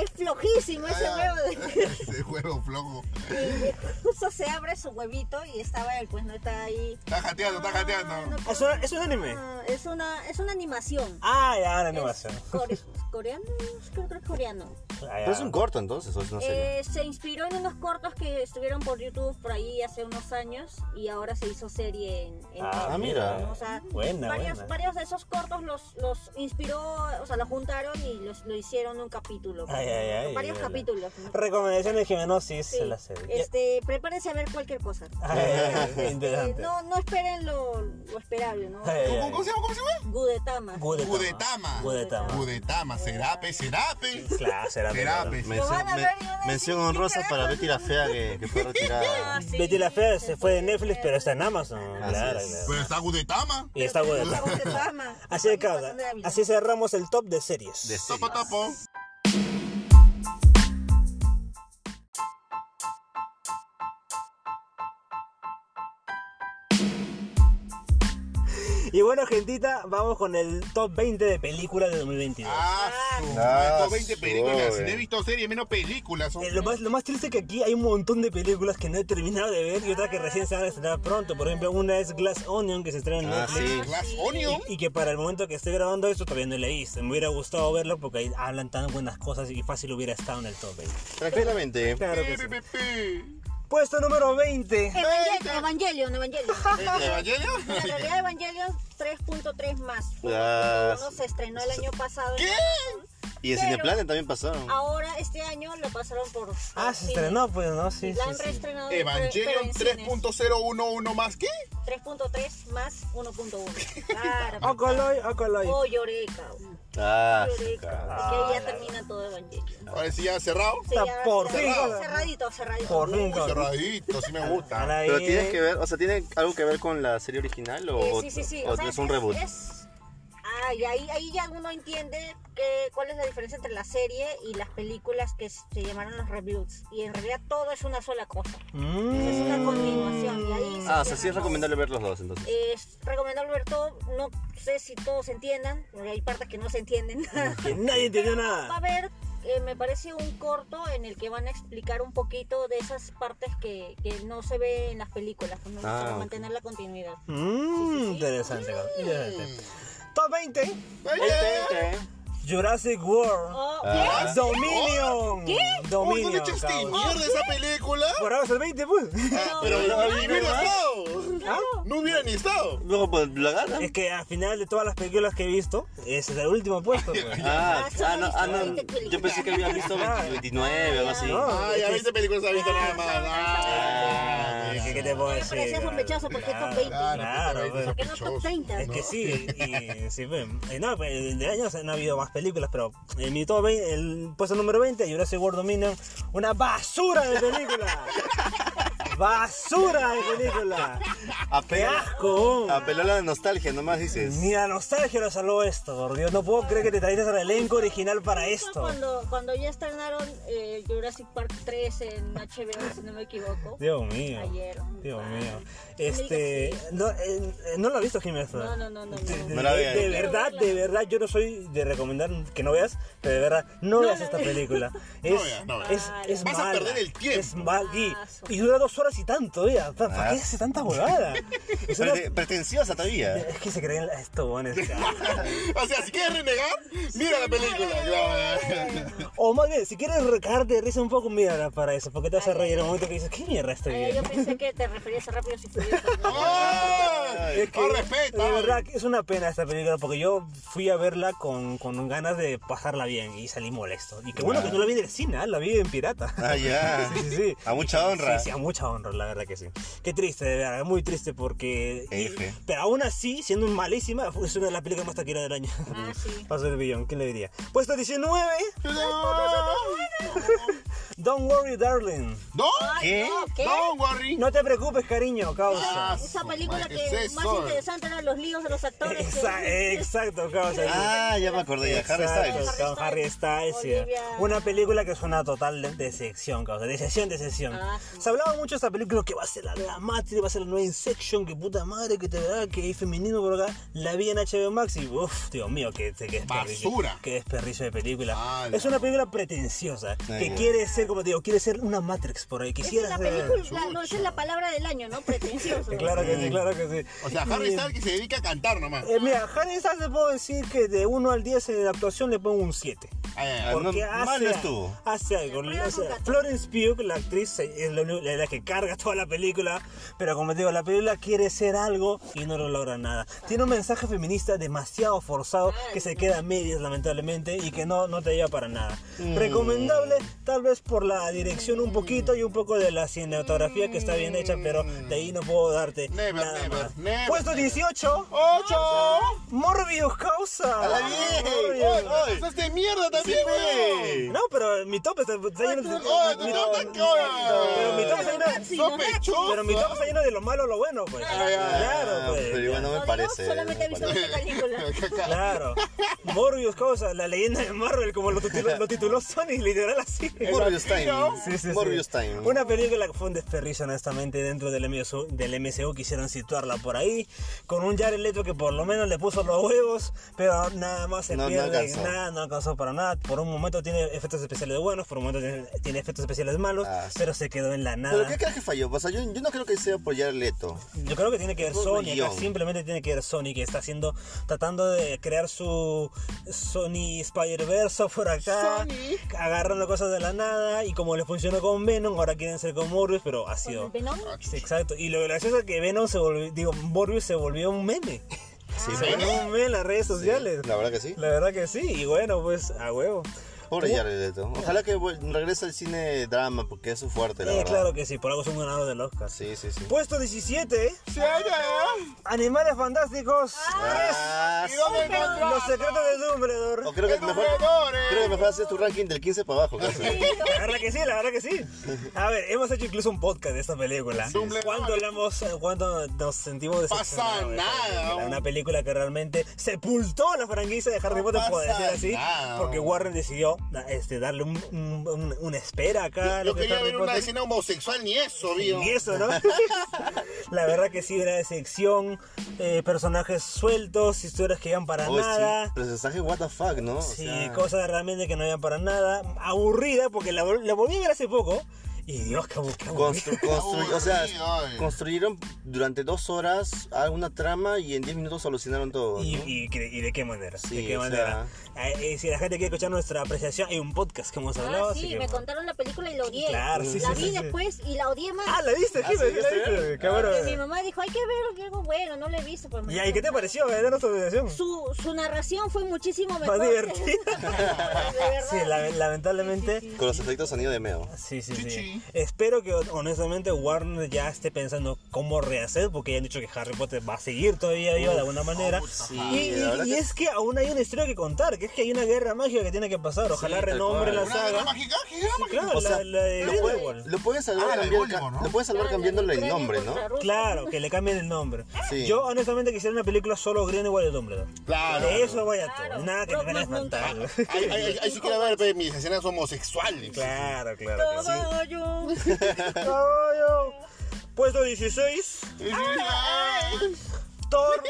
[SPEAKER 3] Es flojísimo
[SPEAKER 4] Ah,
[SPEAKER 3] ese
[SPEAKER 4] ya.
[SPEAKER 3] huevo. de-
[SPEAKER 4] Ese huevo flojo.
[SPEAKER 3] Y justo se abre su huevito y estaba él, pues no está ahí.
[SPEAKER 4] Está jateando, está
[SPEAKER 3] Ah, no
[SPEAKER 4] jateando.
[SPEAKER 1] ¿Es, una- es un anime?
[SPEAKER 3] Ah, es una, es una animación.
[SPEAKER 1] Ah, ya, una animación.
[SPEAKER 3] Es core- coreano, creo que es coreano.
[SPEAKER 1] Ah, ya.
[SPEAKER 2] Pero es un corto entonces, o es una serie.
[SPEAKER 3] Eh, se inspiró en unos cortos que estuvieron por YouTube por ahí hace unos años y ahora se hizo serie en, en
[SPEAKER 1] Ah,
[SPEAKER 3] Netflix,
[SPEAKER 2] mira.
[SPEAKER 3] ¿no? O sea,
[SPEAKER 1] Buena,
[SPEAKER 3] varios,
[SPEAKER 1] buena.
[SPEAKER 3] varios de esos cortos los, los inspiró, o sea, los juntaron y los, lo hicieron un capítulo.
[SPEAKER 1] Ay, ay, ay,
[SPEAKER 3] varios
[SPEAKER 1] viola.
[SPEAKER 3] capítulos. ¿no?
[SPEAKER 1] Recomendaciones de Jimenosis
[SPEAKER 3] Sí.
[SPEAKER 1] se la Ah, serie.
[SPEAKER 3] Este, prepárense a ver cualquier cosa.
[SPEAKER 1] Ay, ay, ay,
[SPEAKER 3] Eh,
[SPEAKER 1] interesante.
[SPEAKER 3] no, no esperen lo, lo miserable, ¿no?
[SPEAKER 1] Ay, ay,
[SPEAKER 4] ¿Cómo,
[SPEAKER 1] ay.
[SPEAKER 4] cómo se llama? ¿Cómo se llama?
[SPEAKER 3] Gudetama.
[SPEAKER 1] Gudetama.
[SPEAKER 4] Gudetama.
[SPEAKER 1] Gudetama.
[SPEAKER 4] Gudetama, Serape, Serape.
[SPEAKER 1] Claro, será
[SPEAKER 4] Serape.
[SPEAKER 1] pecado.
[SPEAKER 3] Lo van a ver y van a decir,
[SPEAKER 2] mención
[SPEAKER 3] ¿qué
[SPEAKER 2] honrosa para
[SPEAKER 3] carajo?
[SPEAKER 2] Betty la Fea que, que fue retirada.
[SPEAKER 3] Ah, sí,
[SPEAKER 1] Betty la Fea se fue de
[SPEAKER 3] puede
[SPEAKER 1] Netflix,
[SPEAKER 3] ver.
[SPEAKER 1] pero está en Amazon. Claro,
[SPEAKER 2] es.
[SPEAKER 1] claro.
[SPEAKER 4] Pero está Gudetama.
[SPEAKER 1] Y está
[SPEAKER 3] Está
[SPEAKER 1] Gudetama.
[SPEAKER 3] Gudetama.
[SPEAKER 1] Así de
[SPEAKER 3] Está
[SPEAKER 1] causa.
[SPEAKER 3] pasando de habilidad.
[SPEAKER 1] Así cerramos el top de series.
[SPEAKER 2] De
[SPEAKER 4] Topo, topo.
[SPEAKER 1] Y bueno, gentita, vamos con el top 20 de películas de 2022.
[SPEAKER 4] Ah, su
[SPEAKER 2] Ah,
[SPEAKER 4] madre, 20
[SPEAKER 2] su
[SPEAKER 4] películas.
[SPEAKER 2] madre.
[SPEAKER 4] No he visto series, menos películas.
[SPEAKER 1] Eh, Lo más, lo más triste es que aquí hay un montón de películas que no he terminado de ver y otras que recién se van a estrenar pronto. Por ejemplo, una es Glass Onion que se estrena en
[SPEAKER 2] Ah,
[SPEAKER 1] Netflix.
[SPEAKER 2] sí.
[SPEAKER 4] Glass Onion.
[SPEAKER 1] Y que para el momento que estoy grabando esto todavía no la hice. Me hubiera gustado verlo porque ahí hablan tan buenas cosas y fácil hubiera estado en el top 20.
[SPEAKER 2] Tranquilamente.
[SPEAKER 1] Claro que
[SPEAKER 4] Pi,
[SPEAKER 1] sí.
[SPEAKER 4] pi, pi.
[SPEAKER 1] Puesto número 20.
[SPEAKER 3] Evangel- Evangelion, Evangelion.
[SPEAKER 4] ¿Evangelion?
[SPEAKER 3] En realidad Evangelion 3.3 más.
[SPEAKER 2] Ah,
[SPEAKER 3] Uno se estrenó el año pasado. en
[SPEAKER 4] ¿Qué?
[SPEAKER 3] Amazon.
[SPEAKER 2] Y en
[SPEAKER 3] Pero-
[SPEAKER 2] Cineplanet también pasaron.
[SPEAKER 3] Ahora este año lo pasaron por.
[SPEAKER 1] Ah,
[SPEAKER 3] por
[SPEAKER 1] se
[SPEAKER 3] cine.
[SPEAKER 1] estrenó, pues, ¿no? Sí,
[SPEAKER 3] La
[SPEAKER 1] sí,
[SPEAKER 3] han
[SPEAKER 1] sí.
[SPEAKER 3] reestrenado. pero- pero
[SPEAKER 4] Evangelion
[SPEAKER 3] en cines.
[SPEAKER 4] 3.011 más. ¿Qué?
[SPEAKER 3] 3.3 más 1.1. Claro.
[SPEAKER 1] Ocoloy, Ocoloy.
[SPEAKER 3] Oh, lloré, cabrón.
[SPEAKER 2] Ah,
[SPEAKER 3] Lloré, cabrón. Es que ahí ya termina todo Evangelion.
[SPEAKER 4] Ahora sí ya cerrado.
[SPEAKER 3] Sí, ya-
[SPEAKER 1] por
[SPEAKER 3] ya-
[SPEAKER 1] fin, cabrón.
[SPEAKER 3] Cerradito, cerradito.
[SPEAKER 1] Por fin,
[SPEAKER 4] Uy, cerradito, sí me gusta.
[SPEAKER 2] pero
[SPEAKER 1] ¿eh?
[SPEAKER 2] tienes que ver, o sea, ¿tiene algo que ver con la serie original o,
[SPEAKER 3] Eh, sí, sí, sí.
[SPEAKER 2] o
[SPEAKER 3] O sea,
[SPEAKER 2] es un reboot?
[SPEAKER 3] es- Ay, ahí, ahí ya uno entiende que- cuál es la diferencia entre la serie y las películas que se llamaron los reboots. Y en realidad todo es una sola cosa.
[SPEAKER 1] Mm,
[SPEAKER 3] Es una continuación. Y ahí se
[SPEAKER 2] Ah, o sea, sí es
[SPEAKER 3] cierra todo.
[SPEAKER 2] recomendable ver los dos entonces.
[SPEAKER 3] Es recomendable ver todo. No sé si todos entiendan, porque hay partes que no se entienden.
[SPEAKER 1] Que nadie entendió
[SPEAKER 3] Va a
[SPEAKER 1] nada.
[SPEAKER 3] haber, eh, me parece, un corto en el que van a explicar un poquito de esas partes que, que no se ve en las películas, pues, ¿no?
[SPEAKER 2] Ah,
[SPEAKER 3] para
[SPEAKER 2] ok.
[SPEAKER 3] mantener la continuidad.
[SPEAKER 1] Mmm, interesante, cabrón. Interesante. Top 20.
[SPEAKER 4] Este,
[SPEAKER 2] Este,
[SPEAKER 1] Jurassic World.
[SPEAKER 3] Oh,
[SPEAKER 2] Ah.
[SPEAKER 1] Dominion.
[SPEAKER 4] Uy, ¿dónde
[SPEAKER 1] Dominion.
[SPEAKER 4] echaste
[SPEAKER 1] cabrón.
[SPEAKER 4] mierda esa película?
[SPEAKER 1] Por ahora es el 20, pues.
[SPEAKER 4] Ah, Pero no hubiera estado.
[SPEAKER 1] ¿Ah?
[SPEAKER 4] No hubiera ni estado.
[SPEAKER 2] Luego, pues, la gana.
[SPEAKER 1] Es que al final de todas las películas que he visto, ese es el último puesto. pues.
[SPEAKER 2] Ah,
[SPEAKER 3] Ah, solo
[SPEAKER 2] ah, no,
[SPEAKER 3] viste
[SPEAKER 2] ah, no,
[SPEAKER 3] 20 películas.
[SPEAKER 2] yo pensé que había visto 20, 29 o algo así.
[SPEAKER 1] No.
[SPEAKER 4] Ah, ya 20 películas ha visto nada más. Ah,
[SPEAKER 1] Ah,
[SPEAKER 4] mira.
[SPEAKER 1] ¿Qué, qué te puedo
[SPEAKER 3] Me
[SPEAKER 1] decir?
[SPEAKER 3] parecía sospechoso porque
[SPEAKER 1] Claro,
[SPEAKER 3] top 20.
[SPEAKER 1] Claro,
[SPEAKER 4] Claro,
[SPEAKER 1] pues.
[SPEAKER 3] ¿Por qué no top 30?
[SPEAKER 1] Es que sí, y, sí, pues, eh, no, pues, de años han habido más películas, pero en mi top 20, el puesto número 20, Jurassic World Dominion, una basura de película. basura de película. ¡Qué
[SPEAKER 2] Apela,
[SPEAKER 1] asco! um.
[SPEAKER 2] apeló a la nostalgia, nomás dices.
[SPEAKER 1] Ni la nostalgia lo salvó esto, por Dios. No puedo creer que te trajiste el elenco original para esto.
[SPEAKER 3] Cuando, cuando ya estrenaron eh, Jurassic Park 3 en HBO, si no me equivoco.
[SPEAKER 1] Dios mío.
[SPEAKER 3] Ayer. Ah.
[SPEAKER 1] Dios mío. Este. No, eh, no lo has visto, Jiménez.
[SPEAKER 3] No, no, no, no,
[SPEAKER 1] De,
[SPEAKER 3] no.
[SPEAKER 1] de-
[SPEAKER 2] No la
[SPEAKER 1] de-
[SPEAKER 2] veas.
[SPEAKER 1] de verdad, de verdad, yo no soy de recomendar que no veas, pero de verdad, no, veas esta película. Es,
[SPEAKER 4] veas, no veas.
[SPEAKER 1] es, es
[SPEAKER 4] Vas a
[SPEAKER 1] mala.
[SPEAKER 4] perder el tiempo.
[SPEAKER 1] Es mal. Y,
[SPEAKER 3] Ah, su-
[SPEAKER 1] y dura dos horas y tanto, mira. ¿Para para
[SPEAKER 4] Ah.
[SPEAKER 1] qué hace tanta huevada? Es, una-
[SPEAKER 2] Prete- pretenciosa todavía.
[SPEAKER 1] es que se creen estos buenos.
[SPEAKER 4] O sea, si quieres renegar, mira la película.
[SPEAKER 1] O más bien, si quieres recargar de risa un poco, mírala para eso, porque te hace reír en el momento que dices, ¿qué mierda estoy
[SPEAKER 3] Ay,
[SPEAKER 1] viendo?
[SPEAKER 3] Eh, yo pensé que te referías a Rápidos y Furiosos.
[SPEAKER 4] ¡Ay!
[SPEAKER 1] Es que,
[SPEAKER 4] ¡Oh, respeta!
[SPEAKER 2] ah.
[SPEAKER 1] De verdad, que es una pena esta película porque yo fui a verla con, con ganas de pasarla bien y salí molesto. Y qué bueno que no la vi en el cine, ¿ah? la vi en pirata.
[SPEAKER 2] Ah, ya.
[SPEAKER 1] Sí, sí, sí.
[SPEAKER 2] A mucha honra.
[SPEAKER 1] Sí, sí, a mucha honra, la verdad que sí. Qué triste, de verdad, muy triste porque... y-
[SPEAKER 2] F.
[SPEAKER 1] pero aún así, siendo malísima, es una de las películas más taquilleras del año.
[SPEAKER 3] Ah, sí.
[SPEAKER 1] Paso el billón, ¿quién le diría? Puesto 19,
[SPEAKER 4] No.
[SPEAKER 1] Don't Worry Darling.
[SPEAKER 4] ¿No?
[SPEAKER 2] ¿Qué?
[SPEAKER 3] No, ¿Qué?
[SPEAKER 4] Don't worry.
[SPEAKER 1] No te preocupes, cariño, causa.
[SPEAKER 2] Ah,
[SPEAKER 3] Esa película
[SPEAKER 4] madre,
[SPEAKER 3] que
[SPEAKER 4] ¿qué es
[SPEAKER 3] más
[SPEAKER 4] eso?
[SPEAKER 3] interesante eran los líos de los actores. que-
[SPEAKER 1] Exa- exacto, causa.
[SPEAKER 2] Ah, ya me acordé, ya. Harry
[SPEAKER 1] Exacto,
[SPEAKER 2] Styles.
[SPEAKER 1] con Harry Styles, sí.
[SPEAKER 3] Olivia.
[SPEAKER 1] Una película que es una total de- decepción, causa. Decepción, decepción.
[SPEAKER 3] Ah, sí.
[SPEAKER 1] Se hablaba mucho de esta película que va a ser la nueva Matrix, va a ser la nueva Insection, que puta madre, que te verá, que hay feminismo por acá. La vi en HBO Max y, uff, Dios mío, que, que desperdicio.
[SPEAKER 4] Basura.
[SPEAKER 1] Qué desperdicio de película.
[SPEAKER 4] Ah,
[SPEAKER 1] es una película pretenciosa, que
[SPEAKER 2] ya.
[SPEAKER 1] quiere ser, como te digo, quiere ser una Matrix por ahí.
[SPEAKER 3] Esa es
[SPEAKER 1] Quisiera
[SPEAKER 3] la
[SPEAKER 1] ser- Eh,
[SPEAKER 3] película, no, esa es la palabra del año, ¿no? Pretencioso.
[SPEAKER 1] Claro que sí, claro que sí.
[SPEAKER 4] O sea, Harry Styles que se dedica a cantar nomás.
[SPEAKER 1] Eh, mira, Harry Styles te puedo decir que de 1 al 10 en la eh, actuación le pongo un 7.
[SPEAKER 4] Ay, ay, ay.
[SPEAKER 2] No,
[SPEAKER 1] Porque
[SPEAKER 2] mal
[SPEAKER 1] hace,
[SPEAKER 2] no estuvo.
[SPEAKER 1] hace algo.
[SPEAKER 3] prueba
[SPEAKER 1] o sea,
[SPEAKER 3] con gato.
[SPEAKER 1] Florence Pugh, la actriz, se- es la, uni- la- la que carga toda la película. Pero como te digo, la película quiere ser algo y no lo logra nada. Tiene un mensaje feminista demasiado forzado que se queda a medias, lamentablemente, y que no, no te lleva para nada.
[SPEAKER 2] Mm.
[SPEAKER 1] Recomendable, tal vez por la dirección un poquito y un poco de la cinematografía que está bien hecha, pero de ahí no puedo darte.
[SPEAKER 4] Never,
[SPEAKER 1] nada
[SPEAKER 4] never,
[SPEAKER 1] más.
[SPEAKER 4] never,
[SPEAKER 1] Puesto 18.
[SPEAKER 4] ¡Ocho!
[SPEAKER 1] Morbius causa.
[SPEAKER 2] Oh. ¡A la bien!
[SPEAKER 1] Morbius.
[SPEAKER 2] ¡Oy, oy!
[SPEAKER 4] ¡Estás de mierda también, güey!
[SPEAKER 1] No, pero mi top está, está lleno de.
[SPEAKER 4] ¡Oh, no,
[SPEAKER 1] mi
[SPEAKER 4] no,
[SPEAKER 1] top-
[SPEAKER 4] no, no!
[SPEAKER 1] pero mi top está lleno de.
[SPEAKER 3] Sí, no,
[SPEAKER 4] ¡Sospechoso!
[SPEAKER 1] Pero mi top está lleno de lo malo a lo bueno, pues.
[SPEAKER 2] Ah,
[SPEAKER 1] Claro, pues.
[SPEAKER 2] pero igual no me
[SPEAKER 3] Lo demás
[SPEAKER 2] parece.
[SPEAKER 3] solamente he visto
[SPEAKER 2] no me
[SPEAKER 3] esa película.
[SPEAKER 1] Claro. Morbius causa, la leyenda de Marvel, como lo tituló, lo tituló Sony, literal así.
[SPEAKER 2] parece. Morbius Time.
[SPEAKER 1] Sí, sí, sí.
[SPEAKER 2] Morbius Time.
[SPEAKER 1] Una película que fue un desperdicio, honestamente, dentro del MSU, del MCU. Quisieron situarla por ahí, con un Jared Leto que por lo menos le puso los huevos, pero nada más se
[SPEAKER 2] No, no
[SPEAKER 1] pierde.
[SPEAKER 2] alcanzó.
[SPEAKER 1] nada, no alcanzó para nada. Por un momento tiene efectos especiales buenos, por un momento tiene, tiene efectos especiales malos,
[SPEAKER 2] Ah, sí.
[SPEAKER 1] pero se quedó en la
[SPEAKER 2] ¿Pero
[SPEAKER 1] nada.
[SPEAKER 2] qué crees que falló? O sea, yo, yo no creo que sea por Jared Leto.
[SPEAKER 1] Yo creo que tiene que ver
[SPEAKER 2] Por
[SPEAKER 1] Sony, acá
[SPEAKER 2] guión.
[SPEAKER 1] simplemente tiene que ver Sony, que está haciendo, tratando de crear su Sony Spider-Verse por acá, agarrando cosas de la nada, y como les funcionó con Venom, ahora quieren ser con Morbius, pero ha sido...
[SPEAKER 3] ¿Con Venom?
[SPEAKER 1] Sí, Exacto, y lo gracioso es que Venom se volvió, digo, Morbius se volvió un meme,
[SPEAKER 2] Sí,
[SPEAKER 1] se volvió un meme en las redes sociales,
[SPEAKER 2] La verdad que sí.
[SPEAKER 1] la verdad que sí, y bueno, pues a huevo.
[SPEAKER 2] Pobre Jared Leto. Ojalá que vuel- regrese al cine drama porque es su fuerte, la
[SPEAKER 1] Eh,
[SPEAKER 2] verdad.
[SPEAKER 1] claro que sí, por algo son ganadores del Oscar.
[SPEAKER 2] Sí, sí, sí.
[SPEAKER 1] Puesto 17,
[SPEAKER 4] ¡Sí, ya!
[SPEAKER 1] Animales Fantásticos,
[SPEAKER 2] Ah,
[SPEAKER 4] ¿Y dónde
[SPEAKER 1] tres,
[SPEAKER 4] encontrás?
[SPEAKER 1] Los Secretos de Dumbledore.
[SPEAKER 2] O creo que mejor,
[SPEAKER 4] ¡Educadores!
[SPEAKER 2] creo que mejor hacer tu ranking del 15 para abajo. casi.
[SPEAKER 1] La verdad que sí, la verdad que sí. A ver, hemos hecho incluso un podcast de esta película.
[SPEAKER 4] Dumbledore.
[SPEAKER 1] ¿Cuánto, hablamos, cuánto nos sentimos decepcionados?
[SPEAKER 4] Pasa
[SPEAKER 1] de esta
[SPEAKER 4] nada,
[SPEAKER 1] película?
[SPEAKER 4] hombre.
[SPEAKER 1] Una película que realmente sepultó la franquicia de Harry Potter, por decir
[SPEAKER 4] pasa
[SPEAKER 1] así.
[SPEAKER 4] nada,
[SPEAKER 1] Porque
[SPEAKER 4] hombre.
[SPEAKER 1] Warren decidió este, darle un- un- un- una espera acá. a
[SPEAKER 4] Yo
[SPEAKER 1] lo que
[SPEAKER 4] quería
[SPEAKER 1] Harry
[SPEAKER 4] ver una
[SPEAKER 1] Potter.
[SPEAKER 4] escena homosexual, ni eso, vio.
[SPEAKER 1] Y eso, ¿no? la verdad que sí, una decepción. eh, personajes sueltos, historias que iban para
[SPEAKER 2] Oye,
[SPEAKER 1] nada.
[SPEAKER 2] sí, Personaje what the fuck, ¿no? O
[SPEAKER 1] Sí,
[SPEAKER 2] sea,
[SPEAKER 1] cosas realmente que no habían para nada. Aburrida, porque la, vol- la volví a ver hace poco. Y Dios, qué abu- qué aburrida.
[SPEAKER 2] constru- constru- o sea,
[SPEAKER 4] Aburrido, eh.
[SPEAKER 2] construyeron durante dos horas alguna trama y en 10 minutos solucionaron todo.
[SPEAKER 1] Y,
[SPEAKER 2] ¿no?
[SPEAKER 1] y que- y de qué manera,
[SPEAKER 2] Sí,
[SPEAKER 1] de qué
[SPEAKER 2] o
[SPEAKER 1] manera. Eh, eh, si la gente quiere escuchar nuestra apreciación, hay un podcast que hemos hablado.
[SPEAKER 3] Ah,
[SPEAKER 1] así
[SPEAKER 3] sí,
[SPEAKER 1] que-
[SPEAKER 3] me contaron la película y la odié.
[SPEAKER 1] Claro, sí,
[SPEAKER 3] la
[SPEAKER 1] sí,
[SPEAKER 3] vi
[SPEAKER 1] sí, sí.
[SPEAKER 3] después y la odié más.
[SPEAKER 1] Ah, la viste, Jimmy,
[SPEAKER 2] sí,
[SPEAKER 1] la
[SPEAKER 2] Ah, sí.
[SPEAKER 1] viste,
[SPEAKER 3] Porque mi
[SPEAKER 1] cabrón.
[SPEAKER 3] mamá dijo, hay que ver algo bueno, no lo he visto. Pues, me
[SPEAKER 1] ¿Y ahí qué te
[SPEAKER 3] dijo,
[SPEAKER 1] pareció? Eh, Danos tu apreciación.
[SPEAKER 3] Su, su narración fue muchísimo mejor.
[SPEAKER 1] Más
[SPEAKER 3] De
[SPEAKER 1] divertida.
[SPEAKER 3] verdad.
[SPEAKER 1] sí, la- lamentablemente.
[SPEAKER 2] Con los efectos sonido de Meo.
[SPEAKER 1] Sí, sí, sí.
[SPEAKER 4] Chichi.
[SPEAKER 1] Espero que honestamente Warner ya esté pensando cómo rehacer, porque ya han dicho que Harry Potter va a seguir todavía vivo de alguna manera.
[SPEAKER 2] sí,
[SPEAKER 1] y y-
[SPEAKER 2] la verdad
[SPEAKER 1] y
[SPEAKER 2] que-
[SPEAKER 1] es que aún hay una historia que contar, que es que hay una guerra mágica que tiene que pasar. Ojalá
[SPEAKER 2] Sí, tal
[SPEAKER 1] renombre
[SPEAKER 2] cual.
[SPEAKER 1] la
[SPEAKER 4] Una guerra
[SPEAKER 1] saga.
[SPEAKER 4] mágica, ¿qué guerra
[SPEAKER 1] Sí,
[SPEAKER 4] mágica?
[SPEAKER 1] claro,
[SPEAKER 2] O sea,
[SPEAKER 1] la, la de
[SPEAKER 2] lo,
[SPEAKER 1] Voldemort.
[SPEAKER 2] puede- lo puedes salvar,
[SPEAKER 4] Ah, la de
[SPEAKER 2] cambiando-
[SPEAKER 4] Voldemort, ¿no?
[SPEAKER 2] lo puedes salvar
[SPEAKER 3] Claro,
[SPEAKER 2] cambiándole el
[SPEAKER 3] Ucrania
[SPEAKER 2] nombre, ¿no?
[SPEAKER 3] contra Rusia.
[SPEAKER 1] Claro, que le cambien el nombre.
[SPEAKER 2] Sí.
[SPEAKER 1] Yo honestamente quisiera una película solo Greenwell y Dumbledore.
[SPEAKER 4] Claro.
[SPEAKER 1] De eso voy a todo.
[SPEAKER 3] Claro.
[SPEAKER 1] Nada que
[SPEAKER 3] No,
[SPEAKER 1] me
[SPEAKER 3] más nunca.
[SPEAKER 1] fantasma.
[SPEAKER 4] Ahí, ahí, ahí, ahí sí quiero ver pues, mis escenas homosexuales.
[SPEAKER 1] Claro, claro. claro.
[SPEAKER 3] Todo yo.
[SPEAKER 1] Caballo. Puesto 16.
[SPEAKER 4] Ay.
[SPEAKER 1] Thor,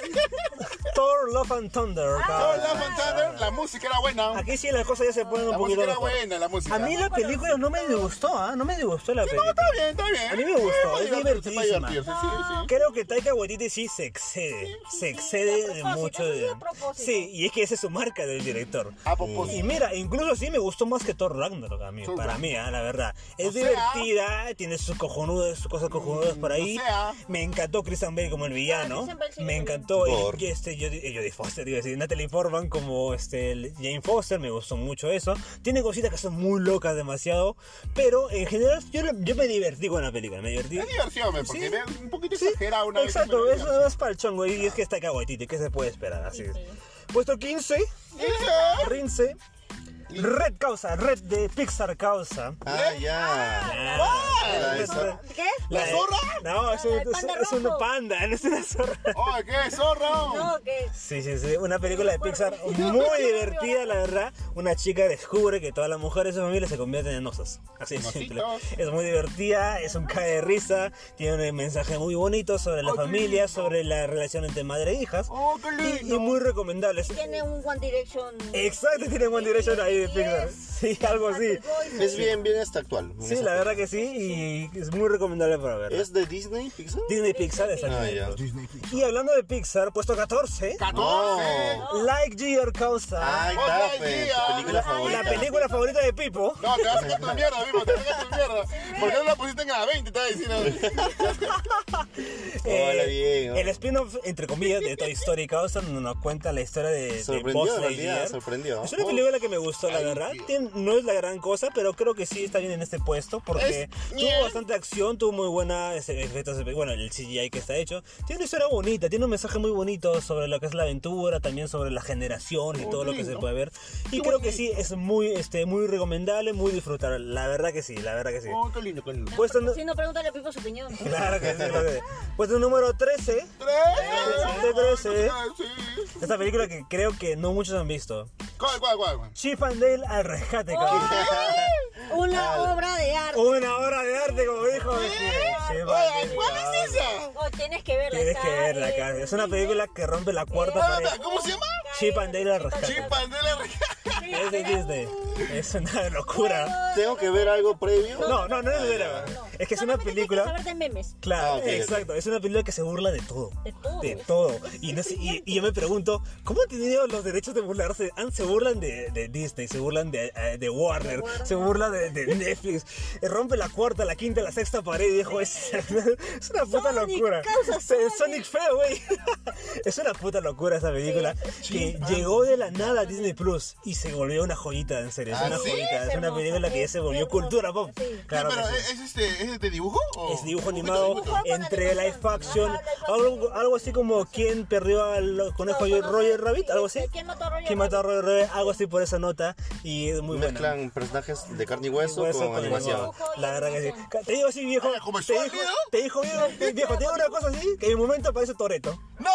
[SPEAKER 1] Thor Love and Thunder.
[SPEAKER 4] Oh,
[SPEAKER 1] cabrón.
[SPEAKER 4] Love and Thunder, la música era buena.
[SPEAKER 1] Aquí sí las cosas ya se ponen un
[SPEAKER 4] La
[SPEAKER 1] poquito
[SPEAKER 4] música era
[SPEAKER 1] mejor.
[SPEAKER 4] buena, la música.
[SPEAKER 1] A mí la película no me disgustó, ¿ah? no me disgustó la
[SPEAKER 4] No,
[SPEAKER 1] película.
[SPEAKER 4] está bien, está bien.
[SPEAKER 1] A mí me gustó,
[SPEAKER 4] Sí,
[SPEAKER 1] es
[SPEAKER 4] para divertirse, para
[SPEAKER 1] divertidísima.
[SPEAKER 4] divertirse, sí, sí.
[SPEAKER 1] Creo que Taika Waititi sí se excede, se
[SPEAKER 3] sí, a
[SPEAKER 1] excede de
[SPEAKER 3] propósito,
[SPEAKER 1] mucho.
[SPEAKER 3] eso sí,
[SPEAKER 1] de-
[SPEAKER 3] a propósito.
[SPEAKER 1] Sí, y es que esa es su marca del director.
[SPEAKER 4] A propósito.
[SPEAKER 1] Y mira, incluso sí me gustó más que Thor Ragnarok a mí,
[SPEAKER 4] Thor
[SPEAKER 1] para mí, ah, la verdad. Es
[SPEAKER 4] O sea-
[SPEAKER 1] divertida, tiene sus cojonudas, sus cosas cojonudas por ahí.
[SPEAKER 4] o sea-
[SPEAKER 1] me encantó Christian Bale como el villano.
[SPEAKER 3] Christian Bale sí
[SPEAKER 1] me
[SPEAKER 3] me
[SPEAKER 1] encantó
[SPEAKER 2] Thor.
[SPEAKER 1] y- y este Jodie eh, Jodie Foster, digo, sí, Natalie Portman como este el Jane Foster, me gustó mucho eso. Tiene cositas que son muy locas demasiado, pero en general yo, lo- yo me divertí con la película, me divertí.
[SPEAKER 4] Es divertido, me, porque
[SPEAKER 1] Sí.
[SPEAKER 4] ve un poquito
[SPEAKER 1] Sí,
[SPEAKER 4] exagerada una vez.
[SPEAKER 1] exacto,
[SPEAKER 4] pero
[SPEAKER 1] eso
[SPEAKER 4] divertido.
[SPEAKER 1] no es para el chongo y es que está caguaitito, ¿qué se puede esperar? Así es. Puesto 15, Rince, Red Causa, Red de Pixar Causa.
[SPEAKER 2] Ah, ya.
[SPEAKER 1] Ah,
[SPEAKER 2] la zorra.
[SPEAKER 3] ¿Qué?
[SPEAKER 1] la-
[SPEAKER 4] ¿La zorra?
[SPEAKER 1] No, es un,
[SPEAKER 3] La del
[SPEAKER 1] es un-
[SPEAKER 3] panda
[SPEAKER 1] es un
[SPEAKER 3] rojo.
[SPEAKER 1] panda, no es una zorra.
[SPEAKER 4] ¡Oh, qué zorro!
[SPEAKER 3] No, que
[SPEAKER 1] Sí, sí, sí, una película de Pixar muy divertida, la verdad. Una chica descubre que todas las mujeres de su familia se convierten en osas. Así es simple.
[SPEAKER 4] Ositos.
[SPEAKER 1] Es muy divertida, es un cae de risa, tiene un mensaje muy bonito sobre la
[SPEAKER 4] Oh, qué
[SPEAKER 1] familia,
[SPEAKER 4] lindo.
[SPEAKER 1] sobre la relación entre madre e hijas.
[SPEAKER 4] ¡Oh, qué
[SPEAKER 1] Y, y
[SPEAKER 4] lindo!
[SPEAKER 1] muy recomendable. Es-
[SPEAKER 3] tiene un One Direction.
[SPEAKER 1] Exacto, tiene One Direction ahí de Pixar. Eh, pues Sí, algo así.
[SPEAKER 2] Es bien, bien hasta actual. en
[SPEAKER 1] Sí,
[SPEAKER 2] ese
[SPEAKER 1] la
[SPEAKER 2] aspecto.
[SPEAKER 1] verdad que sí, y es muy recomendable para ver.
[SPEAKER 2] ¿Es de Disney, Pixar?
[SPEAKER 1] Disney Pixar,
[SPEAKER 2] Ah,
[SPEAKER 1] exactamente.
[SPEAKER 2] ya.
[SPEAKER 4] Disney Pixar.
[SPEAKER 1] Y hablando de Pixar, puesto 14,
[SPEAKER 4] ¡14!
[SPEAKER 2] No.
[SPEAKER 1] Lightyear Causa.
[SPEAKER 4] Ah,
[SPEAKER 2] Ay,
[SPEAKER 4] Otra
[SPEAKER 2] está, pues,
[SPEAKER 4] idea.
[SPEAKER 2] tu película
[SPEAKER 4] La
[SPEAKER 2] favorita.
[SPEAKER 1] La película favorita de Pipo.
[SPEAKER 4] No, te vas a sacar tu mierda, mismo, te vas a sacar tu mierda. ¿Por qué no la pusiste en la 20? Te estaba diciendo.
[SPEAKER 2] Hola, bien.
[SPEAKER 1] eh, El spin-off, entre comillas, de Toy Story Causa nos cuenta la historia de, de
[SPEAKER 2] Sorprendió,
[SPEAKER 1] Buzz
[SPEAKER 2] en realidad,
[SPEAKER 1] Lightyear.
[SPEAKER 2] sorprendió.
[SPEAKER 1] Es una película que me gustó, la
[SPEAKER 4] Ay,
[SPEAKER 1] verdad.
[SPEAKER 4] Dios.
[SPEAKER 1] Tien- no es la gran cosa, pero creo que sí está bien en este puesto porque
[SPEAKER 4] Es-
[SPEAKER 1] tuvo bastante acción, tuvo muy buena ese- efectos, bueno, el CGI que está hecho. Tiene una historia bonita, tiene un mensaje muy bonito sobre lo que es la aventura, también sobre la generación y todo lo que se
[SPEAKER 4] Bonito.
[SPEAKER 1] puede ver. Y
[SPEAKER 4] Oh, Qué
[SPEAKER 1] creo que
[SPEAKER 4] bonito.
[SPEAKER 1] sí es muy este muy recomendable, muy disfrutable. La verdad que sí, la verdad que sí.
[SPEAKER 4] Oh, qué lindo, qué lindo.
[SPEAKER 1] Puesto nu-
[SPEAKER 3] Si no, pregúntale a Pipo su opinión.
[SPEAKER 1] Claro que sí, claro que sí. Puesto número 13.
[SPEAKER 4] ¡Tres!
[SPEAKER 1] Trece.
[SPEAKER 4] Sí.
[SPEAKER 1] Esta película que creo que no muchos han visto.
[SPEAKER 4] ¿Cuál, cuál, cuál? cuál?
[SPEAKER 1] Chip and Dale al rescate, cabrón.
[SPEAKER 3] ¡Ay! ¡Oh! Una obra de arte. Eh,
[SPEAKER 1] Una obra de arte, como dijo. Chip and
[SPEAKER 4] Oye,
[SPEAKER 1] Dale.
[SPEAKER 4] ¿cuál es esa?
[SPEAKER 3] Oh, tienes que verla.
[SPEAKER 1] Tienes que
[SPEAKER 3] está
[SPEAKER 1] verla,
[SPEAKER 3] en
[SPEAKER 1] cara. Es una
[SPEAKER 3] Disney.
[SPEAKER 1] película que rompe la cuarta
[SPEAKER 3] Eh,
[SPEAKER 4] Espérate,
[SPEAKER 1] pared.
[SPEAKER 4] ¿Cómo se llama?
[SPEAKER 1] Chip and Dale al rescate.
[SPEAKER 4] Chip and Dale.
[SPEAKER 1] Es de Disney. Es una locura.
[SPEAKER 2] ¿Tengo que ver algo previo?
[SPEAKER 1] No, no, no es de verdad. Es que es una
[SPEAKER 3] Solamente tienes que
[SPEAKER 1] película.
[SPEAKER 3] saber de memes.
[SPEAKER 1] Claro,
[SPEAKER 2] Ah, ok, ok.
[SPEAKER 1] exacto. Es una película que se burla de todo.
[SPEAKER 3] De todo.
[SPEAKER 1] De todo. Y, no sé- y, y yo me pregunto, ¿cómo han tenido los derechos de burlarse? Han- se burlan de, de Disney, se burlan de, eh, de Warner, se burlan de, de Netflix. Eh, Rompe la cuarta, la quinta, la sexta pared, viejo. Es, es una puta
[SPEAKER 3] Sonic,
[SPEAKER 1] locura.
[SPEAKER 3] causa
[SPEAKER 1] Se-
[SPEAKER 3] Sonic.
[SPEAKER 1] Sonic feo, güey. es una puta locura esa película. Que
[SPEAKER 3] Ah.
[SPEAKER 1] llegó de la nada a Disney Plus y se volvió una joyita, en serio. Es
[SPEAKER 4] Ah,
[SPEAKER 1] una
[SPEAKER 4] ¿sí?
[SPEAKER 1] joyita.
[SPEAKER 3] Es
[SPEAKER 1] Es una
[SPEAKER 3] hermosa,
[SPEAKER 1] película que ya
[SPEAKER 3] es
[SPEAKER 1] se volvió
[SPEAKER 3] hermosa,
[SPEAKER 1] cultura pop.
[SPEAKER 3] sí.
[SPEAKER 1] Claro. que
[SPEAKER 4] pero
[SPEAKER 1] sí.
[SPEAKER 4] ¿es, es este, ¿es este dibujo? O?
[SPEAKER 1] Es dibujo
[SPEAKER 4] Dibujito,
[SPEAKER 1] animado
[SPEAKER 4] dibujito.
[SPEAKER 3] con
[SPEAKER 1] entre
[SPEAKER 3] animación.
[SPEAKER 1] live action,
[SPEAKER 3] Ajá, live
[SPEAKER 1] algo, algo así como quién perdió al conejo
[SPEAKER 3] No, no,
[SPEAKER 1] Roger
[SPEAKER 3] no,
[SPEAKER 1] Rabbit, algo así.
[SPEAKER 3] ¿Quién mató a Roger
[SPEAKER 1] ¿Quién mató a Roger Rabbit? Algo así por esa nota y es muy buena.
[SPEAKER 2] Mezclan personajes de carne y hueso,
[SPEAKER 1] Hueso
[SPEAKER 2] con
[SPEAKER 1] con
[SPEAKER 2] animación.
[SPEAKER 1] animación. La verdad que sí. Te digo así, viejo.
[SPEAKER 4] Ah, como
[SPEAKER 1] Te
[SPEAKER 4] Sonic,
[SPEAKER 1] digo,
[SPEAKER 4] ¿no?
[SPEAKER 1] te digo, viejo, te- viejo, te digo una cosa así, que en el momento parece Toreto.
[SPEAKER 4] ¡No!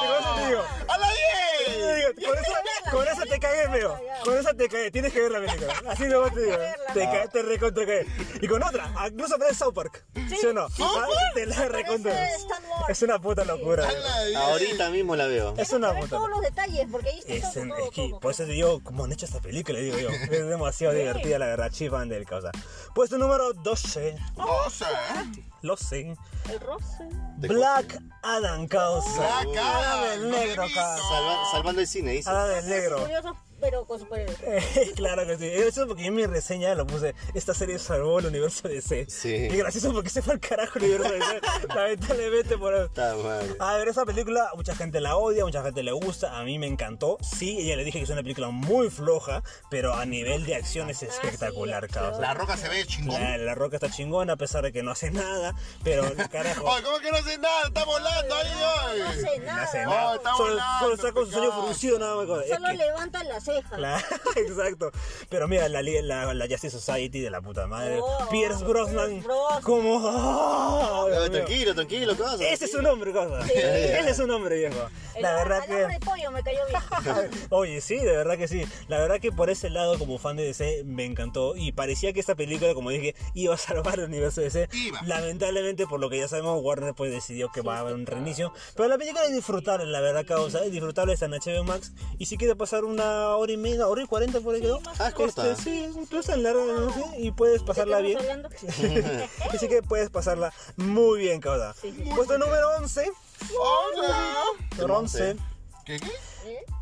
[SPEAKER 1] Pero eso te digo.
[SPEAKER 4] ¡A la 10!
[SPEAKER 1] Con esa, con esa te cagué, veo. Con esa te cagué. Tienes que ver la película. Así nomás te digo. Te, ca- te recontra cagué. Y con otra, incluso parece South Park. ¿Sí o no? Ah, Te la recontra.
[SPEAKER 3] Parece Star Wars.
[SPEAKER 1] Es una puta locura.
[SPEAKER 4] ¡A la 10!
[SPEAKER 2] Ahorita mismo la veo.
[SPEAKER 1] Es una
[SPEAKER 3] Saber
[SPEAKER 1] puta
[SPEAKER 3] todos
[SPEAKER 1] locura.
[SPEAKER 3] los detalles, porque ahí está
[SPEAKER 1] Es pues,
[SPEAKER 3] todo,
[SPEAKER 1] en-
[SPEAKER 3] todo,
[SPEAKER 1] es que
[SPEAKER 3] todo.
[SPEAKER 1] por eso te digo, como han hecho esta película, digo yo. Es demasiado divertida, la verdad. Chip and Dale, causa. Puesto número 12.
[SPEAKER 4] ¡No sé! ¿eh?
[SPEAKER 1] Lo sé.
[SPEAKER 3] El roce.
[SPEAKER 1] Black Adam, causa.
[SPEAKER 4] ¡La
[SPEAKER 1] Adam
[SPEAKER 4] cara!
[SPEAKER 1] del negro, causa.
[SPEAKER 2] Salva- salvando el cine, dices.
[SPEAKER 1] Adam del negro.
[SPEAKER 3] Curioso, pero con superhéroes.
[SPEAKER 1] claro que sí. Eso es porque yo en mi reseña lo puse. Esta serie salvó el universo DC.
[SPEAKER 2] Sí.
[SPEAKER 1] Y gracioso porque se fue al carajo el universo DC. lamentablemente por eso.
[SPEAKER 2] Está madre.
[SPEAKER 1] A ver, esa película, mucha gente la odia, mucha gente le gusta, a mí me encantó. Sí, ya le dije que es una película muy floja, pero a nivel de acción es espectacular, cabrón.
[SPEAKER 4] La roca se ve chingón.
[SPEAKER 1] La, la roca está chingona a pesar de que no hace nada, pero carajo.
[SPEAKER 4] Oye, ¿cómo que no hace nada? ¡Está volando ahí,
[SPEAKER 3] No
[SPEAKER 4] oye!
[SPEAKER 3] hace
[SPEAKER 1] No hace
[SPEAKER 3] nada.
[SPEAKER 1] nada.
[SPEAKER 4] Oh, está
[SPEAKER 1] solo,
[SPEAKER 4] volando,
[SPEAKER 1] solo está con su sueño
[SPEAKER 4] pecado.
[SPEAKER 1] fruncido, nada más. Es
[SPEAKER 3] Solo
[SPEAKER 1] que-
[SPEAKER 3] levanta la ceja.
[SPEAKER 1] Claro, exacto. Pero mira, la, li- la, la Justice Society de la puta madre.
[SPEAKER 3] Oh,
[SPEAKER 1] Pierce Brosnan.
[SPEAKER 3] Pierce Brosnan.
[SPEAKER 1] Como. ¡Ah!
[SPEAKER 2] Pero
[SPEAKER 1] Dios mío.
[SPEAKER 2] tranquilo, tranquilo, ¿qué pasa?
[SPEAKER 1] Ese es un hombre, cosa. Ese es un hombre, viejo.
[SPEAKER 3] El
[SPEAKER 1] La
[SPEAKER 3] al-
[SPEAKER 1] verdad
[SPEAKER 3] alambre de
[SPEAKER 1] que.
[SPEAKER 3] pollo me cayó bien.
[SPEAKER 1] Oye, sí, de verdad que sí. La verdad que por ese lado, como fan de DC, me encantó. Y parecía que esta película, como dije, iba a salvar el universo de DC.
[SPEAKER 4] Iba.
[SPEAKER 1] Lamentablemente, por lo que ya sabemos, Warner pues decidió que va a haber un reinicio. Pero la película es disfrutable, la verdad, causa. Es disfrutable, está en HBO Max. Y si quiere pasar una hora y media, hora y cuarenta por ahí quedó.
[SPEAKER 2] Ah, es corta.
[SPEAKER 1] Este, sí, no es tan larga, no sé, Y puedes pasarla bien.
[SPEAKER 3] estamos hablando?
[SPEAKER 1] Así que puedes pasarla muy bien, causa. Puesto número 11.
[SPEAKER 4] ¡Hola!
[SPEAKER 1] número 11.
[SPEAKER 4] ¿Qué? qué?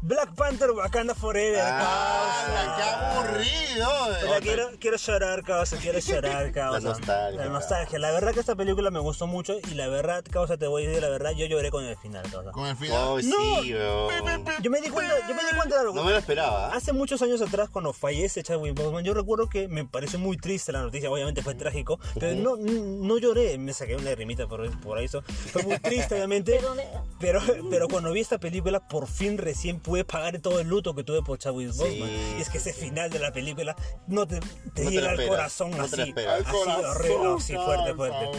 [SPEAKER 1] Black Panther Wakanda Forever.
[SPEAKER 2] Ah,
[SPEAKER 4] ¡Hala, qué
[SPEAKER 1] Ah.
[SPEAKER 4] aburrido!
[SPEAKER 1] O
[SPEAKER 4] oye!
[SPEAKER 1] sea, quiero, quiero llorar, causa, quiero llorar, causa.
[SPEAKER 2] La nostalgia.
[SPEAKER 1] La nostalgia. La verdad que esta película me gustó mucho y la verdad, causa, te voy a decir la verdad, yo lloré con el final, causa.
[SPEAKER 4] Con el final.
[SPEAKER 2] Oh, sí, weón.
[SPEAKER 1] Yo me di cuenta, yo me di cuenta de algo.
[SPEAKER 2] No me lo esperaba.
[SPEAKER 1] Hace muchos años atrás, cuando fallece Chadwick Boseman, yo recuerdo que me pareció muy triste la noticia, obviamente fue trágico, pero no, no lloré, me saqué una lagrimita por, por eso. Fue muy triste, obviamente.
[SPEAKER 3] Pero, eh,
[SPEAKER 1] Pero, pero cuando vi esta película, por fin recién pude pagar todo el luto que tuve por Chadwick Boseman. Y es que ese final de la película no te, te
[SPEAKER 2] No te
[SPEAKER 1] llega
[SPEAKER 2] lo
[SPEAKER 1] al
[SPEAKER 2] esperas,
[SPEAKER 1] corazón
[SPEAKER 2] no te lo
[SPEAKER 1] así.
[SPEAKER 2] esperas.
[SPEAKER 4] Al
[SPEAKER 1] así horrible, así fuerte,
[SPEAKER 4] causa.
[SPEAKER 1] fuerte.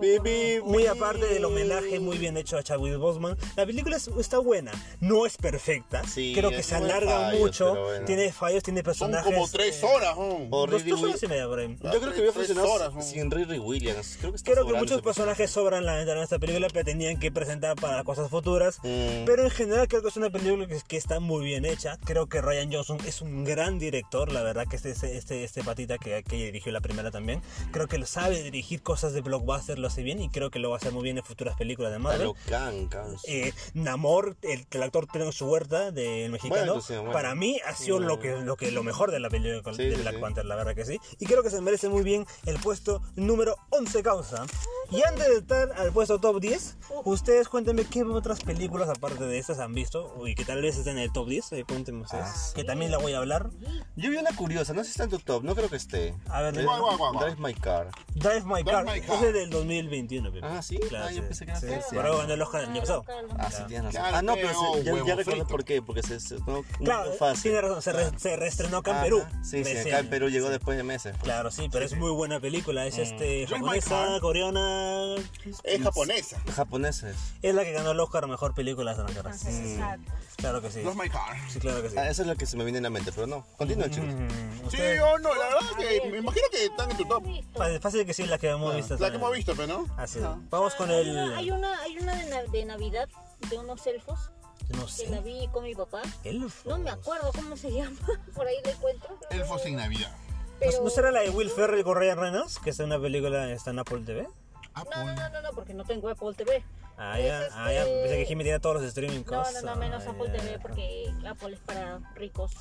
[SPEAKER 2] Bi, bi, bi.
[SPEAKER 1] Muy aparte del homenaje muy bien hecho a Chadwick Boseman, la película es- está buena, no es perfecta.
[SPEAKER 2] Sí,
[SPEAKER 1] Creo que
[SPEAKER 2] es-
[SPEAKER 1] se
[SPEAKER 2] tiene
[SPEAKER 1] alarga
[SPEAKER 2] fallos,
[SPEAKER 1] mucho,
[SPEAKER 2] pero bueno.
[SPEAKER 1] tiene fallos, tiene
[SPEAKER 4] Son
[SPEAKER 1] personajes. eh,
[SPEAKER 4] como tres horas, oh. ¿no?
[SPEAKER 1] Dos,
[SPEAKER 2] Por
[SPEAKER 1] dos
[SPEAKER 2] Riri
[SPEAKER 1] horas y media, por ahí.
[SPEAKER 2] Yo creo que había
[SPEAKER 4] Tres
[SPEAKER 2] funcionado
[SPEAKER 4] horas, ¿no?
[SPEAKER 2] sin Riri Williams. Creo que está
[SPEAKER 1] Creo que
[SPEAKER 2] sobrando
[SPEAKER 1] muchos
[SPEAKER 2] ese personaje.
[SPEAKER 1] personajes sobran la ventana de esta película, pero tenían que presentar para cosas futuras.
[SPEAKER 2] Mm.
[SPEAKER 1] Pero en general creo que es una película película que, que está muy bien hecha. Creo que Ryan Johnson es un gran director, la verdad que este, este, este, este patita que, que dirigió la primera también. Creo que lo sabe dirigir cosas de blockbuster, lo hace bien y creo que lo va a hacer muy bien en futuras películas de Marvel.
[SPEAKER 2] Pero can, can.
[SPEAKER 1] Eh, Namor, el, el actor Terence Huerta del mexicano,
[SPEAKER 2] Bueno, entonces, bueno.
[SPEAKER 1] para mí ha sido lo que lo que lo mejor de la película
[SPEAKER 2] Sí,
[SPEAKER 1] de
[SPEAKER 2] sí,
[SPEAKER 1] Black
[SPEAKER 2] sí.
[SPEAKER 1] Panther, la verdad que sí. Y creo que se merece muy bien el puesto número 11 causa. Y antes de estar al puesto top 10, ustedes cuéntenme qué otras películas aparte de estas han visto y que tal vez estén en el top 10, eh, cuéntenme ustedes,
[SPEAKER 2] Ah,
[SPEAKER 1] que también la voy a hablar.
[SPEAKER 2] Yo vi una curiosa, no sé si está en tu top, no creo que esté.
[SPEAKER 1] A ver,
[SPEAKER 2] Drive-
[SPEAKER 1] guau,
[SPEAKER 4] guau, guau, guau.
[SPEAKER 2] Drive My Car.
[SPEAKER 1] Drive My
[SPEAKER 4] Drive
[SPEAKER 1] Car,
[SPEAKER 4] My Car.
[SPEAKER 1] ese es del 2021. pe.
[SPEAKER 2] Ah, ¿sí? Ah, yo pensé que era
[SPEAKER 1] sí,
[SPEAKER 2] este
[SPEAKER 1] por
[SPEAKER 2] año.
[SPEAKER 1] algo ganó el Oscar el año pasado.
[SPEAKER 2] Ah, sí, tienes razón.
[SPEAKER 4] Claro,
[SPEAKER 2] ah, no, pero
[SPEAKER 4] creo,
[SPEAKER 2] se- ya,
[SPEAKER 4] huevo
[SPEAKER 2] ya recuerdo
[SPEAKER 4] frito.
[SPEAKER 2] por qué, porque se, se- no,
[SPEAKER 1] Claro,
[SPEAKER 2] no fue fácil.
[SPEAKER 1] tiene razón, se, re- se reestrenó acá en
[SPEAKER 2] Ajá,
[SPEAKER 1] Perú.
[SPEAKER 2] Sí, sí,
[SPEAKER 1] Ese
[SPEAKER 2] acá en
[SPEAKER 1] año.
[SPEAKER 2] Perú llegó después de meses. pues.
[SPEAKER 1] Claro, sí, pero es muy buena película. Es este,
[SPEAKER 4] Drive Mm. My
[SPEAKER 1] japonesa,
[SPEAKER 4] Car.
[SPEAKER 1] coreana.
[SPEAKER 4] Es japonesa.
[SPEAKER 2] Japoneses.
[SPEAKER 1] Es la que ganó el Oscar a mejor película extranjera.
[SPEAKER 3] Exacto.
[SPEAKER 1] Claro que sí.
[SPEAKER 4] Los My Car.
[SPEAKER 1] Sí, claro que sí.
[SPEAKER 2] Ah, eso es lo que se me viene a la mente, pero no. Continúa, chicos.
[SPEAKER 1] Mm,
[SPEAKER 4] Sí,
[SPEAKER 1] ustedes-
[SPEAKER 4] yo no, la verdad es que me imagino que están
[SPEAKER 1] Mm.
[SPEAKER 4] en tu top.
[SPEAKER 1] Fácil- Fácil que sí, la que hemos visto.
[SPEAKER 4] Ah, La que
[SPEAKER 1] también.
[SPEAKER 4] hemos visto, pero no.
[SPEAKER 1] Así es. Vamos con el.
[SPEAKER 3] Hay una, hay una de, na- de Navidad de unos elfos
[SPEAKER 1] No
[SPEAKER 3] que la
[SPEAKER 1] sé.
[SPEAKER 3] vi con mi papá.
[SPEAKER 1] elfos.
[SPEAKER 3] No me acuerdo cómo se llama, por ahí la encuentro.
[SPEAKER 4] Elfos sin Navidad.
[SPEAKER 3] Pero-
[SPEAKER 1] ¿No será la de Will Ferrell con Ryan Reynolds? Que es una película está en Apple TV.
[SPEAKER 3] No,
[SPEAKER 4] Apple.
[SPEAKER 3] no, no, no, no, porque no tengo Apple TV.
[SPEAKER 1] Ah,
[SPEAKER 3] Es
[SPEAKER 1] ya, ah, ya.
[SPEAKER 3] este-
[SPEAKER 1] Pensé que Jimmy tenía todos los streaming
[SPEAKER 3] No,
[SPEAKER 1] cosas.
[SPEAKER 3] no, no, menos
[SPEAKER 1] Ah, ya.
[SPEAKER 3] Apple TV porque Apple es para ricos.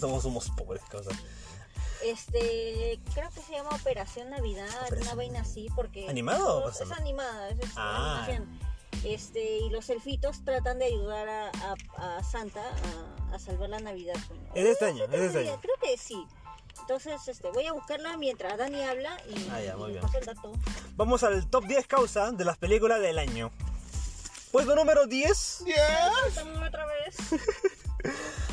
[SPEAKER 1] somos, somos pobres, cosas.
[SPEAKER 3] Este, creo que se llama Operación Navidad, una
[SPEAKER 1] Operación-
[SPEAKER 3] vaina así, porque...
[SPEAKER 1] ¿Animado o
[SPEAKER 3] Es,
[SPEAKER 1] personal?
[SPEAKER 3] animada, es, es
[SPEAKER 1] Ah.
[SPEAKER 3] animación. Este, y los elfitos tratan de ayudar a, a- a Santa a, a salvar la Navidad. bueno.
[SPEAKER 1] Es de este año, es de este año.
[SPEAKER 3] Creo que sí. Entonces, este, voy a buscarla mientras Dani habla y,
[SPEAKER 1] Ah, ya, muy
[SPEAKER 3] y
[SPEAKER 1] bien.
[SPEAKER 3] paso el dato.
[SPEAKER 1] Vamos al top 10 causa de las películas del año. Puesto número 10,
[SPEAKER 4] Yes.
[SPEAKER 3] Cuéntame otra vez.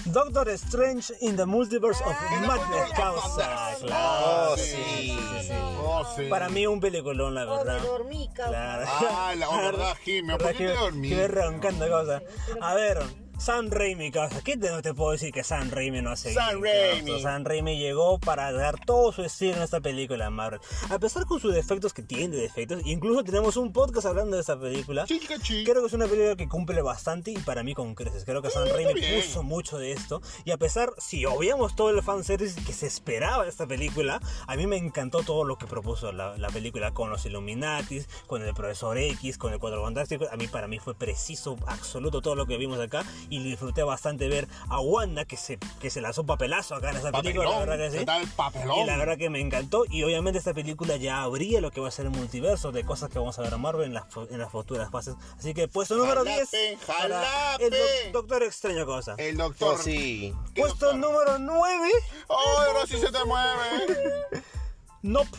[SPEAKER 1] Doctor Strange in the Multiverse of
[SPEAKER 3] Ah,
[SPEAKER 1] Madness
[SPEAKER 4] no,
[SPEAKER 1] causa.
[SPEAKER 4] no, no,
[SPEAKER 1] Claro.
[SPEAKER 2] Oh, sí.
[SPEAKER 4] Oh, sí.
[SPEAKER 1] Para mí un peliculón, la
[SPEAKER 3] Oh, me
[SPEAKER 1] verdad.
[SPEAKER 3] dormí, cabrón.
[SPEAKER 1] Claro.
[SPEAKER 4] Ah, la oh, verdad, Jimmy. ¿Por
[SPEAKER 1] ¿Verdad
[SPEAKER 4] qué te dormí?
[SPEAKER 1] que me roncando causa. A ver, San Raimi, causa. ¿Qué te, te puedo decir que San Raimi no hace
[SPEAKER 4] Sam
[SPEAKER 1] bien,
[SPEAKER 4] Raimi.
[SPEAKER 1] causa? San Raimi llegó para dar todo su estilo en esta película, Marvel. A pesar con sus defectos que tiene de defectos, incluso tenemos un podcast hablando de esta película.
[SPEAKER 4] Chica, chica.
[SPEAKER 1] Creo que es una película que cumple bastante y para mí con creces. Creo que San Raimi
[SPEAKER 4] Mm, bien.
[SPEAKER 1] puso mucho de esto. Y a pesar, si obviamos todo el fanservice que se esperaba de esta película, a mí me encantó todo lo que propuso la, la película con los Illuminatis, con el Profesor X, con el Cuatro Fantástico. A mí, para mí fue preciso, absoluto todo lo que vimos acá. Y disfruté bastante ver a Wanda que se, que se lanzó un papelazo acá en esta película. La
[SPEAKER 4] Papelón.
[SPEAKER 1] verdad que sí.
[SPEAKER 4] ¿Qué tal el
[SPEAKER 1] Y
[SPEAKER 4] papelón?
[SPEAKER 1] la verdad que me encantó. Y obviamente esta película ya abría lo que va a ser el multiverso de cosas que vamos a ver a Marvel en las, fu- en las futuras fases. Así que puesto número
[SPEAKER 4] Jalape,
[SPEAKER 1] 10. para
[SPEAKER 4] jalape.
[SPEAKER 1] El doc- Doctor Extraño Cosa.
[SPEAKER 4] El
[SPEAKER 2] Oh,
[SPEAKER 4] doctor.
[SPEAKER 2] sí.
[SPEAKER 4] ¿Qué
[SPEAKER 1] Puesto
[SPEAKER 4] doctor?
[SPEAKER 1] número 9.
[SPEAKER 4] Oh, pero si se te mueve.
[SPEAKER 1] Nope.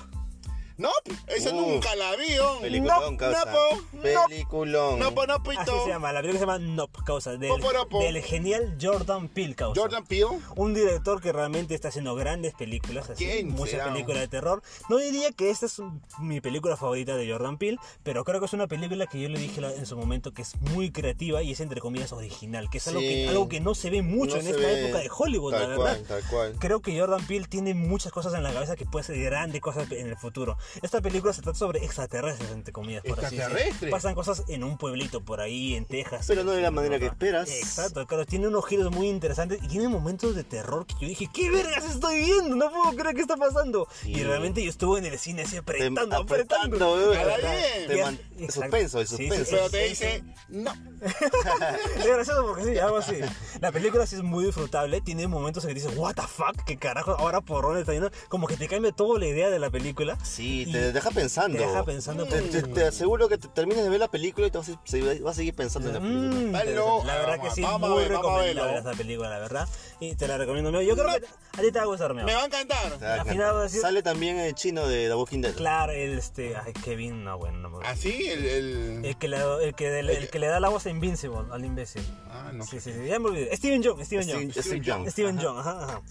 [SPEAKER 4] No, ese
[SPEAKER 2] Uh,
[SPEAKER 4] nunca la vi, oh.
[SPEAKER 2] Peliculón,
[SPEAKER 4] no,
[SPEAKER 2] causa.
[SPEAKER 4] No, po, no.
[SPEAKER 2] Peliculón.
[SPEAKER 4] No, po, no,
[SPEAKER 1] Así
[SPEAKER 4] pito.
[SPEAKER 1] se llama. La película se llama Nope Causa. Del,
[SPEAKER 4] Poporopo.
[SPEAKER 1] del genial Jordan Peele Causa.
[SPEAKER 4] Jordan Peele.
[SPEAKER 1] Un director que realmente está haciendo grandes películas, así,
[SPEAKER 4] ¿Quién
[SPEAKER 1] muchas
[SPEAKER 4] será?
[SPEAKER 1] películas de terror. No diría que esta es un- mi película favorita de Jordan Peele, pero creo que es una película que yo le dije la- en su momento que es muy creativa y es entre comillas original, que es algo,
[SPEAKER 2] Sí.
[SPEAKER 1] que, algo que no se ve mucho
[SPEAKER 2] No
[SPEAKER 1] en
[SPEAKER 2] se
[SPEAKER 1] esta
[SPEAKER 2] ve
[SPEAKER 1] época de Hollywood,
[SPEAKER 2] tal
[SPEAKER 1] la verdad.
[SPEAKER 2] cual, tal cual.
[SPEAKER 1] Creo que Jordan Peele tiene muchas cosas en la cabeza que puede ser grandes cosas en el futuro. Esta película se trata sobre extraterrestres, entre comillas, por así decirlo.
[SPEAKER 4] ¿Extraterrestres?
[SPEAKER 1] Pasan cosas en un pueblito por ahí, en Texas.
[SPEAKER 2] Pero no de la manera que esperas.
[SPEAKER 1] Exacto, claro, tiene unos giros muy interesantes y tiene momentos de terror que yo dije, ¿qué vergas estoy viendo? No puedo creer que está pasando. Y realmente yo estuve en el cine así
[SPEAKER 2] Te-
[SPEAKER 1] apretando, apretando.
[SPEAKER 2] Em, apretando, bebé,
[SPEAKER 4] Ahora
[SPEAKER 2] ¿verdad?
[SPEAKER 4] bien.
[SPEAKER 2] Te
[SPEAKER 1] Ya,
[SPEAKER 2] man-
[SPEAKER 1] exacto.
[SPEAKER 2] Suspenso, el
[SPEAKER 1] Sí, sí,
[SPEAKER 2] suspenso.
[SPEAKER 1] sí.
[SPEAKER 4] Pero te dice, no.
[SPEAKER 1] Es gracioso porque sí, algo así. La película sí es muy disfrutable, tiene momentos en que dices, what the fuck, qué carajo, ahora por dónde está yendo. Como que te cambia toda la idea de la película.
[SPEAKER 2] Sí,
[SPEAKER 1] Y
[SPEAKER 2] te deja pensando.
[SPEAKER 1] Te deja pensando
[SPEAKER 2] Te,
[SPEAKER 1] por-
[SPEAKER 2] te- te aseguro que te termines de ver la película y te vas a, se- vas a seguir pensando en la
[SPEAKER 1] Mm,
[SPEAKER 2] película.
[SPEAKER 1] interesante.
[SPEAKER 4] Velo,
[SPEAKER 1] la verdad
[SPEAKER 4] vamos,
[SPEAKER 1] que sí,
[SPEAKER 4] vamos a
[SPEAKER 1] muy
[SPEAKER 4] ver, vamos a
[SPEAKER 1] recomendable
[SPEAKER 4] verlo.
[SPEAKER 1] esta película, la verdad. Y te la recomiendo, Meo. Yo creo que a ti te va a gustar, Meo.
[SPEAKER 4] Me va a encantar.
[SPEAKER 2] Te va a
[SPEAKER 1] al final
[SPEAKER 2] encantar.
[SPEAKER 1] vas a decir-
[SPEAKER 2] Sale también el chino de The Walking Dead.
[SPEAKER 1] Claro, el este. Ay, Kevin, no, bueno, no me gusta.
[SPEAKER 4] Así, el. el...
[SPEAKER 1] El que, le, el, que, el, que le da la voz a Invincible, al imbécil.
[SPEAKER 4] Ah, no.
[SPEAKER 1] Sí, sí, sí, ya me olvidé. Steven Young, Steven
[SPEAKER 2] Steve,
[SPEAKER 1] Young.
[SPEAKER 2] Steve Young.
[SPEAKER 1] Steven Young, ajá, ajá.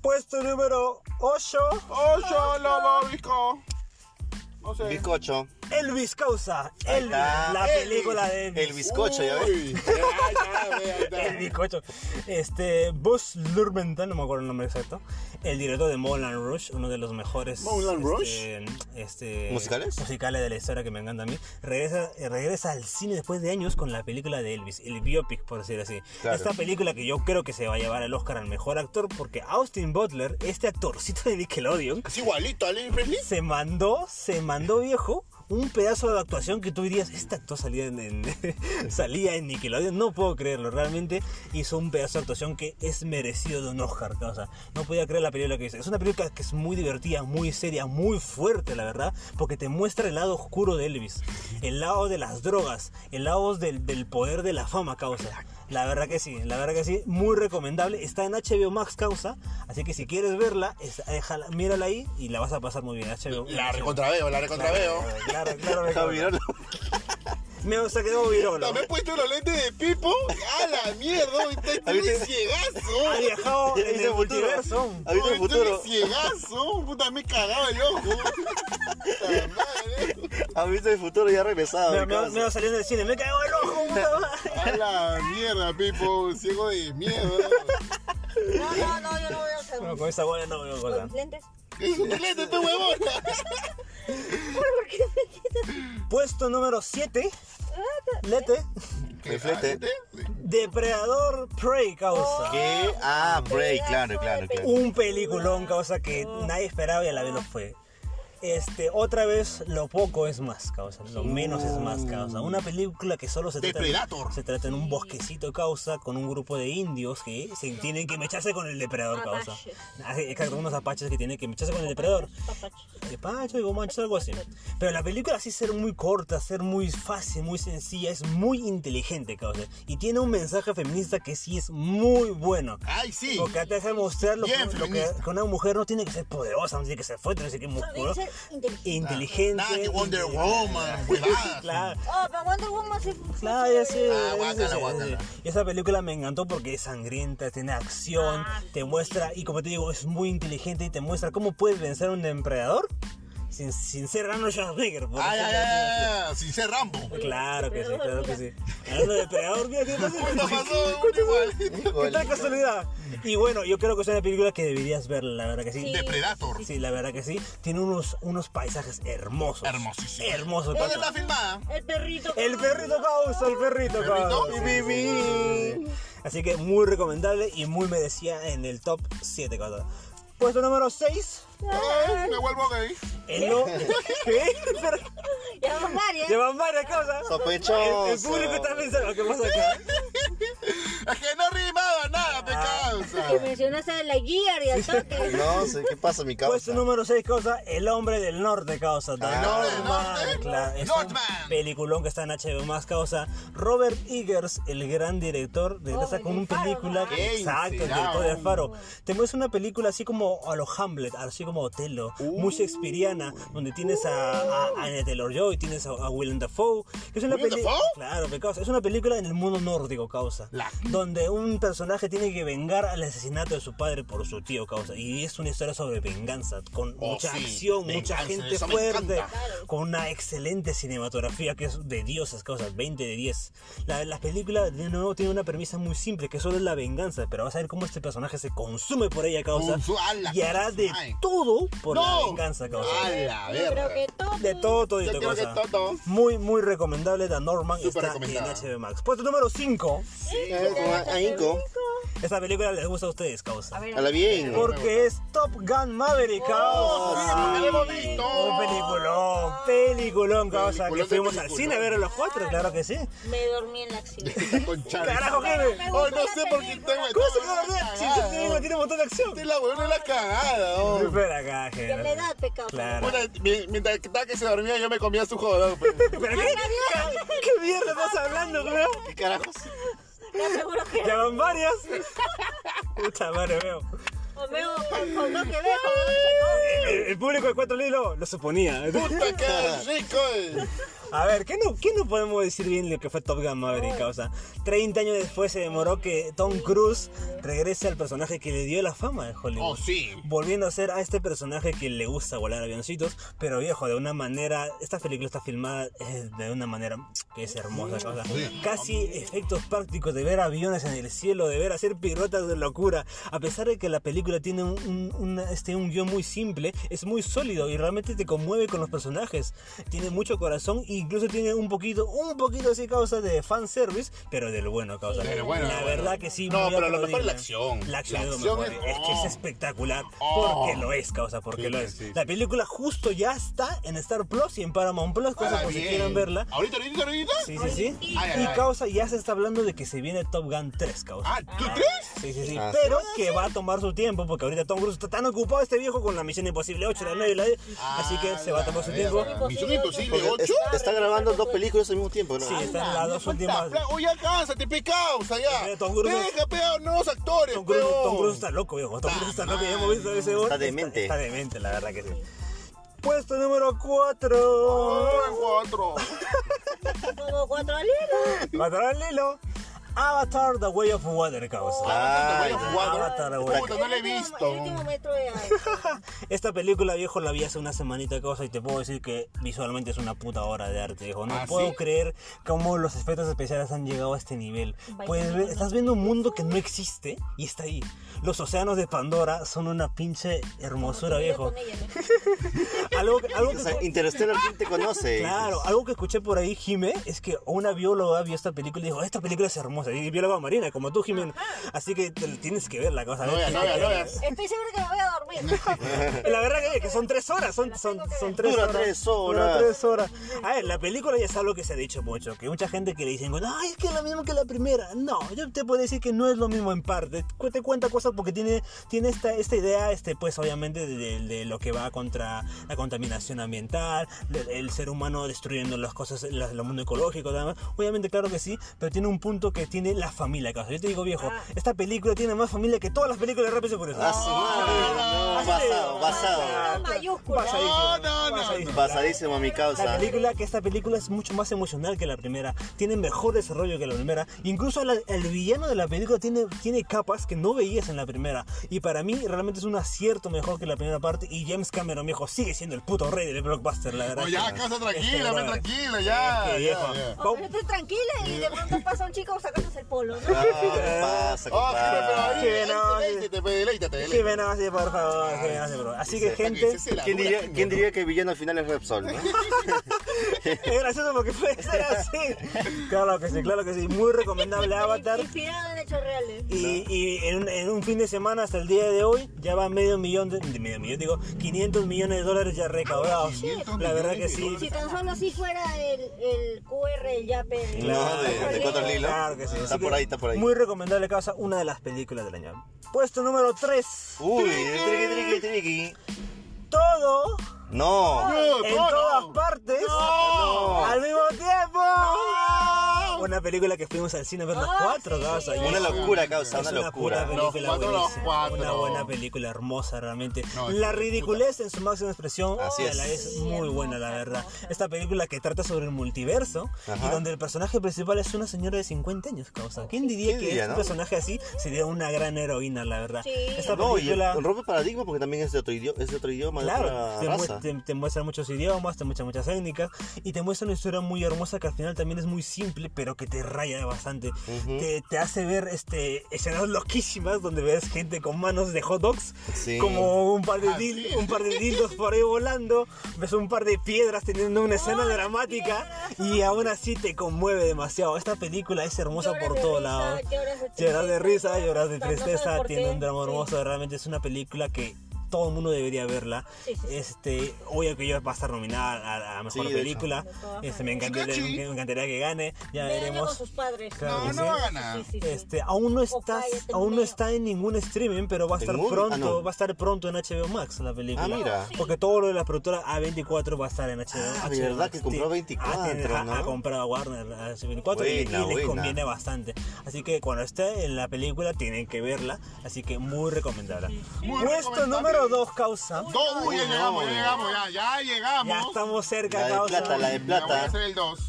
[SPEAKER 1] Puesto número 8.
[SPEAKER 4] ¡Oh, yo lo bobico! No sé.
[SPEAKER 2] Bizcocho.
[SPEAKER 1] Elvis Causa. Elvis,
[SPEAKER 2] está,
[SPEAKER 1] la
[SPEAKER 4] Elvis.
[SPEAKER 1] película de Elvis.
[SPEAKER 2] El bizcocho, ya ves.
[SPEAKER 4] Uy, ya, ya, ve, ahí está.
[SPEAKER 1] El bizcocho. Este, Buzz Lurmentan, no me acuerdo el nombre exacto. El director de Moulin Rouge, uno de los mejores.
[SPEAKER 4] ¿Moulin
[SPEAKER 1] este, este,
[SPEAKER 2] ¿Musicales?
[SPEAKER 1] Musicales de la historia que me encanta a mí. Regresa, regresa al cine después de años con la película de Elvis, el biopic, por decir así.
[SPEAKER 2] Claro.
[SPEAKER 1] Esta película que yo creo que se va a llevar el Oscar al mejor actor porque Austin Butler, este actorcito de Nickelodeon,
[SPEAKER 4] Es igualito a Elvis Presley.
[SPEAKER 1] se mandó, se mandó viejo. Un pedazo de actuación que tú dirías, este actor salía en, en- salía en Nickelodeon, no puedo creerlo, realmente hizo un pedazo de actuación que es merecido de un Oscar, causa. no podía creer la película que hizo. Es una película que es muy divertida, muy seria, muy fuerte, la verdad, porque te muestra el lado oscuro de Elvis, el lado de las drogas, el lado del, del poder de la fama, causa. La verdad que sí, la verdad que sí, muy recomendable. Está en HBO Max Causa, así que si quieres verla, es- déjala- mírala ahí y la vas a pasar muy bien. HBO.
[SPEAKER 4] La recontraveo, la recontraveo.
[SPEAKER 1] Claro, claro,
[SPEAKER 2] Está
[SPEAKER 1] claro.
[SPEAKER 2] virolo.
[SPEAKER 1] Me o sea, quedó virolo.
[SPEAKER 4] Me he puesto los lentes de Pipo. A la mierda, hoy estoy
[SPEAKER 2] Ahí te-
[SPEAKER 4] estoy ciegazo.
[SPEAKER 1] Ha viajado en
[SPEAKER 2] Dice
[SPEAKER 1] el
[SPEAKER 2] futuro.
[SPEAKER 1] multiverso.
[SPEAKER 2] Ha visto el
[SPEAKER 4] Hoy estoy
[SPEAKER 2] futuro.
[SPEAKER 4] ciegazo. Puta, me he cagado el ojo. Puta madre.
[SPEAKER 2] Ha visto el futuro y ha regresado.
[SPEAKER 1] Me,
[SPEAKER 2] mi
[SPEAKER 1] me,
[SPEAKER 2] causa.
[SPEAKER 1] me saliendo del cine, me cagó el ojo, puta madre.
[SPEAKER 4] A la mierda, Pipo, ciego de mierda.
[SPEAKER 3] No, no, no, yo no voy a usar
[SPEAKER 1] No, con esa bola no veo
[SPEAKER 3] con
[SPEAKER 1] cosa.
[SPEAKER 3] mis lentes.
[SPEAKER 4] Es un lente, pe huevón.
[SPEAKER 3] ¿Por qué me Ah, quitas?
[SPEAKER 1] Puesto número 7. Lete.
[SPEAKER 2] Mi flete.
[SPEAKER 1] Depredador Prey causa.
[SPEAKER 2] ¿Qué? Ah, Bray,
[SPEAKER 3] Pedazo
[SPEAKER 2] claro, claro,
[SPEAKER 3] de
[SPEAKER 2] claro.
[SPEAKER 1] un peliculón, causa que nadie esperaba y a la vez lo fue. Este, otra vez, lo poco es más, causa. Lo menos es más, causa. Una película que solo se trata,
[SPEAKER 4] Depredator.
[SPEAKER 1] se trata en un bosquecito, causa, con un grupo de indios que se tienen que mecharse con el depredador, causa.
[SPEAKER 3] Apaches.
[SPEAKER 1] Ah, Exacto, unos apaches que tienen que mecharse con el depredador.
[SPEAKER 3] Papacho.
[SPEAKER 1] De Pancho y Gomancho, algo así. Pero la película sí ser muy corta, ser muy fácil, muy sencilla, es muy inteligente, causa. Y tiene un mensaje feminista que sí es muy bueno.
[SPEAKER 4] Ay, sí.
[SPEAKER 1] Porque te hace mostrar lo, que,
[SPEAKER 4] Bien
[SPEAKER 1] lo que-
[SPEAKER 4] feminista.
[SPEAKER 1] que una mujer no tiene que ser poderosa, no tiene que ser fuerte, no tiene que ser
[SPEAKER 3] Debe
[SPEAKER 1] musculosa.
[SPEAKER 3] ser inteligente.
[SPEAKER 1] Inteligente.
[SPEAKER 4] Nada que Wonder
[SPEAKER 1] inte-
[SPEAKER 4] Woman, huevadas.
[SPEAKER 1] Claro.
[SPEAKER 3] Oh, pero Wonder Woman sí.
[SPEAKER 1] Claro, ya sé,
[SPEAKER 4] Ah,
[SPEAKER 1] ya sé,
[SPEAKER 4] guácala,
[SPEAKER 1] ya sé.
[SPEAKER 4] guácala.
[SPEAKER 1] Y esa película me encantó porque es sangrienta, tiene acción, te muestra, y como te digo, es muy inteligente y te muestra cómo puedes vencer a un depredador sin, sin ser Arnold Schwarzenegger. por
[SPEAKER 4] Ay, ay,
[SPEAKER 1] ejemplo.
[SPEAKER 4] ay, ay, sin ser Rambo.
[SPEAKER 1] Claro que sí, claro que sí. Hablando de depredador, mira, ¿qué
[SPEAKER 4] No
[SPEAKER 1] pasa?
[SPEAKER 4] pasó un igualito.
[SPEAKER 1] ¿Qué tal casualidad? Y bueno, yo creo que es una película que deberías ver, la verdad que sí.
[SPEAKER 4] Depredator.
[SPEAKER 1] Sí, la verdad que sí. Tiene unos, unos paisajes hermosos.
[SPEAKER 4] Hermosísimo.
[SPEAKER 1] Hermosos.
[SPEAKER 4] ¿Dónde
[SPEAKER 1] causa.
[SPEAKER 4] está filmada?
[SPEAKER 3] El perrito.
[SPEAKER 1] El perrito causa, el perrito
[SPEAKER 4] ¿Perrito?
[SPEAKER 1] causa. Bi, bi, bi. Así que muy recomendable y muy merecida en el top 7 causa. Puesto número 6.
[SPEAKER 4] Ay, Me vuelvo gay.
[SPEAKER 1] El no. ¿Qué? Pero
[SPEAKER 3] Ya vamos varias.
[SPEAKER 1] llevan varias cosas.
[SPEAKER 2] Sospechoso.
[SPEAKER 1] El, el público está pensando que pasa acá.
[SPEAKER 4] Es que no rimaba nada, pe
[SPEAKER 1] Ah.
[SPEAKER 4] causa.
[SPEAKER 3] Que mencionaste a la guía y al toque.
[SPEAKER 2] No sé qué pasa, mi
[SPEAKER 1] Puesto
[SPEAKER 2] causa.
[SPEAKER 1] número 6 causa El hombre del norte causa. The
[SPEAKER 2] Ah.
[SPEAKER 1] Northman.
[SPEAKER 4] ¿El hombre del norte?
[SPEAKER 1] Claro, es
[SPEAKER 4] Northman.
[SPEAKER 1] un peliculón que está en HBO más causa. Robert Eggers, el gran director, de
[SPEAKER 3] Oh,
[SPEAKER 1] está con
[SPEAKER 3] el
[SPEAKER 1] una
[SPEAKER 3] Faro,
[SPEAKER 1] película.
[SPEAKER 3] ¿no?
[SPEAKER 2] Qué
[SPEAKER 1] Exacto, el director de Faro. Te muestra una película así como a los Hamlet, así como Otelo,
[SPEAKER 4] Uh.
[SPEAKER 1] muy shakespeariana, donde tienes a, a Anya Taylor Joy, tienes a, a Willem Dafoe. que es una
[SPEAKER 4] ¿Willem
[SPEAKER 1] peli-
[SPEAKER 4] Dafoe?
[SPEAKER 1] Claro, pe causa. Es una película en el mundo nórdico causa.
[SPEAKER 4] La-
[SPEAKER 1] Donde un personaje tiene que vengar al asesinato de su padre por su tío causa. Y es una historia sobre venganza, con
[SPEAKER 4] Oh,
[SPEAKER 1] mucha
[SPEAKER 4] sí,
[SPEAKER 1] acción,
[SPEAKER 4] venganza,
[SPEAKER 1] mucha gente
[SPEAKER 4] eso me
[SPEAKER 1] fuerte,
[SPEAKER 4] encanta.
[SPEAKER 1] con una excelente cinematografía que es de dioses, cosas 20 de 10. La, las películas de nuevo tienen una premisa muy simple, que solo es la venganza, pero vas a ver cómo este personaje se consume por ella, causa,
[SPEAKER 4] Consu- a la
[SPEAKER 1] y hará de
[SPEAKER 4] madre.
[SPEAKER 1] todo por la
[SPEAKER 4] No.
[SPEAKER 1] venganza, causa.
[SPEAKER 4] A la
[SPEAKER 3] Yo creo
[SPEAKER 4] verga.
[SPEAKER 3] que todo.
[SPEAKER 1] De todo,
[SPEAKER 4] Yo
[SPEAKER 1] todito,
[SPEAKER 4] creo que
[SPEAKER 1] cosa.
[SPEAKER 4] todo.
[SPEAKER 1] Muy, muy recomendable. Dan Norman
[SPEAKER 4] Súper
[SPEAKER 1] está en
[SPEAKER 4] recomendada.
[SPEAKER 1] HBO Max. Puesto número 5.
[SPEAKER 2] Eh, con
[SPEAKER 4] Ah,
[SPEAKER 2] a- a Inco.
[SPEAKER 1] Esta película les gusta a ustedes, causa.
[SPEAKER 3] A ver.
[SPEAKER 2] A la bien.
[SPEAKER 1] Porque es Top Gun Maverick,
[SPEAKER 4] Oh,
[SPEAKER 1] causa.
[SPEAKER 4] sí, lo hemos visto.
[SPEAKER 1] Un peliculón, peliculón, causa. Que
[SPEAKER 4] Peliculón de
[SPEAKER 1] fuimos al
[SPEAKER 4] peliculón.
[SPEAKER 1] cine a ver a los cuatro, claro que sí.
[SPEAKER 3] Me dormí en la acción.
[SPEAKER 4] Con Charlie.
[SPEAKER 1] Carajo, Henry.
[SPEAKER 4] Oh, no sé por qué tengo
[SPEAKER 1] ¿Cómo se quedó la Si este película tiene un montón de acción.
[SPEAKER 4] Estoy la huevona la cagada, oh.
[SPEAKER 1] Espera acá,
[SPEAKER 3] Que me
[SPEAKER 1] Henry.
[SPEAKER 3] da pecado.
[SPEAKER 1] Claro.
[SPEAKER 4] Puta, mi- Mientras que estaba que se dormía, yo me comía su jodón. pues. pe.
[SPEAKER 1] ¿Pero qué? ¿Qué- ¿Qué mierda estás hablando, weón?
[SPEAKER 2] ¿Qué carajos?
[SPEAKER 3] Te aseguro que
[SPEAKER 1] Ya van varias. Puta madre, veo.
[SPEAKER 3] Homero, con con lo que dejo, no se come.
[SPEAKER 1] El, el público de Cuatro Lilo lo suponía.
[SPEAKER 4] Puta, qué rico. eh.
[SPEAKER 1] A ver, ¿qué no, qué no podemos decir bien lo que fue Top Gun Maverick? O sea, 30 años después se demoró que Tom Cruise regrese al personaje que le dio la fama de Hollywood.
[SPEAKER 4] Oh, sí.
[SPEAKER 1] Volviendo a ser a este personaje que le gusta volar avioncitos, pero viejo, de una manera. Esta película está filmada eh, de una manera que es hermosa. o sea,
[SPEAKER 4] Sí.
[SPEAKER 1] casi efectos prácticos de ver aviones en el cielo, de ver hacer piruetas de locura. A pesar de que la película tiene un, un- una- este, un guión muy simple, es muy sólido y realmente te conmueve con los personajes. Tiene mucho corazón e incluso tiene un poquito, un poquito así causa de fanservice, pero del bueno causa.
[SPEAKER 4] Pero bueno,
[SPEAKER 1] la
[SPEAKER 4] bueno.
[SPEAKER 1] verdad que sí.
[SPEAKER 4] No,
[SPEAKER 1] muy
[SPEAKER 4] pero lo mejor
[SPEAKER 1] aplaudible.
[SPEAKER 4] es la acción.
[SPEAKER 1] La acción,
[SPEAKER 4] La
[SPEAKER 1] es, lo
[SPEAKER 4] acción
[SPEAKER 1] mejor.
[SPEAKER 4] es-
[SPEAKER 1] Es que es
[SPEAKER 4] oh.
[SPEAKER 1] espectacular.
[SPEAKER 4] Oh.
[SPEAKER 1] Porque lo es, causa, porque
[SPEAKER 4] Sí,
[SPEAKER 1] lo
[SPEAKER 4] sí,
[SPEAKER 1] es.
[SPEAKER 4] sí.
[SPEAKER 1] La película justo ya está en Star Plus y en Paramount Plus, cosa
[SPEAKER 4] Ah,
[SPEAKER 1] por Pues, si
[SPEAKER 4] bien.
[SPEAKER 1] quieren verla.
[SPEAKER 4] ¿Ahorita, ahorita, ahorita?
[SPEAKER 1] Sí, sí, sí.
[SPEAKER 4] Ay, ay,
[SPEAKER 1] y
[SPEAKER 4] ay.
[SPEAKER 1] causa ya se está hablando de que se viene Top Gun 3, causa.
[SPEAKER 4] Ah, ¿tú crees?
[SPEAKER 1] Sí, sí, sí.
[SPEAKER 2] Ah, sí.
[SPEAKER 1] Pero que va a tomar su tiempo, porque ahorita Tom Cruise está tan ocupado este viejo con la Misión Imposible 8, la 9 y la 10. Así que se va a tomar su
[SPEAKER 4] Ah,
[SPEAKER 1] tiempo.
[SPEAKER 4] ya, ya. Misión Imposible
[SPEAKER 2] Porque
[SPEAKER 4] 8.
[SPEAKER 2] es- está grabando dos películas al mismo tiempo, ¿no? Ah,
[SPEAKER 1] Sí, están las dos últimas.
[SPEAKER 4] Oye, cásate, pe causa, ya.
[SPEAKER 1] Eh, Tom Cruise-
[SPEAKER 4] Deja, pe, a nuevos actores,
[SPEAKER 1] Tom Cruise,
[SPEAKER 4] pe.
[SPEAKER 1] Tom Cruise está loco, viejo. Tom Cruise está loco, ya hemos visto ese gol.
[SPEAKER 2] demente.
[SPEAKER 1] Está, demente, la verdad que sí. Puesto número 4.
[SPEAKER 4] Oh, cuatro.
[SPEAKER 3] Como cuatro al hilo.
[SPEAKER 1] Matará al Lilo. Avatar The Way of Water, causa.
[SPEAKER 2] Ah,
[SPEAKER 4] Voy a
[SPEAKER 2] ya.
[SPEAKER 4] jugar.
[SPEAKER 1] Avatar,
[SPEAKER 4] Puta,
[SPEAKER 1] güey.
[SPEAKER 4] no la he
[SPEAKER 3] El último-
[SPEAKER 4] visto.
[SPEAKER 3] El último metro de aire.
[SPEAKER 1] Esta película, viejo, la vi hace una semanita, cosa, y te puedo decir que visualmente es una puta obra de arte, viejo. No
[SPEAKER 4] ¿Ah,
[SPEAKER 1] puedo
[SPEAKER 4] sí?
[SPEAKER 1] creer cómo los efectos especiales han llegado a este nivel. Pues ve- estás viendo un mundo que no existe y está ahí. Los océanos de Pandora son una pinche hermosura, viejo.
[SPEAKER 3] Con ella, ¿no?
[SPEAKER 1] Algo, algo
[SPEAKER 2] O
[SPEAKER 1] que...
[SPEAKER 2] sea, Interstellar, ¿quién te conoce?
[SPEAKER 1] Claro, algo que escuché por ahí, Jimé, es que una bióloga vio esta película y dijo, esta película es hermosa, y bióloga marina, como tú, Jimé. Así que te- tienes que verla, cosa. ¿eh?
[SPEAKER 4] No veas, no veas, no veas.
[SPEAKER 3] Estoy segura que me voy a dormir.
[SPEAKER 1] La verdad que, que son tres horas, son, son, son tres
[SPEAKER 2] Dura
[SPEAKER 1] horas.
[SPEAKER 2] tres
[SPEAKER 1] Dura
[SPEAKER 2] horas.
[SPEAKER 1] tres horas. A ver, la película ya es algo que se ha dicho mucho, que mucha gente que le dicen, bueno, ay, es que es lo mismo que la primera. No, yo te puedo decir que no es lo mismo en parte. Cu- Te cuenta cosas porque tiene, tiene esta, esta idea, este, pues obviamente, de, de- de lo que va contra la contaminación ambiental, de- el ser humano destruyendo las cosas, la- el mundo ecológico, nada más. Obviamente, claro que sí, pero tiene un punto que tiene la familia. causa. Yo te digo, viejo,
[SPEAKER 3] Ah.
[SPEAKER 1] esta película tiene más familia que todas las películas de Rápido y Furioso.
[SPEAKER 2] Ah, su madre. No, basado, basado.
[SPEAKER 3] Una mayúscula.
[SPEAKER 1] Basadísimo,
[SPEAKER 4] No, no, no,
[SPEAKER 1] basadísimo.
[SPEAKER 2] Basadísimo mi
[SPEAKER 1] La
[SPEAKER 2] causa.
[SPEAKER 1] película, que esta película es mucho más emocional que la primera, tiene mejor desarrollo que la primera, incluso la- el villano de la película tiene, tiene capas que no veías en la primera, y para mí realmente es un acierto mejor que la primera parte, y James Cameron, viejo, sigue siendo el puto rey del blockbuster, la verdad.
[SPEAKER 4] No, ya,
[SPEAKER 1] que-
[SPEAKER 4] casa
[SPEAKER 1] este,
[SPEAKER 4] tranquila, ven
[SPEAKER 1] brother.
[SPEAKER 4] tranquila, ya.
[SPEAKER 1] Qué Este viejo.
[SPEAKER 4] ya, ya.
[SPEAKER 3] Oh, Estoy tranquila y de pronto pasa un chico sacándose el polo, ¿no?
[SPEAKER 2] Ah, ¿qué pasa,
[SPEAKER 4] Oh,
[SPEAKER 2] compadre?
[SPEAKER 4] Jimé,
[SPEAKER 1] Sí,
[SPEAKER 4] pero
[SPEAKER 1] no,
[SPEAKER 4] ahí, deleítate, pe, deleítate,
[SPEAKER 1] Sí,
[SPEAKER 4] deleítate.
[SPEAKER 1] ven así, por favor, sí, ven así, por favor. Así que, gente,
[SPEAKER 4] Esa es la
[SPEAKER 2] ¿Quién
[SPEAKER 4] dura,
[SPEAKER 2] diría,
[SPEAKER 4] Jimé,
[SPEAKER 2] quién
[SPEAKER 4] ¿no?
[SPEAKER 2] diría que el villano al final es Repsol? no?
[SPEAKER 1] es gracioso porque puede ser así. Claro que sí, claro que sí. Muy recomendable Avatar.
[SPEAKER 3] Inspirado en hechos reales.
[SPEAKER 1] Y, y en, un- en un fin de semana hasta el día de hoy ya va medio millón de, de medio millón, digo, 500 millones de dólares ya
[SPEAKER 2] Ah,
[SPEAKER 1] recaudados. La verdad que sí.
[SPEAKER 3] Si tan solo así fuera el, el QR, el yape. el-
[SPEAKER 2] Claro, de, de cuatro lilos.
[SPEAKER 1] Claro que sí.
[SPEAKER 2] Está
[SPEAKER 1] Así
[SPEAKER 2] por
[SPEAKER 1] que
[SPEAKER 2] ahí, está por ahí.
[SPEAKER 1] Muy recomendable causa una de las películas del año. Puesto número 3.
[SPEAKER 2] Uy, triqui, triqui, triqui.
[SPEAKER 1] Todo
[SPEAKER 2] No.
[SPEAKER 4] No,
[SPEAKER 1] en
[SPEAKER 4] no,
[SPEAKER 1] todas
[SPEAKER 4] no.
[SPEAKER 1] partes
[SPEAKER 4] No.
[SPEAKER 1] al mismo tiempo. Una película que fuimos al cine a ver los
[SPEAKER 3] Ah,
[SPEAKER 1] cuatro
[SPEAKER 3] sí,
[SPEAKER 1] causa.
[SPEAKER 3] sí.
[SPEAKER 1] Y
[SPEAKER 2] Una
[SPEAKER 1] es-
[SPEAKER 2] locura, causa, una
[SPEAKER 1] es una puta
[SPEAKER 2] locura.
[SPEAKER 4] Los
[SPEAKER 1] película
[SPEAKER 4] cuatro, los
[SPEAKER 1] buenísima,
[SPEAKER 4] cuatro.
[SPEAKER 1] Una buena película hermosa realmente.
[SPEAKER 4] No, es
[SPEAKER 1] la
[SPEAKER 4] una
[SPEAKER 1] ridiculez en su máxima expresión
[SPEAKER 2] Así
[SPEAKER 1] a la
[SPEAKER 2] es.
[SPEAKER 1] vez muy buena, la verdad. Esta película que trata sobre el multiverso y
[SPEAKER 2] Ajá.
[SPEAKER 1] donde el personaje principal es una señora de 50 años, causa. ¿Quién diría
[SPEAKER 2] ¿Quién
[SPEAKER 1] que
[SPEAKER 2] diría,
[SPEAKER 1] un
[SPEAKER 2] no?
[SPEAKER 1] personaje así sería una gran heroína, la verdad?
[SPEAKER 3] Sí.
[SPEAKER 1] Esta
[SPEAKER 2] No, y
[SPEAKER 1] película
[SPEAKER 2] rompe paradigma porque también es de otro idioma, es de otro idioma de
[SPEAKER 1] Claro,
[SPEAKER 2] otra
[SPEAKER 1] te,
[SPEAKER 2] raza.
[SPEAKER 1] mue- te- te muestran muchos idiomas, te muestran muchas técnicas y te muestra una historia muy hermosa que al final también es muy simple, pero que te raya bastante. te, te hace ver este, escenas loquísimas donde ves gente con manos de hot dogs,
[SPEAKER 2] Sí.
[SPEAKER 1] como un par, de
[SPEAKER 4] Ah,
[SPEAKER 1] dil-
[SPEAKER 4] sí.
[SPEAKER 1] un par de dildos por ahí volando, ves un par de piedras teniendo una escena dramática y aún así te conmueve demasiado. Esta película es hermosa
[SPEAKER 3] Lloras
[SPEAKER 1] por
[SPEAKER 3] de
[SPEAKER 1] todos
[SPEAKER 3] risa,
[SPEAKER 1] lados.
[SPEAKER 3] lloras de
[SPEAKER 1] Lloras de
[SPEAKER 3] tristeza,
[SPEAKER 1] risa, lloras de
[SPEAKER 3] no sabes
[SPEAKER 1] tristeza,
[SPEAKER 3] por
[SPEAKER 1] tiene
[SPEAKER 3] qué,
[SPEAKER 1] un drama
[SPEAKER 3] sí.
[SPEAKER 1] hermoso, realmente es una película que todo el mundo debería verla.
[SPEAKER 3] Sí, sí, sí.
[SPEAKER 1] Este, obvio que yo va a estar nominada a, a mejor
[SPEAKER 2] Sí, de hecho.
[SPEAKER 1] película.
[SPEAKER 3] De todas
[SPEAKER 1] Este, me, encantaría,
[SPEAKER 4] Pikachu.
[SPEAKER 1] me encantaría que gane. Ya
[SPEAKER 3] Veanla con
[SPEAKER 1] veremos.
[SPEAKER 3] sus padres.
[SPEAKER 1] Claro
[SPEAKER 4] No,
[SPEAKER 1] que
[SPEAKER 4] no
[SPEAKER 1] sí.
[SPEAKER 4] va a ganar.
[SPEAKER 3] Sí, sí, sí.
[SPEAKER 1] Este, aún no
[SPEAKER 3] O
[SPEAKER 1] está,
[SPEAKER 3] cállate,
[SPEAKER 1] aún no
[SPEAKER 3] Leo.
[SPEAKER 1] está en ningún streaming, pero va a estar
[SPEAKER 2] ¿Ningún?
[SPEAKER 1] pronto,
[SPEAKER 2] Ah, no.
[SPEAKER 1] va a estar pronto en HBO Max la película.
[SPEAKER 2] Ah, mira.
[SPEAKER 1] Porque todo lo de la productora A24 va a estar en HBO,
[SPEAKER 2] Ah,
[SPEAKER 1] HBO
[SPEAKER 2] verdad que compró
[SPEAKER 1] Sí.
[SPEAKER 2] 24,
[SPEAKER 1] Ah, tiene- ha-
[SPEAKER 2] ¿no?
[SPEAKER 1] Ha, comprado Warner a A24 y- y,
[SPEAKER 2] Buena,
[SPEAKER 1] les
[SPEAKER 2] buena.
[SPEAKER 1] conviene bastante. Así que cuando esté en la película tienen que verla, así que muy recomendable.
[SPEAKER 4] Muy
[SPEAKER 1] Puesto
[SPEAKER 4] recomendable,
[SPEAKER 1] número número 2, causa.
[SPEAKER 4] Dos, uy, ya
[SPEAKER 2] Uy,
[SPEAKER 4] llegamos,
[SPEAKER 2] no.
[SPEAKER 4] ya llegamos, ya, ya
[SPEAKER 1] Ya
[SPEAKER 4] llegamos.
[SPEAKER 1] estamos cerca,
[SPEAKER 2] La de
[SPEAKER 1] causa.
[SPEAKER 2] plata, la de
[SPEAKER 4] Ya voy a
[SPEAKER 2] plata.
[SPEAKER 4] hacer el 2.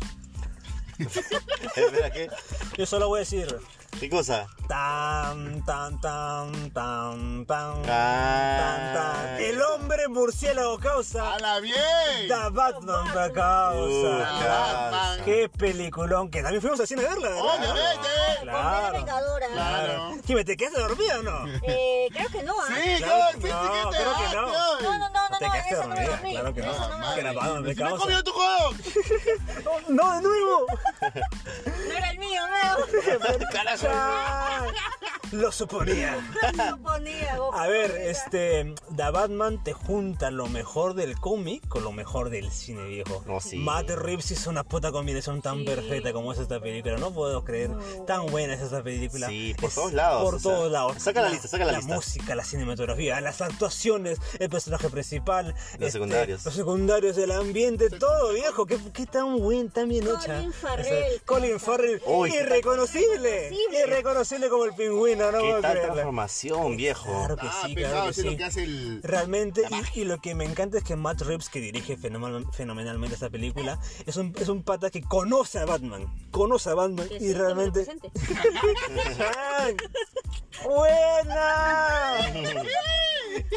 [SPEAKER 2] Espera, ¿qué?
[SPEAKER 1] Yo solo voy a decir.
[SPEAKER 2] ¿Qué cosa?
[SPEAKER 1] Tan, tan, tan, tan, tan. Tan,
[SPEAKER 2] Ah.
[SPEAKER 1] tan. El hombre murciélago causa.
[SPEAKER 4] ¡Hala bien!
[SPEAKER 1] Da Batman da
[SPEAKER 2] Uh,
[SPEAKER 1] causa.
[SPEAKER 2] causa.
[SPEAKER 1] Qué peliculón que también fuimos al cine a verla. ¿verdad?
[SPEAKER 4] ¡Obviamente!
[SPEAKER 1] Claro.
[SPEAKER 3] Con Vengadora.
[SPEAKER 4] Claro.
[SPEAKER 1] Dime, ¿te quedaste dormido o no?
[SPEAKER 3] Eh, creo que no, ¿ah?
[SPEAKER 4] Sí,
[SPEAKER 1] Claro,
[SPEAKER 4] yo, sí, sí
[SPEAKER 1] no,
[SPEAKER 4] que te
[SPEAKER 1] creo que no.
[SPEAKER 4] vas,
[SPEAKER 3] No, no, no, no,
[SPEAKER 1] te
[SPEAKER 3] no, en
[SPEAKER 1] quedaste
[SPEAKER 3] esa no me
[SPEAKER 1] dormida,
[SPEAKER 3] dormí.
[SPEAKER 1] claro que
[SPEAKER 3] en
[SPEAKER 1] no.
[SPEAKER 3] esa no me
[SPEAKER 1] Que la
[SPEAKER 3] dormí.
[SPEAKER 1] Batman da
[SPEAKER 4] tío. ¡Me he
[SPEAKER 1] causa.
[SPEAKER 4] comido tu juego!
[SPEAKER 1] Oh, No, de nuevo.
[SPEAKER 3] No era el mío, no.
[SPEAKER 1] Carajo. Lo suponía.
[SPEAKER 3] No ponía. Goku,
[SPEAKER 1] A ver,
[SPEAKER 3] mira.
[SPEAKER 1] este, The Batman te junta lo mejor del cómic con lo mejor del cine viejo.
[SPEAKER 2] No, sí.
[SPEAKER 1] Matt Reeves hizo una puta combinación tan perfecta como es esta película. No puedo creer tan buena es esta película.
[SPEAKER 2] Sí, por
[SPEAKER 1] Es-
[SPEAKER 2] todos lados,
[SPEAKER 1] Por
[SPEAKER 2] o sea,
[SPEAKER 1] todos lados.
[SPEAKER 2] saca la lista, saca la lista.
[SPEAKER 1] música, la cinematografía, las actuaciones, el personaje principal, este,
[SPEAKER 2] secundarios.
[SPEAKER 1] los secundarios, el ambiente, todo viejo. Qué, qué tan buen, tan bien
[SPEAKER 3] Colin
[SPEAKER 1] hecha.
[SPEAKER 3] Farrell,
[SPEAKER 1] Esa- Colin Farrell,
[SPEAKER 2] Uy.
[SPEAKER 1] irreconocible,
[SPEAKER 3] Irreconocible.
[SPEAKER 1] irreconocible como el pingüino. No
[SPEAKER 2] Qué
[SPEAKER 1] puedo
[SPEAKER 2] tal
[SPEAKER 1] creerlo.
[SPEAKER 2] transformación, viejo.
[SPEAKER 1] Claro que
[SPEAKER 4] Ah,
[SPEAKER 1] sí,
[SPEAKER 4] pesado,
[SPEAKER 1] claro que
[SPEAKER 4] es lo
[SPEAKER 1] sí.
[SPEAKER 4] que hace el.
[SPEAKER 1] Realmente, y, y lo que me encanta es que Matt Reeves, que dirige fenomen- fenomenalmente esta película, es un, es un pata que conoce a Batman. Conoce a Batman
[SPEAKER 3] Que sí,
[SPEAKER 1] y
[SPEAKER 3] que me
[SPEAKER 1] realmente.
[SPEAKER 3] represente.
[SPEAKER 1] ¡Frank! ¡Buena!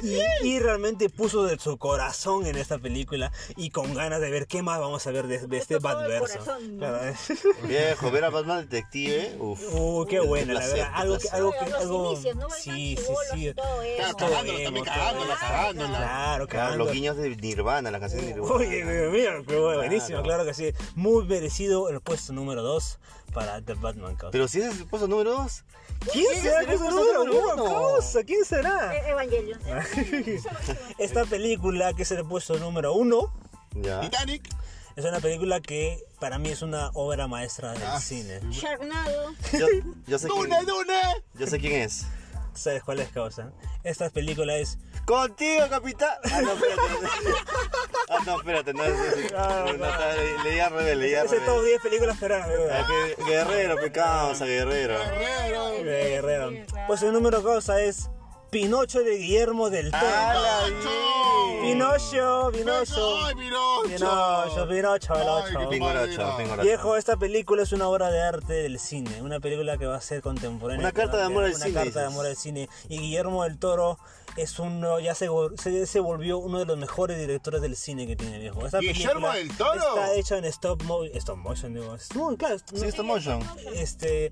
[SPEAKER 1] Y, y realmente puso de su corazón en esta película y con ganas de ver qué más vamos a ver de, de este
[SPEAKER 3] Puso todo el
[SPEAKER 1] Batverso.
[SPEAKER 3] corazón.
[SPEAKER 1] Claro, es-
[SPEAKER 2] Viejo, ver a Batman Detective, uff.
[SPEAKER 1] Uh, qué
[SPEAKER 2] Qué
[SPEAKER 1] buena, la
[SPEAKER 2] placer,
[SPEAKER 1] verdad.
[SPEAKER 2] qué
[SPEAKER 1] Algo que,
[SPEAKER 2] placer.
[SPEAKER 1] algo que,
[SPEAKER 3] Los
[SPEAKER 1] algo.
[SPEAKER 3] inicios, ¿no? Van
[SPEAKER 1] Sí, sí,
[SPEAKER 3] chibolos
[SPEAKER 1] sí.
[SPEAKER 3] y todo eso.
[SPEAKER 4] Claro,
[SPEAKER 1] Todo
[SPEAKER 4] cagándola,
[SPEAKER 1] emo,
[SPEAKER 4] también
[SPEAKER 1] todo
[SPEAKER 4] cagándola,
[SPEAKER 1] emo.
[SPEAKER 4] cagándola.
[SPEAKER 1] Claro,
[SPEAKER 2] Claro, los
[SPEAKER 1] cagándola.
[SPEAKER 2] guiños de Nirvana, las canciones de Nirvana.
[SPEAKER 1] Oye, Dios mío, qué bueno, buenísimo, claro que sí. Muy merecido el puesto número 2 para The Batman Cause.
[SPEAKER 2] Pero si ese es el puesto número 2.
[SPEAKER 1] ¿Quién será que es el número uno? Cosa, ¿Quién será?
[SPEAKER 3] Eh, Evangelion.
[SPEAKER 1] Esta película, que es el puesto número 1,
[SPEAKER 2] Ya.
[SPEAKER 4] Titanic.
[SPEAKER 1] es una película que para mí es una obra maestra del cine.
[SPEAKER 3] Sharknado.
[SPEAKER 2] Yo, yo sé quién,
[SPEAKER 4] ¡Dune, Dune!
[SPEAKER 2] yo sé quién es.
[SPEAKER 1] ¿Sabes cuál es causa? Esta película es.
[SPEAKER 2] ¡Contigo, capitán! Ah, no, espérate. Ah, no, espérate. No, es- es- no, está- le- leí al revés, leí al
[SPEAKER 1] Es de top
[SPEAKER 2] revés.
[SPEAKER 1] 10 películas peruanas,
[SPEAKER 2] Ah,
[SPEAKER 1] ¿verdad?
[SPEAKER 2] que- Guerrero, pecamos a Guerrero.
[SPEAKER 1] De Guerrero. Pues el número causa es Pinocho de Guillermo del
[SPEAKER 2] ¡A
[SPEAKER 1] Toro.
[SPEAKER 2] Ah, la vi!
[SPEAKER 1] Pinocho, Pinocho.
[SPEAKER 4] ¡Ay, Pinocho!
[SPEAKER 1] Pinocho, Pinocho, el
[SPEAKER 4] Ay,
[SPEAKER 1] ocho.
[SPEAKER 4] qué
[SPEAKER 2] Pingorocho, pingorocho.
[SPEAKER 1] Viejo, esta película es una obra de arte del cine, una película que va a ser contemporánea.
[SPEAKER 2] Una carta de amor al
[SPEAKER 1] una
[SPEAKER 2] cine,
[SPEAKER 1] carta
[SPEAKER 2] dices.
[SPEAKER 1] de amor al cine. Y Guillermo del Toro es uno, ya se, vol- se, se volvió uno de los mejores directores del cine que tiene viejo. Esta
[SPEAKER 4] ¿Guillermo
[SPEAKER 1] película
[SPEAKER 4] del Toro?
[SPEAKER 1] Está hecha en stop, mo- stop motion, digo. Es- no, claro, es-
[SPEAKER 2] Sí, stop motion.
[SPEAKER 1] este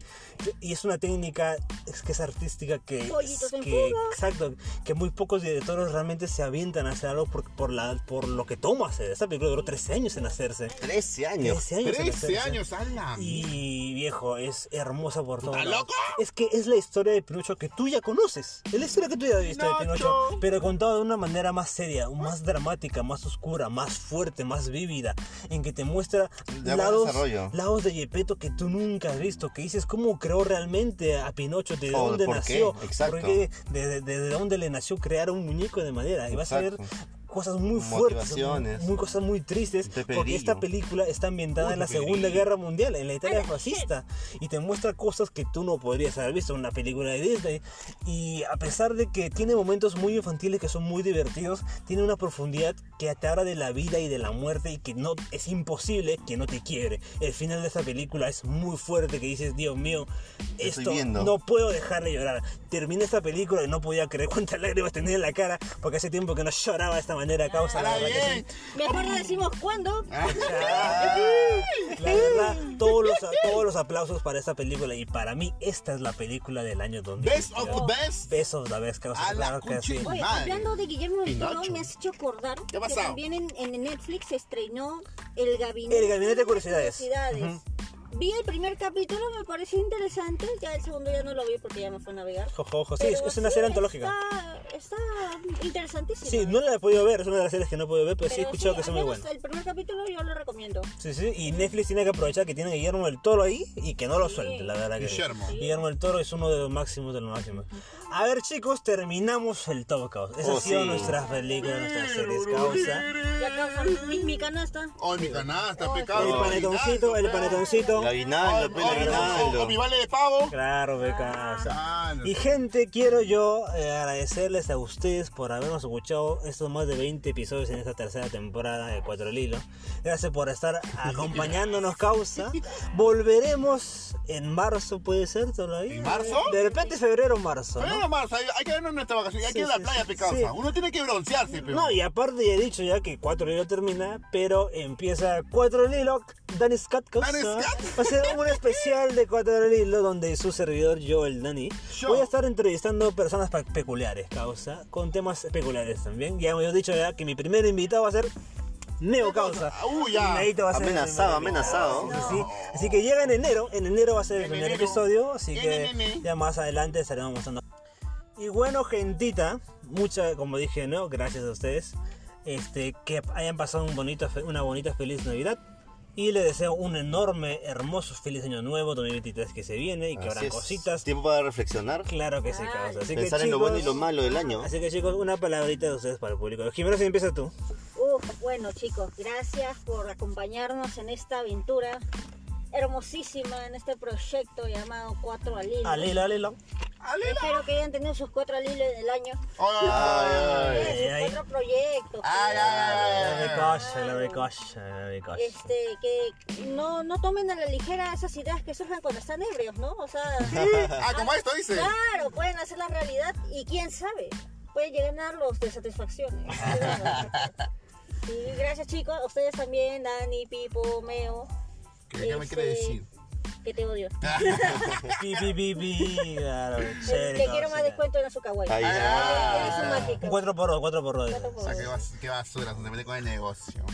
[SPEAKER 1] y es una técnica es que es artística que,
[SPEAKER 3] Pollitos en
[SPEAKER 1] que
[SPEAKER 3] fuga.
[SPEAKER 1] exacto que muy pocos directores realmente se avientan a hacer algo por, por la por lo que toma hacer esta película duró 13 años en hacerse
[SPEAKER 2] 13 años.
[SPEAKER 1] 13 años, en
[SPEAKER 4] 13
[SPEAKER 1] hacerse.
[SPEAKER 4] años, ala.
[SPEAKER 1] y viejo es hermosa por todo
[SPEAKER 4] ¿Estás Ah, loco?
[SPEAKER 1] es que es la historia de Pinocho que tú ya conoces es la historia que tú ya has visto de
[SPEAKER 4] Pinocho.
[SPEAKER 1] Pinocho pero contada de una manera más seria más dramática más oscura más fuerte más vívida en que te muestra
[SPEAKER 2] De buen
[SPEAKER 1] lados
[SPEAKER 2] desarrollo.
[SPEAKER 1] lados de Yepeto que tú nunca has visto, que dices cómo creó realmente a Pinocho, de
[SPEAKER 2] O
[SPEAKER 1] dónde
[SPEAKER 2] por qué,
[SPEAKER 1] nació,
[SPEAKER 2] exacto.
[SPEAKER 1] porque desde dónde le nació crear un muñeco de madera. Y vas a ver
[SPEAKER 2] Exacto.
[SPEAKER 1] cosas muy fuertes,
[SPEAKER 2] Motivaciones.
[SPEAKER 1] muy cosas muy tristes,
[SPEAKER 2] Pepe
[SPEAKER 1] porque esta
[SPEAKER 2] Grillo.
[SPEAKER 1] película está ambientada en la Segunda Guerra Mundial, en la Italia fascista, y te muestra cosas que tú no podrías haber visto en una película de Disney. Y a pesar de que tiene momentos muy infantiles que son muy divertidos, tiene una profundidad que te habla de la vida y de la muerte y que no es imposible que no te quiebre. El final de esta película es muy fuerte, que dices, Dios mío,
[SPEAKER 2] estoy
[SPEAKER 1] esto
[SPEAKER 2] viendo".
[SPEAKER 1] no puedo dejar de llorar. Terminé esta película y no podía creer cuántas lágrimas tenía en la cara, porque hace tiempo que no lloraba de esta manera a causa de la
[SPEAKER 4] ¡Hala
[SPEAKER 1] verdad que sí. Ah,
[SPEAKER 4] bien!
[SPEAKER 3] Mejor le decimos cuándo.
[SPEAKER 4] Ah.
[SPEAKER 1] La verdad, todos los, todos los aplausos para esta película y para mí esta es la película del año donde
[SPEAKER 4] Best of the best.
[SPEAKER 1] Best of the best, causa,
[SPEAKER 4] A la
[SPEAKER 1] claro que sí.
[SPEAKER 4] concha.
[SPEAKER 3] Oye,
[SPEAKER 4] Madre.
[SPEAKER 3] hablando de Guillermo del Toro,
[SPEAKER 4] Pinocho.
[SPEAKER 3] me has hecho acordar
[SPEAKER 4] ¿Qué ha
[SPEAKER 3] que
[SPEAKER 4] pasado?
[SPEAKER 3] también en, en Netflix se estrenó El Gabinete,
[SPEAKER 1] El Gabinete de Curiosidades.
[SPEAKER 3] Curiosidades. Vi el primer capítulo, me pareció interesante, ya el segundo ya no lo vi porque ya me fue a navegar.
[SPEAKER 1] Ojo, ojo, sí, es,
[SPEAKER 3] Pero
[SPEAKER 1] es una serie
[SPEAKER 3] sí,
[SPEAKER 1] antológica.
[SPEAKER 3] Está, está interesantísimo.
[SPEAKER 1] Sí, no la he podido ver, es una de las series que no he podido ver, pero sí he
[SPEAKER 3] Pero
[SPEAKER 1] escuchado que
[SPEAKER 3] al
[SPEAKER 1] es muy
[SPEAKER 3] menos
[SPEAKER 1] buena.
[SPEAKER 3] El primer capítulo yo lo recomiendo.
[SPEAKER 1] Sí, sí, y Netflix tiene que aprovechar que tiene a Guillermo del Toro ahí y que no lo suelte, la verdad que sí.
[SPEAKER 4] Guillermo.
[SPEAKER 1] Guillermo del Toro es uno de los máximos de los máximos. A ver, chicos, terminamos el Top Causa. Esas
[SPEAKER 2] Oh,
[SPEAKER 1] han sido
[SPEAKER 2] sí.
[SPEAKER 1] nuestras películas, nuestras series, causa.
[SPEAKER 3] Ya causa mi, mi canasta.
[SPEAKER 4] ¡Ay, mi canasta, pecado!
[SPEAKER 1] El panetoncito, el panetoncito.
[SPEAKER 2] El aguinaldo, pe, el
[SPEAKER 4] ¡O mi
[SPEAKER 2] aguinaldo.
[SPEAKER 4] vale de pavo!
[SPEAKER 1] Claro, beca. o sea.
[SPEAKER 4] Ah, no.
[SPEAKER 1] Y gente, quiero yo eh, agradecerle agradecerles a ustedes por habernos escuchado estos más de 20 episodios en esta tercera temporada de Cuatro Lilo. Gracias por estar acompañándonos, causa. Volveremos en marzo, puede ser todavía.
[SPEAKER 4] ¿En marzo?
[SPEAKER 1] De repente febrero o marzo. ¿no?
[SPEAKER 4] Pero no más, hay, hay que vernos en nuestra vacación, hay
[SPEAKER 1] Sí,
[SPEAKER 4] que ir a la
[SPEAKER 1] sí,
[SPEAKER 4] playa,
[SPEAKER 1] sí,
[SPEAKER 4] pecausa.
[SPEAKER 1] sí.
[SPEAKER 4] Uno tiene que broncearse, pero.
[SPEAKER 1] No, y aparte ya he dicho ya que 4 Lilo termina, pero empieza 4 Lilo, Danny Scott cosa.
[SPEAKER 4] Danny Scott.
[SPEAKER 1] Va a ser un especial de 4 Lilo donde su servidor, yo, el Danny,
[SPEAKER 4] Yo.
[SPEAKER 1] voy a estar entrevistando personas pa- peculiares, causa, con temas peculiares también. Ya hemos dicho ya que mi primer invitado va a ser Neo Causa.
[SPEAKER 4] Uh, ya.
[SPEAKER 1] Neito va a ser el
[SPEAKER 2] Amenazado,
[SPEAKER 1] primer
[SPEAKER 2] amenazado.
[SPEAKER 1] invitado. Sí, sí. Así que llega en enero, en enero va a ser el
[SPEAKER 4] En
[SPEAKER 1] primer
[SPEAKER 4] enero.
[SPEAKER 1] episodio, así que
[SPEAKER 4] En enero.
[SPEAKER 1] ya más adelante estaremos mostrando. Y bueno, gentita, mucha, como dije, ¿no? Gracias a ustedes. Este, que hayan pasado un bonito, fe- una bonita feliz Navidad. Y les deseo un enorme, hermoso, feliz año nuevo 2023 que se viene y que
[SPEAKER 2] Así
[SPEAKER 1] habrán
[SPEAKER 2] es.
[SPEAKER 1] cositas.
[SPEAKER 2] Tiempo para reflexionar,
[SPEAKER 1] Claro que sí, causa. Así que,
[SPEAKER 2] pensar en lo
[SPEAKER 1] chicos,
[SPEAKER 2] bueno y lo malo del año.
[SPEAKER 1] Así que chicos, una palabrita de ustedes para el público. Jimena, si empieza tú.
[SPEAKER 3] Uf, bueno chicos, gracias por acompañarnos en esta aventura hermosísima, en este proyecto llamado Cuatro al Hilo.
[SPEAKER 1] Alelo, alelo.
[SPEAKER 4] ¡Alela!
[SPEAKER 3] Espero que hayan tenido sus cuatro al hilo del año.
[SPEAKER 4] Ay, Ah,
[SPEAKER 2] Ay, ay.
[SPEAKER 1] ay, ay.
[SPEAKER 3] Sus cuatro proyectos. pues.
[SPEAKER 4] Ay, ay, ay,
[SPEAKER 1] La
[SPEAKER 4] ay.
[SPEAKER 1] ricoche, la ricoche, la ricoche.
[SPEAKER 3] Este, que no, no tomen a la ligera esas ideas que surgen cuando están ebrios, ¿no? O sea,
[SPEAKER 4] Ah, como esto dice.
[SPEAKER 3] claro, pueden hacer la realidad y quién sabe, pueden llenarlos de satisfacciones. Y gracias chicos, a ustedes también, Dani, Pipo, Meo.
[SPEAKER 4] ¿Qué, qué me
[SPEAKER 3] Este,
[SPEAKER 4] quiere decir? Ah.
[SPEAKER 3] Que te odio.
[SPEAKER 1] Pi, pi, pi, pi. Claro,
[SPEAKER 3] Te
[SPEAKER 1] chévere,
[SPEAKER 3] Este, quiero más
[SPEAKER 1] causa.
[SPEAKER 3] descuento en su kawaii.
[SPEAKER 2] Ahí,
[SPEAKER 3] Eres un
[SPEAKER 4] Ah.
[SPEAKER 3] mágico.
[SPEAKER 1] Un 4 por 2, 4 por 2.
[SPEAKER 3] Cuatro por
[SPEAKER 4] O sea,
[SPEAKER 3] dos.
[SPEAKER 4] qué, bas- qué basura, se mete con el negocio.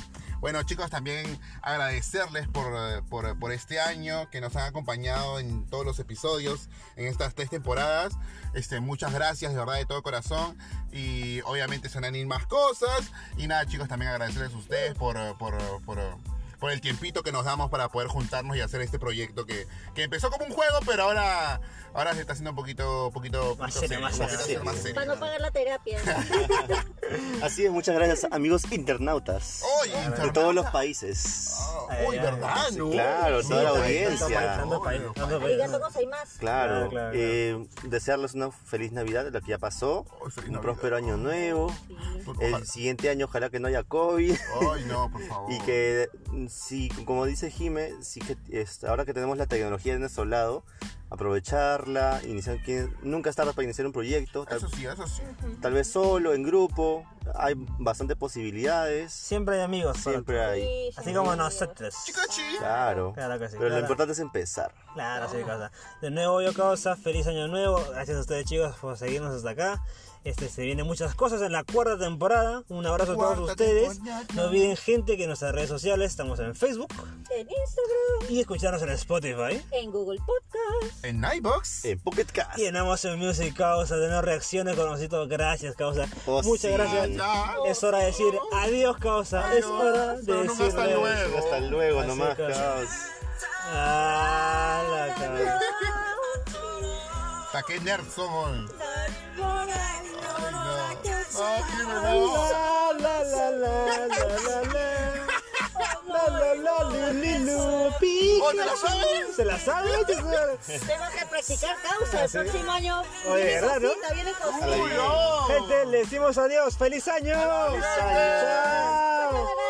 [SPEAKER 4] Bueno, chicos, también agradecerles por, eh, por, por este año que nos han acompañado en todos los episodios, en estas tres temporadas. Este, muchas gracias, de verdad, de todo corazón. Y obviamente se van a ir más cosas. Y nada, chicos, también agradecerles a ustedes por, eh, por, eh, por, eh, por el tiempito que nos damos para poder juntarnos y hacer este proyecto que, que empezó como un juego, pero ahora, ahora se está haciendo un poquito, poquito,
[SPEAKER 1] Más
[SPEAKER 4] poquito
[SPEAKER 1] serio, más
[SPEAKER 4] poquito
[SPEAKER 2] serio.
[SPEAKER 4] más
[SPEAKER 3] Para no
[SPEAKER 4] serio.
[SPEAKER 3] pagar la terapia.
[SPEAKER 1] Ah,
[SPEAKER 2] Así es, muchas gracias, amigos internautas
[SPEAKER 1] Oh,
[SPEAKER 4] Oye,
[SPEAKER 2] de
[SPEAKER 4] Fernanda.
[SPEAKER 2] todos los países.
[SPEAKER 1] Ay,
[SPEAKER 4] Oh, Uy,
[SPEAKER 1] ay,
[SPEAKER 4] ¿verdad?
[SPEAKER 2] sí,
[SPEAKER 4] no?
[SPEAKER 2] claro, toda la
[SPEAKER 4] Sí,
[SPEAKER 2] audiencia. Oh,
[SPEAKER 4] tanto país,
[SPEAKER 1] Tanto
[SPEAKER 4] tanto
[SPEAKER 1] país.
[SPEAKER 4] país.
[SPEAKER 3] Ahí ya todos hay más.
[SPEAKER 2] Claro,
[SPEAKER 1] Claro, claro,
[SPEAKER 2] eh, desearles una feliz Navidad, la que ya pasó,
[SPEAKER 4] Ay, feliz
[SPEAKER 2] un
[SPEAKER 4] Navidad.
[SPEAKER 2] próspero año nuevo,
[SPEAKER 4] Ojalá.
[SPEAKER 2] el siguiente año ojalá que no haya COVID
[SPEAKER 4] Ay, no, por favor.
[SPEAKER 1] Oh.
[SPEAKER 2] y que, mm, si, como dice Jime, sí que es- ahora que tenemos la tecnología de nuestro lado, aprovecharla, iniciar, que nunca es tarde para iniciar un proyecto, tal,
[SPEAKER 4] Eso sí, eso sí.
[SPEAKER 2] tal vez solo, en grupo, hay bastantes posibilidades,
[SPEAKER 1] Siempre hay amigos. para
[SPEAKER 2] siempre hay,
[SPEAKER 3] Sí,
[SPEAKER 1] todo. Así
[SPEAKER 3] sí,
[SPEAKER 1] como
[SPEAKER 3] sí.
[SPEAKER 1] nosotros.
[SPEAKER 4] Chicachi.
[SPEAKER 2] claro,
[SPEAKER 1] Claro que sí,
[SPEAKER 2] pero lo
[SPEAKER 1] claro.
[SPEAKER 2] importante es empezar.
[SPEAKER 1] Claro, sí, causa. De nuevo, yo causa. Feliz año nuevo. Gracias a ustedes, chicos, por seguirnos hasta acá. Este, se vienen muchas cosas en la cuarta temporada. Un abrazo a todos
[SPEAKER 4] Cuarta
[SPEAKER 1] ustedes.
[SPEAKER 4] temporada.
[SPEAKER 1] No olviden, gente, que en nuestras redes sociales estamos en Facebook
[SPEAKER 3] En Instagram,
[SPEAKER 1] y escucharnos en Spotify.
[SPEAKER 3] en Google Podcast.
[SPEAKER 4] En Nightbox.
[SPEAKER 2] En Pocket Cast.
[SPEAKER 1] Y en Amazon Music, causa. De no reacciones, conocito. Gracias, causa.
[SPEAKER 2] Oh,
[SPEAKER 1] Muchas
[SPEAKER 2] sí.
[SPEAKER 1] gracias.
[SPEAKER 4] Ya.
[SPEAKER 1] Es hora de decir adiós, causa. es hora de
[SPEAKER 4] Adiós,
[SPEAKER 1] decir
[SPEAKER 4] hasta luego.
[SPEAKER 2] Hasta luego
[SPEAKER 1] Así
[SPEAKER 2] nomás,
[SPEAKER 1] que-
[SPEAKER 2] caos.
[SPEAKER 1] Ah, la causa.
[SPEAKER 4] Hasta qué nerd somos. Ay, no. Ay, sí, me
[SPEAKER 1] La,
[SPEAKER 4] da.
[SPEAKER 1] la, la, la, la, la, la. La, la, la, lu, li, lu, pi.
[SPEAKER 4] Oh, ¿te la sabes?
[SPEAKER 1] ¿Se la sabe? ¿Se la-
[SPEAKER 3] Tengo que practicar causa el próximo año.
[SPEAKER 1] Oye,
[SPEAKER 3] Viene
[SPEAKER 1] ¿verdad, no?
[SPEAKER 3] cosita, viene cosita.
[SPEAKER 4] Uy, no.
[SPEAKER 1] Gente, le decimos adiós. ¡Feliz año! ¡Chao!
[SPEAKER 3] Bye, bye.